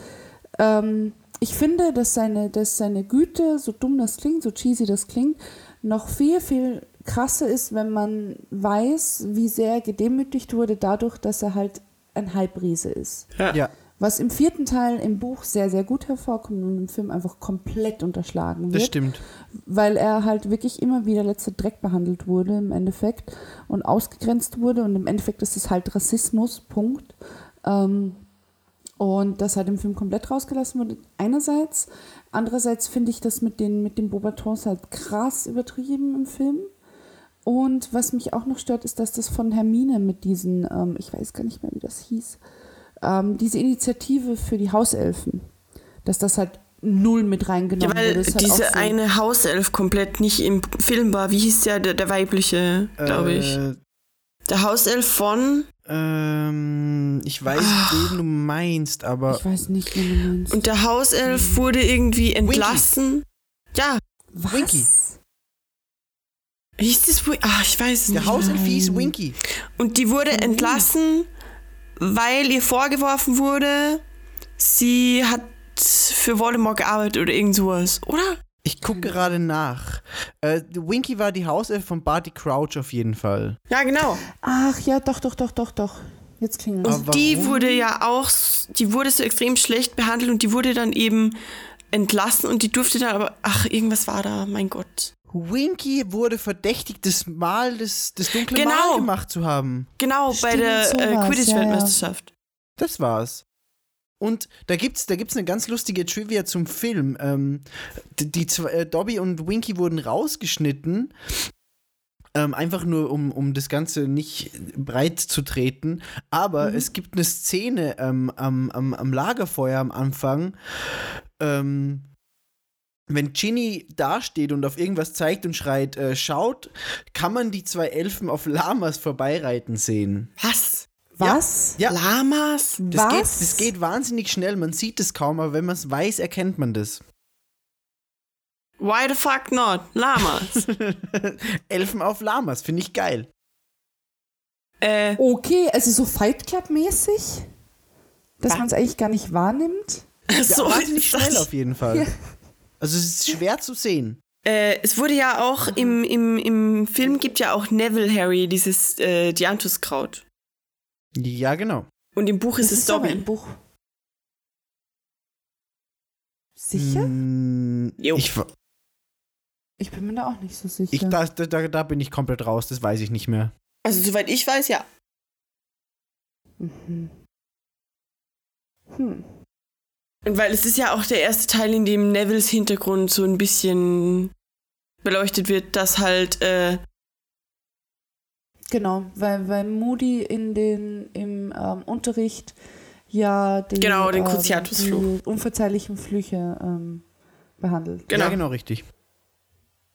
ähm, ich finde, dass seine, dass seine Güte, so dumm das klingt, so cheesy das klingt, noch viel, viel krasser ist, wenn man weiß, wie sehr er gedemütigt wurde dadurch, dass er halt ein Halbriese ist.
ja.
ja,
Was im vierten Teil im Buch sehr, sehr gut hervorkommt und im Film einfach komplett unterschlagen wird
das stimmt.
weil er halt wirklich immer wieder letzte Dreck behandelt wurde im Endeffekt und ausgegrenzt wurde und im Endeffekt ist es halt Rassismus, Punkt. Ähm, und das halt im Film komplett rausgelassen wurde, einerseits. Andererseits finde ich das mit den, mit den Bobatons halt krass übertrieben im Film. Und was mich auch noch stört, ist, dass das von Hermine mit diesen, ähm, ich weiß gar nicht mehr, wie das hieß, ähm, diese Initiative für die Hauselfen, dass das halt null mit
Ja,
reingenommen
weil
wurde. Ist halt auch
diese
so-
eine Hauself komplett nicht im Film war. Wie hieß der, der, der weibliche, glaube ich?
Äh,
Der Hauself von.
ähm, ich weiß, wen du meinst, aber.
Ich weiß nicht, wie du meinst.
Und der Hauself
Hm.
wurde irgendwie entlassen. Ja,
Was?
Winky.
hieß das. Wi- Ah, ich weiß es
Der
nicht.
Hauself hieß Winky.
Und die wurde entlassen, weil ihr vorgeworfen wurde, sie hat für Voldemort gearbeitet oder irgend sowas, oder?
Ich gucke gerade nach. Äh, Winky war die Hauself von Barty Crouch auf jeden Fall.
Ja, genau.
Ach ja, doch, doch, doch, doch, doch. Jetzt klingelt
Aber
Und die
warum?
wurde ja auch, s- die wurde so extrem schlecht behandelt und die wurde dann eben entlassen und die durfte dann aber, ach, irgendwas war da, mein Gott.
Winky wurde verdächtigt, das Mal, das, das dunkle
Genau.
Mal gemacht zu haben.
Genau, bei
Stimmt,
der äh,
sowas,
Quidditch-Weltmeisterschaft.
Das war's. Und da gibt's, da gibt's eine ganz lustige Trivia zum Film. Ähm, die, die zwei, äh, Dobby und Winky wurden rausgeschnitten, ähm, einfach nur um, um das Ganze nicht breit zu treten. Aber es gibt eine Szene ähm, am, am, am Lagerfeuer am Anfang, ähm, wenn Ginny dasteht und auf irgendwas zeigt und schreit, äh, schaut, kann man die zwei Elfen auf Lamas vorbeireiten sehen.
Was?
Was?
Ja.
Lamas?
Das geht,
Was?
das geht wahnsinnig schnell, man sieht es kaum, aber wenn man es weiß, erkennt man das.
Why the fuck not? Lamas.
Elfen auf Lamas, finde ich geil.
äh,
Okay, also so Fight Club-mäßig, dass man es eigentlich gar nicht wahrnimmt.
Ja,
so
wahnsinnig
ist das.
schnell auf jeden Fall.
Ja.
Also es ist schwer zu sehen.
Äh, es wurde ja auch im, im, im Film gibt ja auch Neville Harry dieses äh, Dianthuskraut.
Ja, genau.
Und im Buch ist es
aber
Dobby.
im Buch. Sicher?
Mm,
Jo.
Ich,
Ich bin mir da auch nicht so sicher.
ich, da, da, da bin ich komplett raus, das weiß ich nicht mehr.
Also soweit ich weiß, ja.
mhm. Hm.
Und weil es ist ja auch der erste Teil, in dem Nevilles Hintergrund so ein bisschen beleuchtet wird, dass halt äh,
Genau, weil, weil Moody in den, im ähm, Unterricht ja die,
Genau, den
ähm,
Cruciatusfluch.
die unverzeihlichen Flüche ähm, behandelt.
genau.
Ja, genau, richtig.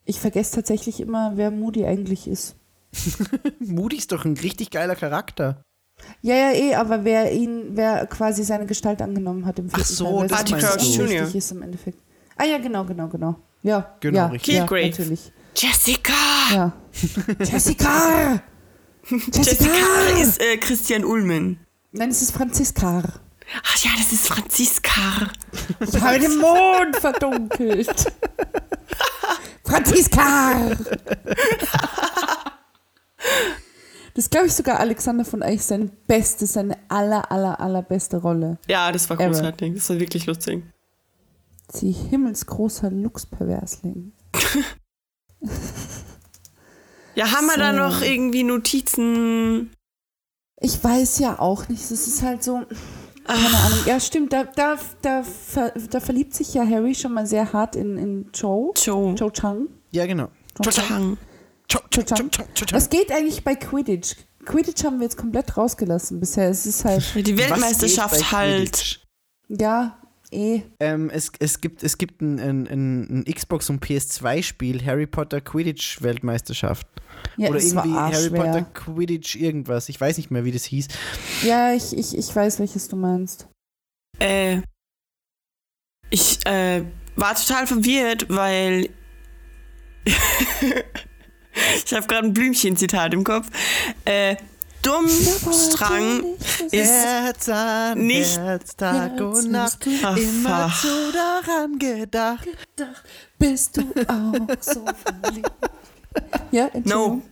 Ich vergesse tatsächlich immer, wer Moody eigentlich ist.
Moody ist doch ein richtig geiler Charakter.
Ja, ja, eh, aber wer ihn, wer quasi seine Gestalt angenommen hat im
Ach
vierten
so,
Teil, weil
das
das
meinst
so
du.
unwichtig
Junior.
ist im Endeffekt. Ah ja, genau, genau, genau. Ja,
Genau,
ja,
richtig.
ja,
Kilgrave.
natürlich.
Jessica!
Ja. Jessica! Jessica!
Ah!
Jessica ist äh, Christian Ulmen.
Nein, es ist Franziskar.
Ach ja, das ist Franziska.
Ich habe den Mond verdunkelt. Franziska! Das glaube ich sogar Alexander von Eich seine beste, seine aller, aller, allerbeste Rolle.
Ja, das war
Ever.
großartig. Das war wirklich lustig.
Sie himmelsgroßer Luxperversling.
Ja, haben wir da
So.
noch irgendwie Notizen?
Ich weiß ja auch nicht, das ist halt so, keine Ahnung. Ja, stimmt, da, da, da, ver, da verliebt sich ja Harry schon mal sehr hart in, in Cho.
Joe.
Cho Chang.
Ja, genau.
Chang.
Chop, chop, chop, chop, chop, chop.
Was geht eigentlich bei Quidditch? Quidditch haben wir jetzt komplett rausgelassen bisher. Es ist halt,
Die
Was geht
Weltmeisterschaft
bei
halt.
Quidditch?
ja, eh.
Ähm, es, es gibt, es gibt ein, ein, ein, ein Xbox- und PS2-Spiel, Harry Potter Quidditch-Weltmeisterschaft.
Ja,
Oder
es war
irgendwie Harry
arschschwer.
Potter Quidditch irgendwas. Ich weiß nicht mehr, wie das hieß.
Ja, ich, ich, ich weiß, welches du meinst.
Äh, ich äh, war total verwirrt, weil ich habe gerade ein Blümchen-Zitat im Kopf. Äh, Dummstrang ist
Herz an
nicht-
Herz, Tag
Herz
und
ist
Nacht, Ah.
gut.
Ach,
immer
fuck.
zu daran gedacht.
Bist du auch so verliebt? Ja,
No.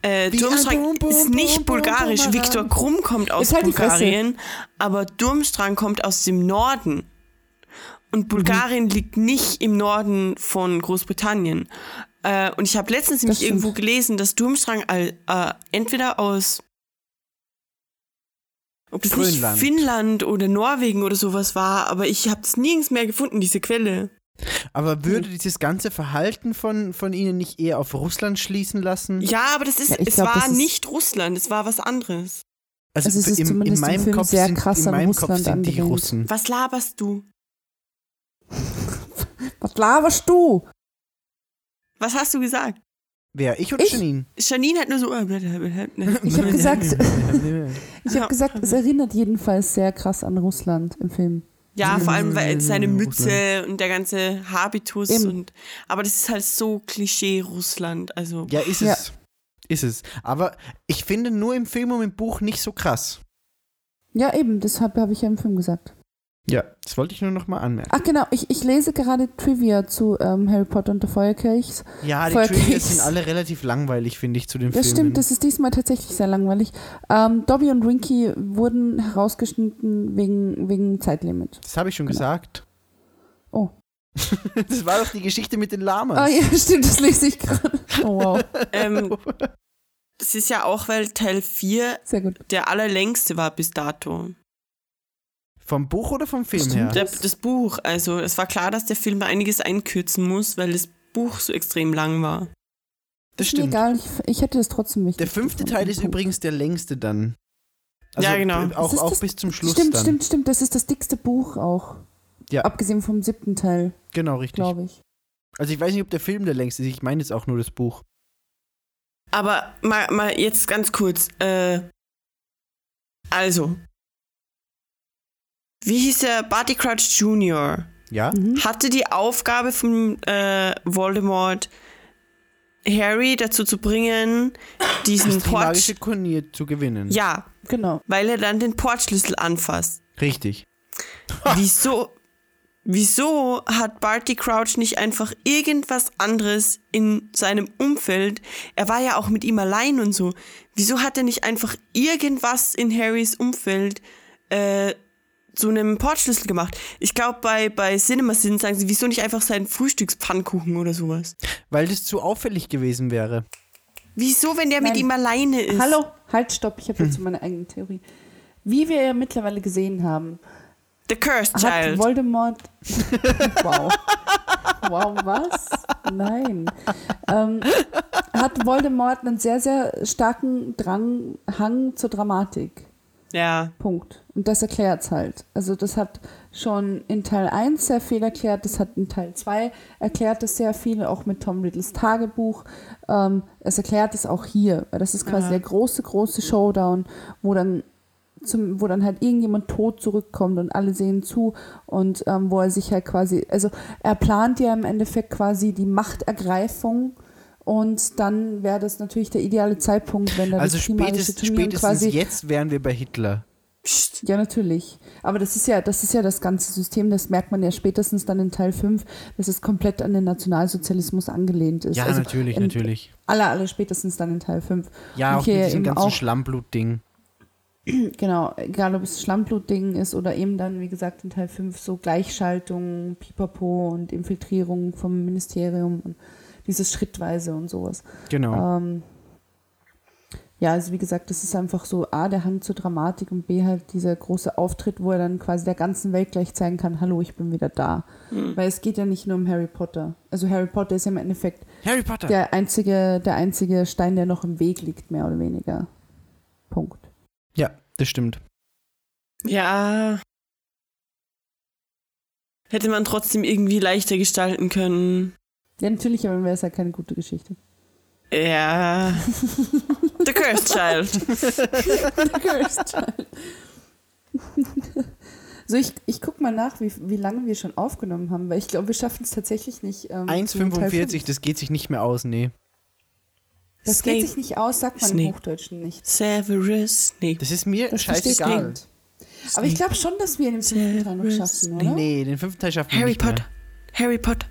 Entschuldigung.
Äh,
Wie ein
Durmstrang
Bum, Bum,
ist nicht
Bum, Bum,
bulgarisch.
Bumerang.
Viktor Krumm kommt aus
Jetzt halt die Fresse.
Bulgarien, aber Durmstrang kommt aus dem Norden. Und Bulgarien liegt nicht im Norden von Großbritannien. Äh, und ich habe letztens nämlich
stimmt.
irgendwo gelesen, dass Durmstrang all, äh, entweder aus ob das
Grönland.
nicht Finnland oder Norwegen oder sowas war, aber ich habe es nirgends mehr gefunden, diese Quelle.
Aber würde dieses ganze Verhalten von, von ihnen nicht eher auf Russland schließen lassen?
Ja, aber das ist,
Ja, ich
es
glaub,
war
das ist-
nicht Russland, es war was anderes.
Also es ist zumindest im Film sehr krass
in
an
meinem Kopf
Russland
sind die
angelehnt.
Russen.
Was laberst du?
Was laberst du?
Was hast du gesagt?
Wer? Ich und
Ich?
Janine.
Janine hat nur so. äh,
Ich habe gesagt, ich
Ja.
hab gesagt, es erinnert jedenfalls sehr krass an Russland im Film.
Ja, vor allem weil seine
Mhm.
Mütze und der ganze Habitus
Hm, Eben.
und. Aber das ist halt so Klischee Russland. Also.
Ja, ist
Ja.
es. Ist es. Aber ich finde nur im Film und im Buch nicht so krass.
Ja, eben, deshalb habe ich ja im Film gesagt.
Ja, das wollte ich nur nochmal anmerken.
Ach genau, ich, ich lese gerade Trivia zu ähm, Harry Potter und der Feuerkelchs.
Ja, die
Voll
Trivia
Keks.
sind alle relativ langweilig, finde ich, zu den
Das
Filmen.
stimmt, das ist diesmal tatsächlich sehr langweilig. Ähm, Dobby und Rinky wurden herausgeschnitten wegen, wegen Zeitlimit.
das habe ich schon
Genau.
gesagt.
Oh.
das war doch die Geschichte mit den Lamas.
Ah ja, stimmt, das lese ich gerade. Oh wow,
Ähm, das ist ja auch, weil Teil 4
sehr gut.
der allerlängste war bis dato.
Vom Buch oder vom Film
Stimmt,
her?
Der, das Buch. Also, es war klar, dass der Film einiges einkürzen muss, weil das Buch so extrem lang war.
Das
Ist mir
stimmt.
egal, ich, ich hätte das trotzdem wichtig.
Der fünfte
gefunden.
Teil ist übrigens der längste dann. Also
Ja, genau.
b- Auch,
Das ist
auch
das-
bis zum Schluss
Stimmt,
dann.
stimmt, stimmt, das ist das dickste Buch auch.
Ja.
Abgesehen vom siebten Teil,
Genau, richtig.
glaube ich.
Also ich weiß nicht, ob der Film der längste ist. Ich meine jetzt auch nur das Buch.
Aber mal, mal jetzt ganz kurz. Äh, also. Wie hieß der Barty Crouch Jr.?
Ja?
Mhm.
Hatte die Aufgabe von äh, Voldemort, Harry dazu zu bringen, diesen
Das magische
Port.
Turnier zu gewinnen.
Ja,
Genau.
weil er dann den Portschlüssel anfasst.
Richtig.
Wieso? Wieso hat Barty Crouch nicht einfach irgendwas anderes in seinem Umfeld? Er war ja auch mit ihm allein und so. Wieso hat er nicht einfach irgendwas in Harrys Umfeld äh, zu einem Portschlüssel gemacht? Ich glaube, bei, bei CinemaSin sagen sie, wieso nicht einfach seinen Frühstückspfannkuchen oder sowas?
Weil das zu auffällig gewesen wäre.
Wieso, wenn der mit
Nein.
ihm alleine ist?
Hallo, halt, stopp, ich habe
Hm.
dazu meine eigene Theorie. Wie wir ja mittlerweile gesehen haben,
The Cursed
hat
Child.
Voldemort. wow. Wow, was? Nein. Ähm, hat Voldemort einen sehr, sehr starken Drang, Hang zur Dramatik.
Ja.
Punkt. Und das erklärt es halt. Also das hat schon in Teil 1 sehr viel erklärt, das hat in Teil 2 erklärt es sehr viel, auch mit Tom Riddles Tagebuch. Ähm, es erklärt es auch hier, weil das ist quasi der große, große Showdown, wo dann zum, wo dann halt irgendjemand tot zurückkommt und alle sehen zu und ähm, wo er sich halt quasi, also er plant ja im Endeffekt quasi die Machtergreifung Und dann wäre das natürlich der ideale Zeitpunkt, wenn dann
Also
die primarische
spätestens,
Turnierung
spätestens jetzt wären wir bei Hitler.
Ja, natürlich. Aber das ist ja, das ist ja das ganze System, das merkt man ja spätestens dann in Teil 5, dass es komplett an den Nationalsozialismus angelehnt ist.
Ja,
Also
natürlich,
in-
natürlich.
Alle, alle spätestens dann in Teil 5.
Ja,
Und
auch mit
hier
diesem
eben
ganzen
auch,
Schlammblut-Ding.
Genau, egal ob es Schlammblutding ist oder eben dann, wie gesagt, in Teil 5 so Gleichschaltung, Pipapo und Infiltrierung vom Ministerium und dieses Schrittweise und sowas.
Genau.
Ähm, ja, also wie gesagt, das ist einfach so A, der Hang zur Dramatik und B, halt dieser große Auftritt, wo er dann quasi der ganzen Welt gleich zeigen kann, hallo, ich bin wieder da.
Hm.
Weil es geht ja nicht nur um Harry Potter. Also Harry Potter ist ja im Endeffekt
Harry Potter.
der einzige, der einzige Stein, der noch im Weg liegt, mehr oder weniger. Punkt.
Ja, das stimmt.
Ja. Hätte man trotzdem irgendwie leichter gestalten können.
Ja, natürlich, aber dann wäre es ja keine gute Geschichte.
Ja. The Cursed Child.
The Cursed Child. so, ich, ich guck mal nach, wie, wie lange wir schon aufgenommen haben, weil ich glaube, wir schaffen es tatsächlich nicht. Ähm, zu Teil fünf.
1,45, das geht sich nicht mehr aus, nee.
Das
Snape.
geht sich nicht aus, sagt man
Snape.
im Hochdeutschen nicht.
Severus Snape.
Das ist mir
Das versteht
scheißegal.
niemand. Aber ich glaube schon, dass wir in dem fünften Teil noch schaffen, oder?
Nee, den fünften Teil schaffen wir
Harry
nicht mehr.
Potter. Harry Potter.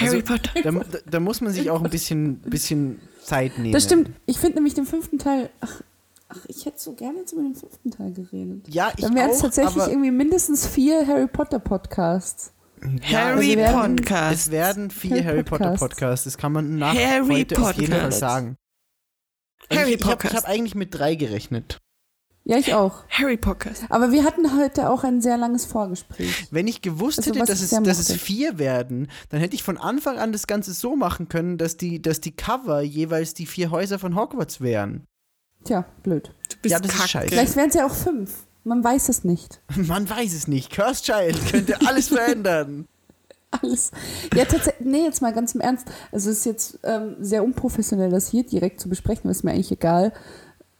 Harry Potter.
Da, da, da muss man sich auch ein bisschen, bisschen Zeit nehmen.
Das stimmt. Ich finde nämlich den fünften Teil. Ach, ach ich hätte so gerne jetzt über den fünften Teil geredet.
Ja, ich
Dann wären es
auch,
tatsächlich
aber
irgendwie mindestens vier Harry Potter Podcasts.
Harry
also wir haben-
Podcast.
es Äh, werden vier
Harry
Harry, Potter
Podcasts.
Podcasts. Das kann man nach
Harry
heute auf jeden Fall
Podcasts.
sagen.
Harry
ich ich habe
Podcast.
hab eigentlich mit drei gerechnet.
Ja, ich auch.
Harry Podcast.
Aber wir hatten heute auch ein sehr langes Vorgespräch.
Wenn ich gewusst
Also,
hätte,
was
dass
ich
es,
sehr
dass es
mochte.
vier werden, dann hätte ich von Anfang an das Ganze so machen können, dass die, dass die Cover jeweils die vier Häuser von Hogwarts wären.
Tja, blöd.
Du bist
Ja, das ist
kacke.
scheiße.
Vielleicht wären es ja auch fünf. Man weiß es nicht.
Man weiß es nicht. Cursed Child könnte alles verändern.
Alles. Ja, tatsächlich. Nee, jetzt mal ganz im Ernst. Also, es ist jetzt ähm, sehr unprofessionell, das hier direkt zu besprechen, ist mir eigentlich egal.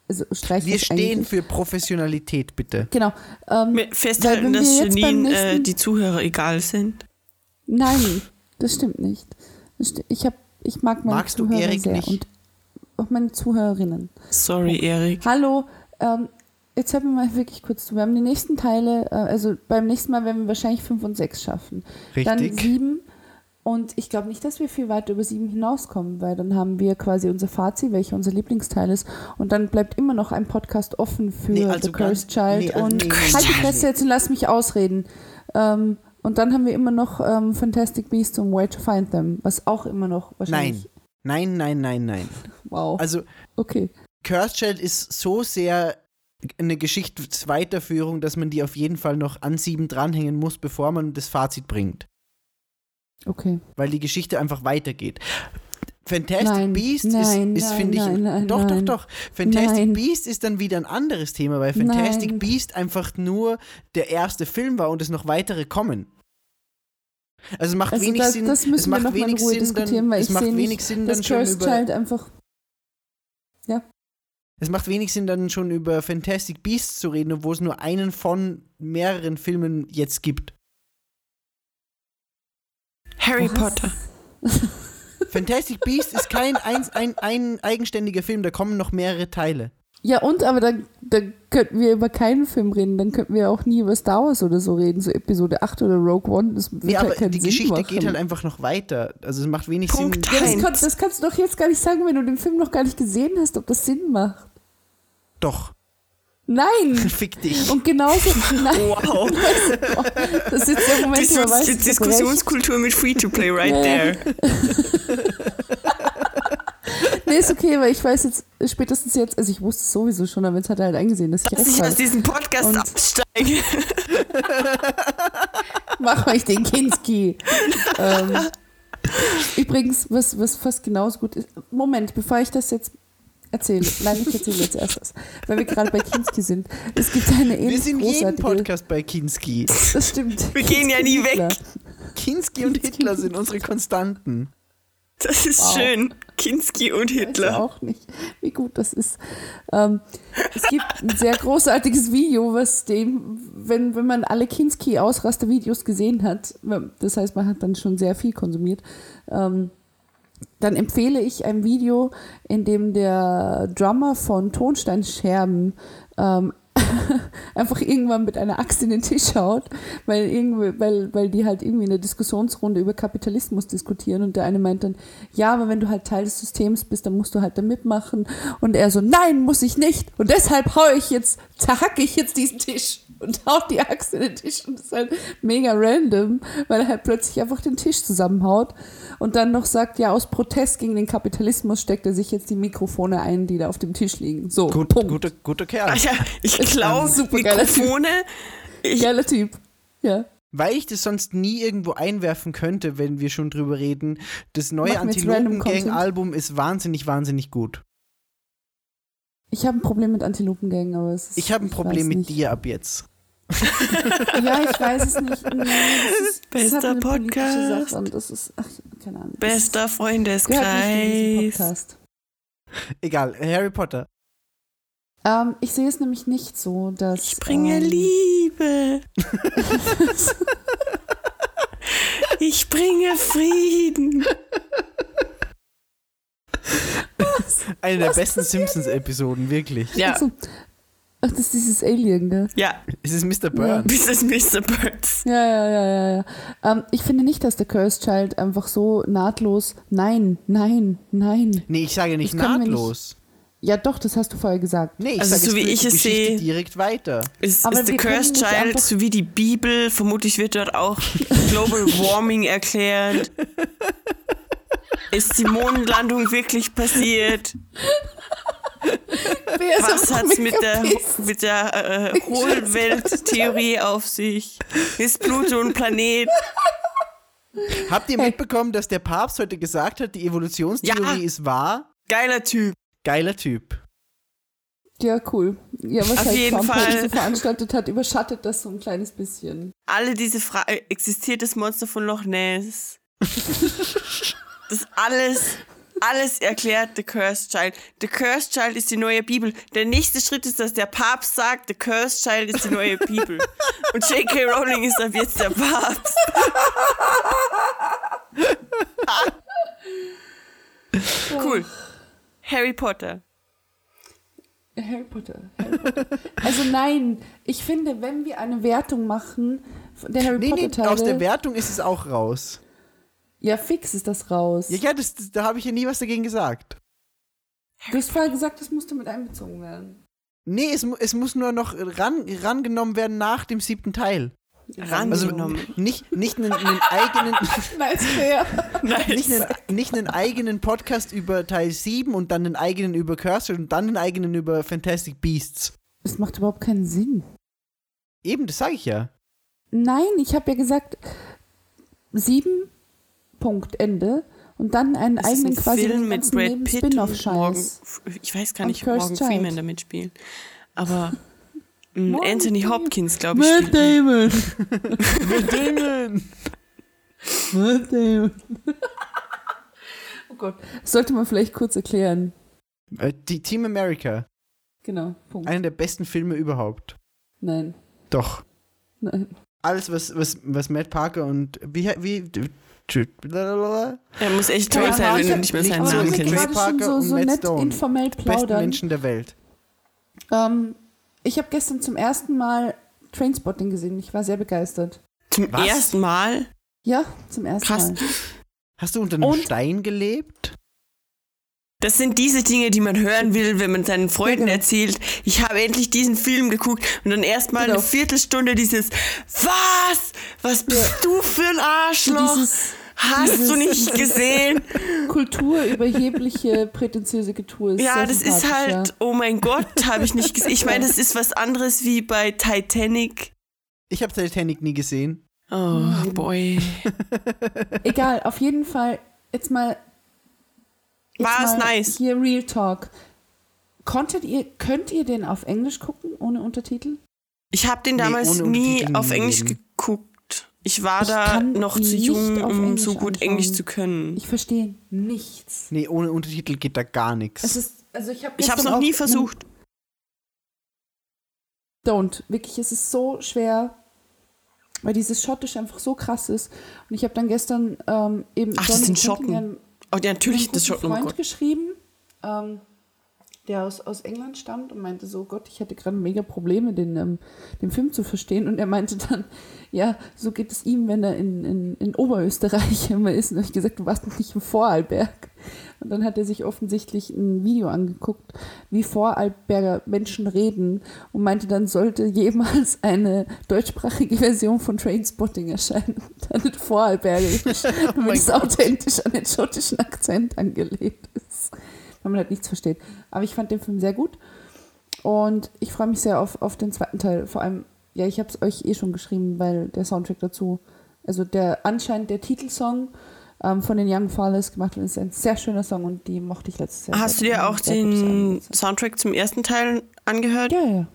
Also, streich
Wir
das
stehen
eigentlich.
für Professionalität, bitte.
Genau. Ähm,
Mir Festhalten,
Weil wenn
dass
wir jetzt beim
Janine äh,
nächsten-
die Zuhörer egal sind.
Nein, das stimmt nicht. Das sti- Ich, hab, ich mag meine
Magst du
Zuhörer
Erik
sehr
nicht?
und auch meine Zuhörerinnen.
Sorry, Erik.
Hallo, ähm, jetzt hört mir mal wirklich kurz zu. Wir haben die nächsten Teile, äh, also beim nächsten Mal werden wir wahrscheinlich fünf und sechs schaffen. Dann
Richtig.
sieben. Und ich glaube nicht, dass wir viel weiter über sieben hinauskommen, weil dann haben wir quasi unser Fazit, welcher unser Lieblingsteil ist. Und dann bleibt immer noch ein Podcast offen für
Nee, also
The Cursed
ganz-
Child.
nee, also
und
nee, nee,
halt die
nee,
Fresse
nee.
jetzt und lass mich ausreden. Ähm, und dann haben wir immer noch ähm, Fantastic Beasts und Where to Find Them, was auch immer noch wahrscheinlich.
Nein. Nein, nein, nein, nein.
Wow.
Also,
okay.
Cursed Child ist so sehr eine Geschichtsweiterführung, dass man die auf jeden Fall noch an sieben dranhängen muss, bevor man das Fazit bringt.
Okay.
Weil die Geschichte einfach weitergeht. Fantastic
Nein,
Beast
nein,
ist, ist
nein,
finde ich.
nein, nein,
doch,
nein.
doch, doch. Fantastic
Nein.
Beast ist dann wieder ein anderes Thema, weil Fantastic
Nein.
Beast einfach nur der erste Film war und es noch weitere kommen. Also es macht
Also
wenig
das,
Sinn,
das müssen
es macht
wir nochmal in
wenig
Ruhe
Sinn,
diskutieren,
dann,
weil
es
ich
macht
sehe
wenig
nicht,
Sinn,
dass
dann schon
Cursed
über
Child einfach
Es macht wenig Sinn, dann schon über Fantastic Beasts zu reden, obwohl es nur einen von mehreren Filmen jetzt gibt.
Harry
Was?
Potter.
Fantastic Beasts ist kein ein, ein, ein eigenständiger Film, da kommen noch mehrere Teile.
Ja, und aber dann, dann könnten wir über keinen Film reden, dann könnten wir auch nie über Star Wars oder so reden, so Episode 8 oder Rogue One. Das wird
Nee,
halt
aber
keinen
die
Sinn
Geschichte
machen.
geht halt einfach noch weiter. Also es macht wenig
Punkt
Sinn.
ja, das,
eins.
kannst, das kannst du doch jetzt gar nicht sagen, wenn du den Film noch gar nicht gesehen hast, ob das Sinn macht.
Doch.
Nein!
Fick dich.
Und genauso. Nein,
Oh.
Wow.
das ist jetzt der Moment, wo man weiß,
Diskus
ich hab recht.
Diskussionskultur mit Free-to-Play right
Ja.
there.
Nee, ist okay, weil ich weiß jetzt spätestens jetzt, also ich wusste es sowieso schon, aber jetzt hat er halt eingesehen, dass ich
Dass
recht
ich aus
habe.
diesem Podcast
Und-
absteige.
Mach euch den Kinski. ähm, übrigens, was, was fast genauso gut ist. Moment, bevor ich das jetzt erzähle. Nein, ich erzähle jetzt erst was. Weil wir gerade bei Kinski sind. Es gibt eine ähnlich
Wir sind jeden
großartige...
Podcast bei Kinski.
Das stimmt.
Wir gehen ja
Kinski
nie weg.
Hitler.
Kinski und Hitler sind unsere Konstanten.
Das ist
Wow.
schön. Kinski und
Weiß
Hitler.
auch nicht, wie gut das ist. Ähm, es gibt ein sehr großartiges Video, was dem, wenn, wenn man alle Kinski-Ausraster-Videos gesehen hat, das heißt, man hat dann schon sehr viel konsumiert, ähm, dann empfehle ich ein Video, in dem der Drummer von Tonsteinscherben ähm, einfach irgendwann mit einer Axt in den Tisch haut, weil, irgendwie, weil, weil die halt irgendwie in der Diskussionsrunde über Kapitalismus diskutieren und der eine meint dann, ja, aber wenn du halt Teil des Systems bist, dann musst du halt da mitmachen und er so, nein, muss ich nicht und deshalb hau ich jetzt, zerhacke ich jetzt diesen Tisch und haut die Axt in den Tisch und das ist halt mega random, weil er halt plötzlich einfach den Tisch zusammenhaut und dann noch sagt, ja, aus Protest gegen den Kapitalismus steckt er sich jetzt die Mikrofone ein, die da auf dem Tisch liegen. So,
Gut,
Punkt.
guter, guter Kerl.
Ach ja, ich klaue
supergeiler Typ.
Mikrofone. Ich,
Geiler Typ. Ja.
Weil ich das sonst nie irgendwo einwerfen könnte, wenn wir schon drüber reden. Das neue
Machen wir jetzt random
Antilopen Gang Album ist wahnsinnig, wahnsinnig gut.
Ich habe ein Problem mit Antilopengängen, aber es ist,
Ich habe ein
weiß
Problem mit
nicht.
dir ab jetzt.
Ja, ich weiß es nicht. Nee, das ist, das hat
Bester
eine politische
Podcast.
Sache und das ist, ach, keine Ahnung. Das
bester
gehört nicht in diesen
Freundeskreis.
Podcast.
Egal, Harry Potter.
Ähm, ich sehe es nämlich nicht so, dass.
Ich bringe
ähm,
Liebe. ich bringe Frieden.
Eine der
Was
besten
passiert hier?
Simpsons-Episoden, wirklich.
Ja,
Achso. Ach, das ist dieses Alien, gell?
Also, ja.
Es ist Mr. Burns.
Das ist Mr. Birds.
Ja, ja, ja, ja, ja. Ähm, ich finde nicht, dass der Cursed Child einfach so nahtlos. Nein, nein, nein.
Nee, ich sage nicht
Das können wir
nahtlos.
Ja, doch, das hast du vorher gesagt.
Nee, ich
Also
sage es
so wie
geht
ich
die
es
Geschichte
sehe-
direkt weiter.
Ist,
Aber
ist The
wir können
Cursed
nicht
Child
einfach-
so wie die Bibel? Vermutlich wird dort auch Global Warming erklärt. Ist die Mondlandung wirklich passiert?
Wer ist
Was
einfach
hat's mit
mega
der,
pissed?
mit der äh, Hohlwelttheorie auf sich? Ist Pluto ein Planet?
Habt ihr mitbekommen, dass der Papst heute gesagt hat, die Evolutionstheorie
Ja.
ist wahr?
Geiler Typ.
Geiler Typ.
Ja, cool. Ja, was
Auf
halt
jeden
Trump heute
Fall.
so veranstaltet hat, überschattet das so ein kleines bisschen.
Alle diese Fragen. Existiert das Monster von Loch Ness? das alles, alles erklärt The Cursed Child. The Cursed Child ist die neue Bibel. Der nächste Schritt ist, dass der Papst sagt, The Cursed Child ist die neue Bibel. Und J.K. Rowling ist ab jetzt der Papst. cool. Harry Potter.
Harry Potter. Harry Potter. Also nein, ich finde, wenn wir eine Wertung machen, der Harry
Nee,
Potter
nee,
Teile,
aus der Wertung ist es auch raus.
ja fix ist das raus.
Ja, ja, das, das, da habe ich ja nie was dagegen gesagt.
Du hast vorher gesagt, das musste mit einbezogen werden.
Nee, es, mu- es muss nur noch ran, rangenommen werden nach dem siebten Teil. Also
Rangenommen.
nicht, nicht, einen, einen eigenen,
Nice fair.
nicht, einen, nicht einen eigenen Podcast über Teil 7 und dann einen eigenen über Cursor und dann einen eigenen über Fantastic Beasts.
Das macht überhaupt keinen Sinn.
Eben, das sage ich ja.
Nein, ich habe ja gesagt sieben Punkt Ende und dann einen
Das
eigenen
ist ein
quasi
Film
den
mit
ganzen
Brad
neben
Pitt und Morgan,
Spin-off-Scheiß.
ich weiß gar
Und
nicht, ob
Cursed
Morgan
Child.
Freeman damit spielt. Aber mh,
Morgan
Anthony
Freeman.
Hopkins, glaube ich, spielt. ihn.
Damon.
Mit denen.
Matt Damon. oh Gott, das sollte man vielleicht kurz erklären.
Äh, Die Team America,
Genau, Punkt.
einer der besten Filme überhaupt.
Nein,
Doch.
nein.
Alles, was, was, was Matt Parker und wie, wie
Er muss echt
Ja,
toll sein, wenn
ich
du
hab-
nicht mehr seinen
Aber
so
wenn
Namen
ist Ray
wir
kennst.
gerade schon
Parker
so,
und
so
Matt
nett
Stone.
informell
besten
plaudern.
Menschen der Welt.
Ähm, ich habe gestern zum ersten Mal Trainspotting gesehen. Ich war sehr begeistert.
Zum
Was?
ersten Mal.
Ja, zum ersten
Krass.
Mal.
Hast du unter einem
Und-
Stein gelebt?
Das sind diese Dinge, die man hören will, wenn man seinen Freunden
genau.
erzählt, ich habe endlich diesen Film geguckt und dann erstmal
Genau.
eine Viertelstunde dieses Was? Was bist du für ein
So
Arschloch?
dieses
Hast
dieses-
du nicht gesehen?
kulturüberhebliche, prätentiöse Getue. Ist
Ja,
sehr
das ist
sympathisch,
halt,
ja.
oh mein Gott, habe ich nicht gesehen. Ich meine, das ist was anderes wie bei Titanic.
Ich habe Titanic nie gesehen.
Oh,
Mhm.
boy.
Egal, auf jeden Fall, jetzt mal. jetzt
War es
mal
nice?
Hier Real Talk. Konntet ihr, könnt ihr den auf Englisch gucken, ohne Untertitel?
Ich habe den
Nee,
damals
ohne
nie
Untertitel
auf
nie
Englisch
leben.
geguckt. Ich war
Ich
da
kann
noch zu
nicht
jung,
auf
um so
Englisch
gut
anschauen.
Englisch zu können.
Ich verstehe nichts.
Nee, ohne Untertitel geht da gar
Es
nichts.
ist, also ich habe
Ich habe es noch nie versucht.
Don't. Wirklich, es ist so schwer, weil dieses Schottisch einfach so krass ist. Und ich habe dann gestern ähm, eben.
Ach, das sind
Johnny Cunningham-
Oh, ja, natürlich
einen
das
guten
schon oh
Freund
Gott.
geschrieben, ähm, der aus, aus England stammt und meinte so, Gott, ich hatte gerade mega Probleme, den, ähm, den Film zu verstehen. Und er meinte dann, ja, so geht es ihm, wenn er in, in, in Oberösterreich immer ist. Und habe ich gesagt, du warst noch nicht in Vorarlberg. Und dann hat er sich offensichtlich ein Video angeguckt, wie Vorarlberger Menschen reden und meinte, dann sollte jemals eine deutschsprachige Version von Trainspotting erscheinen. Dann in Vorarlbergisch, damit es authentisch an den schottischen Akzent angelehnt ist. Weil man halt nichts versteht. Aber ich fand den Film sehr gut und ich freue mich sehr auf, auf den zweiten Teil. Vor allem, ja, ich habe es euch eh schon geschrieben, weil der Soundtrack dazu, also der anscheinend der Titelsong ähm, von den Young Fathers gemacht wird, ist ein sehr schöner Song und die mochte ich letztes Jahr.
Hast du
sehr.
dir auch
Sehr gutes
den
Album.
Soundtrack zum ersten Teil angehört?
Ja, ja, ja.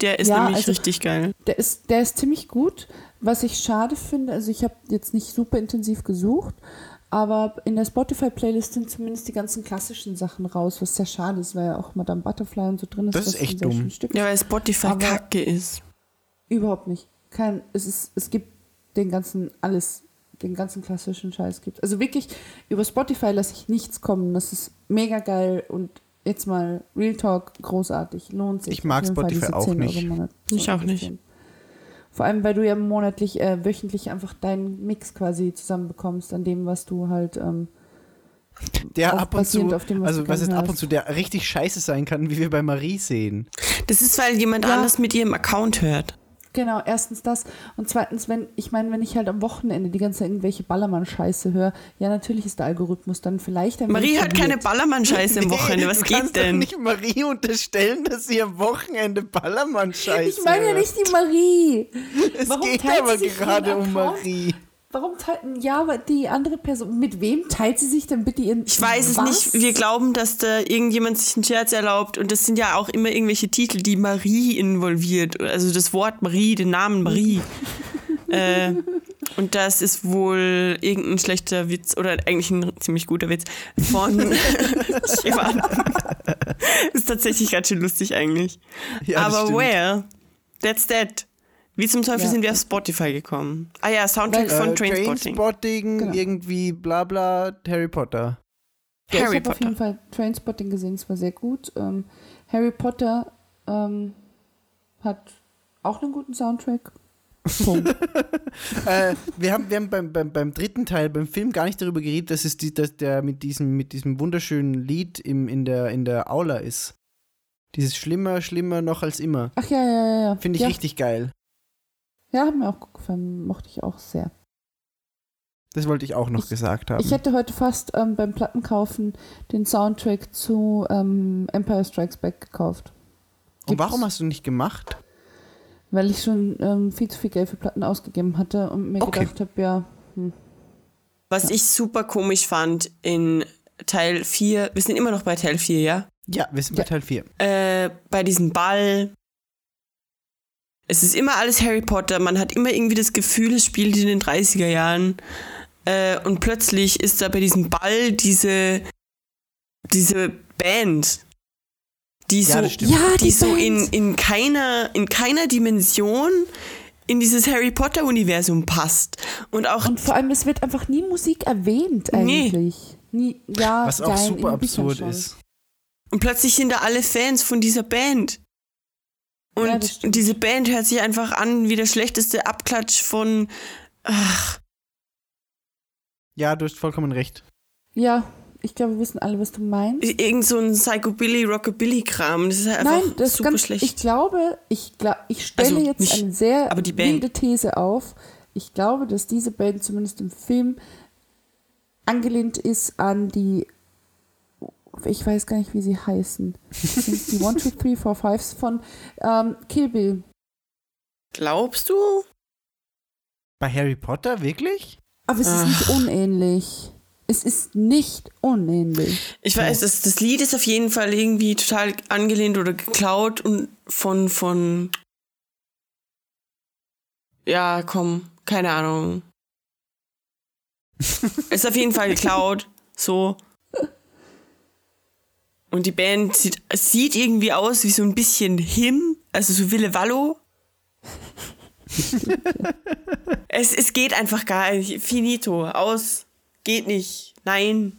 Der ist
Ja,
nämlich
also-
richtig geil.
Der ist, der ist ziemlich gut. Was ich schade finde, also ich habe jetzt nicht super intensiv gesucht, aber in der Spotify-Playlist sind zumindest die ganzen klassischen Sachen raus, was sehr schade ist, weil ja auch Madame Butterfly und so drin ist.
Das ist
was
echt
ein sehr
dumm.
schönes Stück
Ja, weil Spotify
Aber-
kacke ist.
Überhaupt nicht. Kein, es, ist, es gibt den ganzen, alles, den ganzen klassischen Scheiß gibt. Also wirklich, über Spotify lasse ich nichts kommen. Das ist mega geil und jetzt mal Real Talk, großartig. Lohnt sich.
Ich mag
Auf jeden Fall
Spotify
diese
auch
10
nicht.
Euro im Monat zu
Ich auch nicht.
investieren. Vor allem, weil du ja monatlich, äh, wöchentlich einfach deinen Mix quasi zusammenbekommst, an dem, was du halt. Ähm,
Der
Auch
ab und zu,
basierend auf dem, was
also
du
was
gehört
jetzt ab
hast.
und zu, der richtig scheiße sein kann, wie wir bei Marie sehen.
Das ist, weil jemand
Ja.
anders mit ihrem Account hört.
Genau, erstens das. Und zweitens, wenn, ich meine, wenn ich halt am Wochenende die ganze Zeit irgendwelche Ballermann-Scheiße höre, ja, natürlich ist der Algorithmus dann vielleicht ein
Marie
wenig
hat keine
verwirrt.
Ballermann-Scheiße im
Nee,
Wochenende. Was
du
geht
kannst doch
denn?
nicht Marie unterstellen, dass sie am Wochenende Ballermann scheiße.
Ich meine ja nicht die Marie.
Es
Warum
geht
teilt
aber
sie sich ihren
gerade um
Account?
Marie.
Warum teilt, ja, aber die andere Person, mit wem teilt sie sich denn bitte ihren
Ich weiß es nicht. Wir glauben, dass da irgendjemand sich einen Scherz erlaubt. Und das sind ja auch immer irgendwelche Titel, die Marie involviert. Also das Wort Marie, den Namen Marie. äh, und das ist wohl irgendein schlechter Witz oder eigentlich ein ziemlich guter Witz von jemandem. ist tatsächlich ganz schön lustig eigentlich.
Ja, das
Aber
stimmt.
where? That's that. Wie zum Teufel
Ja.
sind wir auf Spotify gekommen? Ah ja, Soundtrack
Weil,
von
äh,
Trainspotting.
Trainspotting,
Genau.
irgendwie bla bla, Harry Potter.
Ja, ich habe
Harry
auf
Potter.
jeden Fall Trainspotting gesehen, es war sehr gut. Ähm, Harry Potter ähm, hat auch einen guten Soundtrack. Punkt.
äh, wir haben, wir haben beim, beim, beim dritten Teil, beim Film gar nicht darüber geredet, dass es die, dass der mit diesem, mit diesem wunderschönen Lied im, in, der, in der Aula ist. Dieses Schlimmer, schlimmer noch als immer.
Ach ja, ja, ja. ja.
Finde ich
ja.
richtig geil.
Ja, hat mir auch gut gefallen, mochte ich auch sehr.
Das wollte ich auch noch
Ich-
gesagt haben.
Ich hätte heute fast ähm, beim Plattenkaufen den Soundtrack zu ähm, Empire Strikes Back gekauft,
Und warum
gibt's-
hast du nicht gemacht?
weil ich schon ähm, viel zu viel Geld für Platten ausgegeben hatte und mir
Okay.
gedacht habe, ja,
Was ich super komisch fand in Teil 4, wir sind immer noch bei Teil 4, ja?
Ja, wir sind bei
Ja.
Teil 4.
Äh, bei diesem Ball. Es ist immer alles Harry Potter, man hat immer irgendwie das Gefühl, es spielt in den 30er Jahren. Äh, und plötzlich ist da bei diesem Ball diese, diese Band, die
Ja,
so
das stimmt.
Ja,
die,
die
so in,
Band.
in, keiner, in keiner Dimension in dieses Harry Potter-Universum passt. Und auch
und vor allem, es wird einfach nie Musik erwähnt
Nee.
eigentlich. Nie, ja,
Was auch
geil, in
super
den Büchern
absurd
schon.
ist.
Und plötzlich sind da alle Fans von dieser Band. Und
Ja, das stimmt.
diese Band hört sich einfach an wie der schlechteste Abklatsch von. Ach,
Ja, du hast vollkommen recht.
Ja, ich glaube, wir wissen alle, was du meinst.
irgend so ein Psychobilly, Rockabilly-Kram. Das ist halt einfach
Nein, das ist
super
ganz,
schlecht.
ich glaube, ich, gla ich stelle
Also
jetzt
nicht-
eine sehr
aber die Band.
wilde These auf. Ich glaube, dass diese Band zumindest im Film angelehnt ist an die, ich weiß gar nicht, wie sie heißen, Das sind die 1, 2, 3, 4, 5s von ähm, Kill Bill.
Glaubst du?
Bei Harry Potter, wirklich?
Aber es ist nicht unähnlich. Es ist nicht unähnlich.
Ich weiß, das, das Lied ist auf jeden Fall irgendwie total angelehnt oder geklaut und von, von. Ja, komm, keine Ahnung. Ist auf jeden Fall geklaut, so. Und die Band sieht, es sieht irgendwie aus wie so ein bisschen Him, also so Wille Wallo. es, es geht einfach gar nicht. Finito, aus, geht nicht, nein.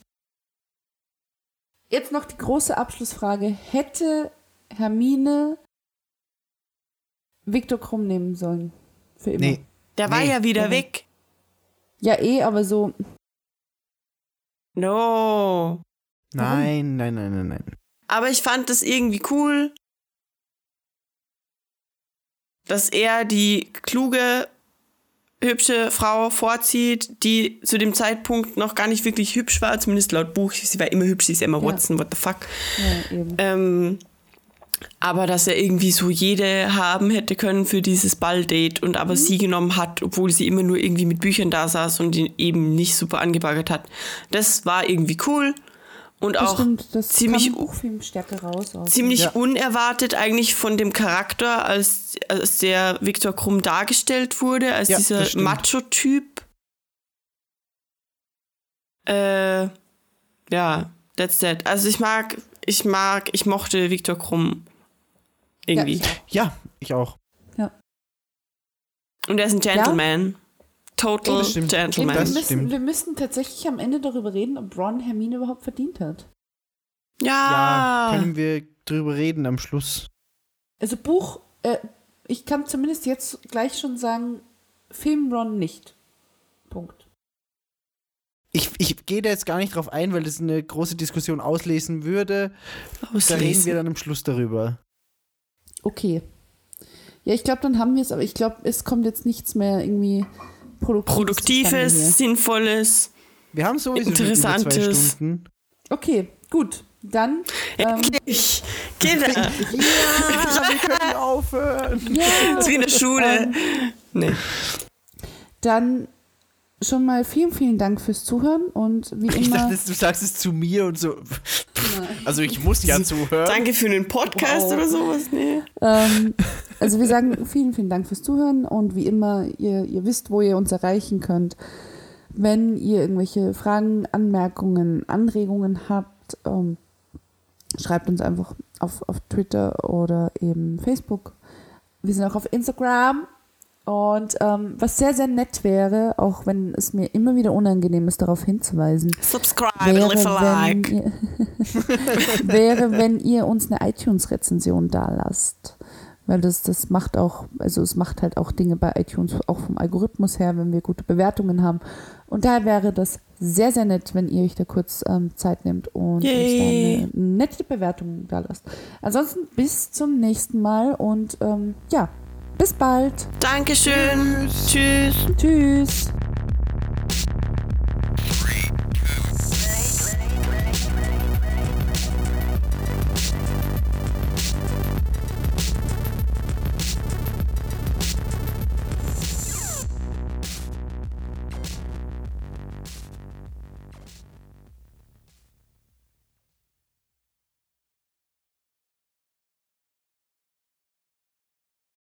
Jetzt noch die große Abschlussfrage. Hätte Hermine Viktor Krumm nehmen sollen? Für immer.
Nee.
Der war
Nee.
ja wieder
Mhm.
weg.
Ja, eh, aber so,
No.
Warum?
Nein, nein, nein, nein, nein.
Aber ich fand das irgendwie cool, dass er die kluge, hübsche Frau vorzieht, die zu dem Zeitpunkt noch gar nicht wirklich hübsch war, zumindest laut Buch. Sie war immer hübsch, sie ist Emma
Ja.
Watson, what the fuck.
ja, eben.
Ähm, aber dass er irgendwie so jede haben hätte können für dieses Balldate und aber sie genommen hat, obwohl sie immer nur irgendwie mit Büchern da saß und ihn eben nicht super angebaggert hat. Das war irgendwie cool und Äh, auch
Bestimmt, das
ziemlich
kam auch viel stärker raus. Aus.
ziemlich
Ja.
unerwartet eigentlich von dem Charakter, als, als der Viktor Krumm dargestellt wurde, als
Ja,
dieser
das stimmt.
Macho-Typ. Äh, ja, that's that. Also ich mag, ich mag, ich mochte Viktor Krumm irgendwie.
Ja.
Ja, ich auch.
Und er ist ein Gentleman. Total
Das stimmt.
Eben,
Gentleman.
wir,
Das
müssen,
stimmt.
wir müssen tatsächlich am Ende darüber reden, ob Ron Hermine überhaupt verdient hat.
ja.
Ah.
Ja, können wir drüber reden am Schluss.
Also Buch, äh, ich kann zumindest jetzt gleich schon sagen, Film Ron nicht. Punkt.
Ich, ich gehe da jetzt gar nicht drauf ein, weil das eine große Diskussion auslesen würde. Da reden wir dann am Schluss darüber.
Okay. Ja, ich glaube, dann haben wir es, aber ich glaube, es kommt jetzt nichts mehr irgendwie produktives. zustande
Ähm.
Produktives,
hier.
sinnvolles.
Wir haben sowieso schon über zwei
Interessantes.
Stunden.
Okay, gut. Dann. Ähm,
Endlich. Kinder.
Ja, wir können aufhören.
ja.
Das ist wie in der Schule.
Ähm.
Nee.
Dann schon mal vielen, vielen Dank fürs Zuhören und wie
Ich
immer.
dachte, du sagst es zu mir und so. Also ich muss ja zuhören.
Danke für den Podcast
Wow.
oder sowas. Nee.
Ähm, also wir sagen vielen, vielen Dank fürs Zuhören und wie immer, ihr, ihr wisst, wo ihr uns erreichen könnt. Wenn ihr irgendwelche Fragen, Anmerkungen, Anregungen habt, ähm, schreibt uns einfach auf, auf Twitter oder eben Facebook. Wir sind auch auf Instagram. Und ähm, was sehr, sehr nett wäre, auch wenn es mir immer wieder unangenehm ist, darauf hinzuweisen,
Subscribe,
wäre,
leave a
wenn,
like.
ihr, wäre, wenn ihr uns eine iTunes-Rezension dalasst. Weil das, das macht auch, also es macht halt auch Dinge bei iTunes, auch vom Algorithmus her, wenn wir gute Bewertungen haben. Und daher wäre das sehr, sehr nett, wenn ihr euch da kurz ähm, Zeit nehmt und
Yay.
uns da eine nette Bewertung dalasst. Ansonsten bis zum nächsten Mal und ähm, ja, bis bald.
Dankeschön. Tschüss.
Tschüss.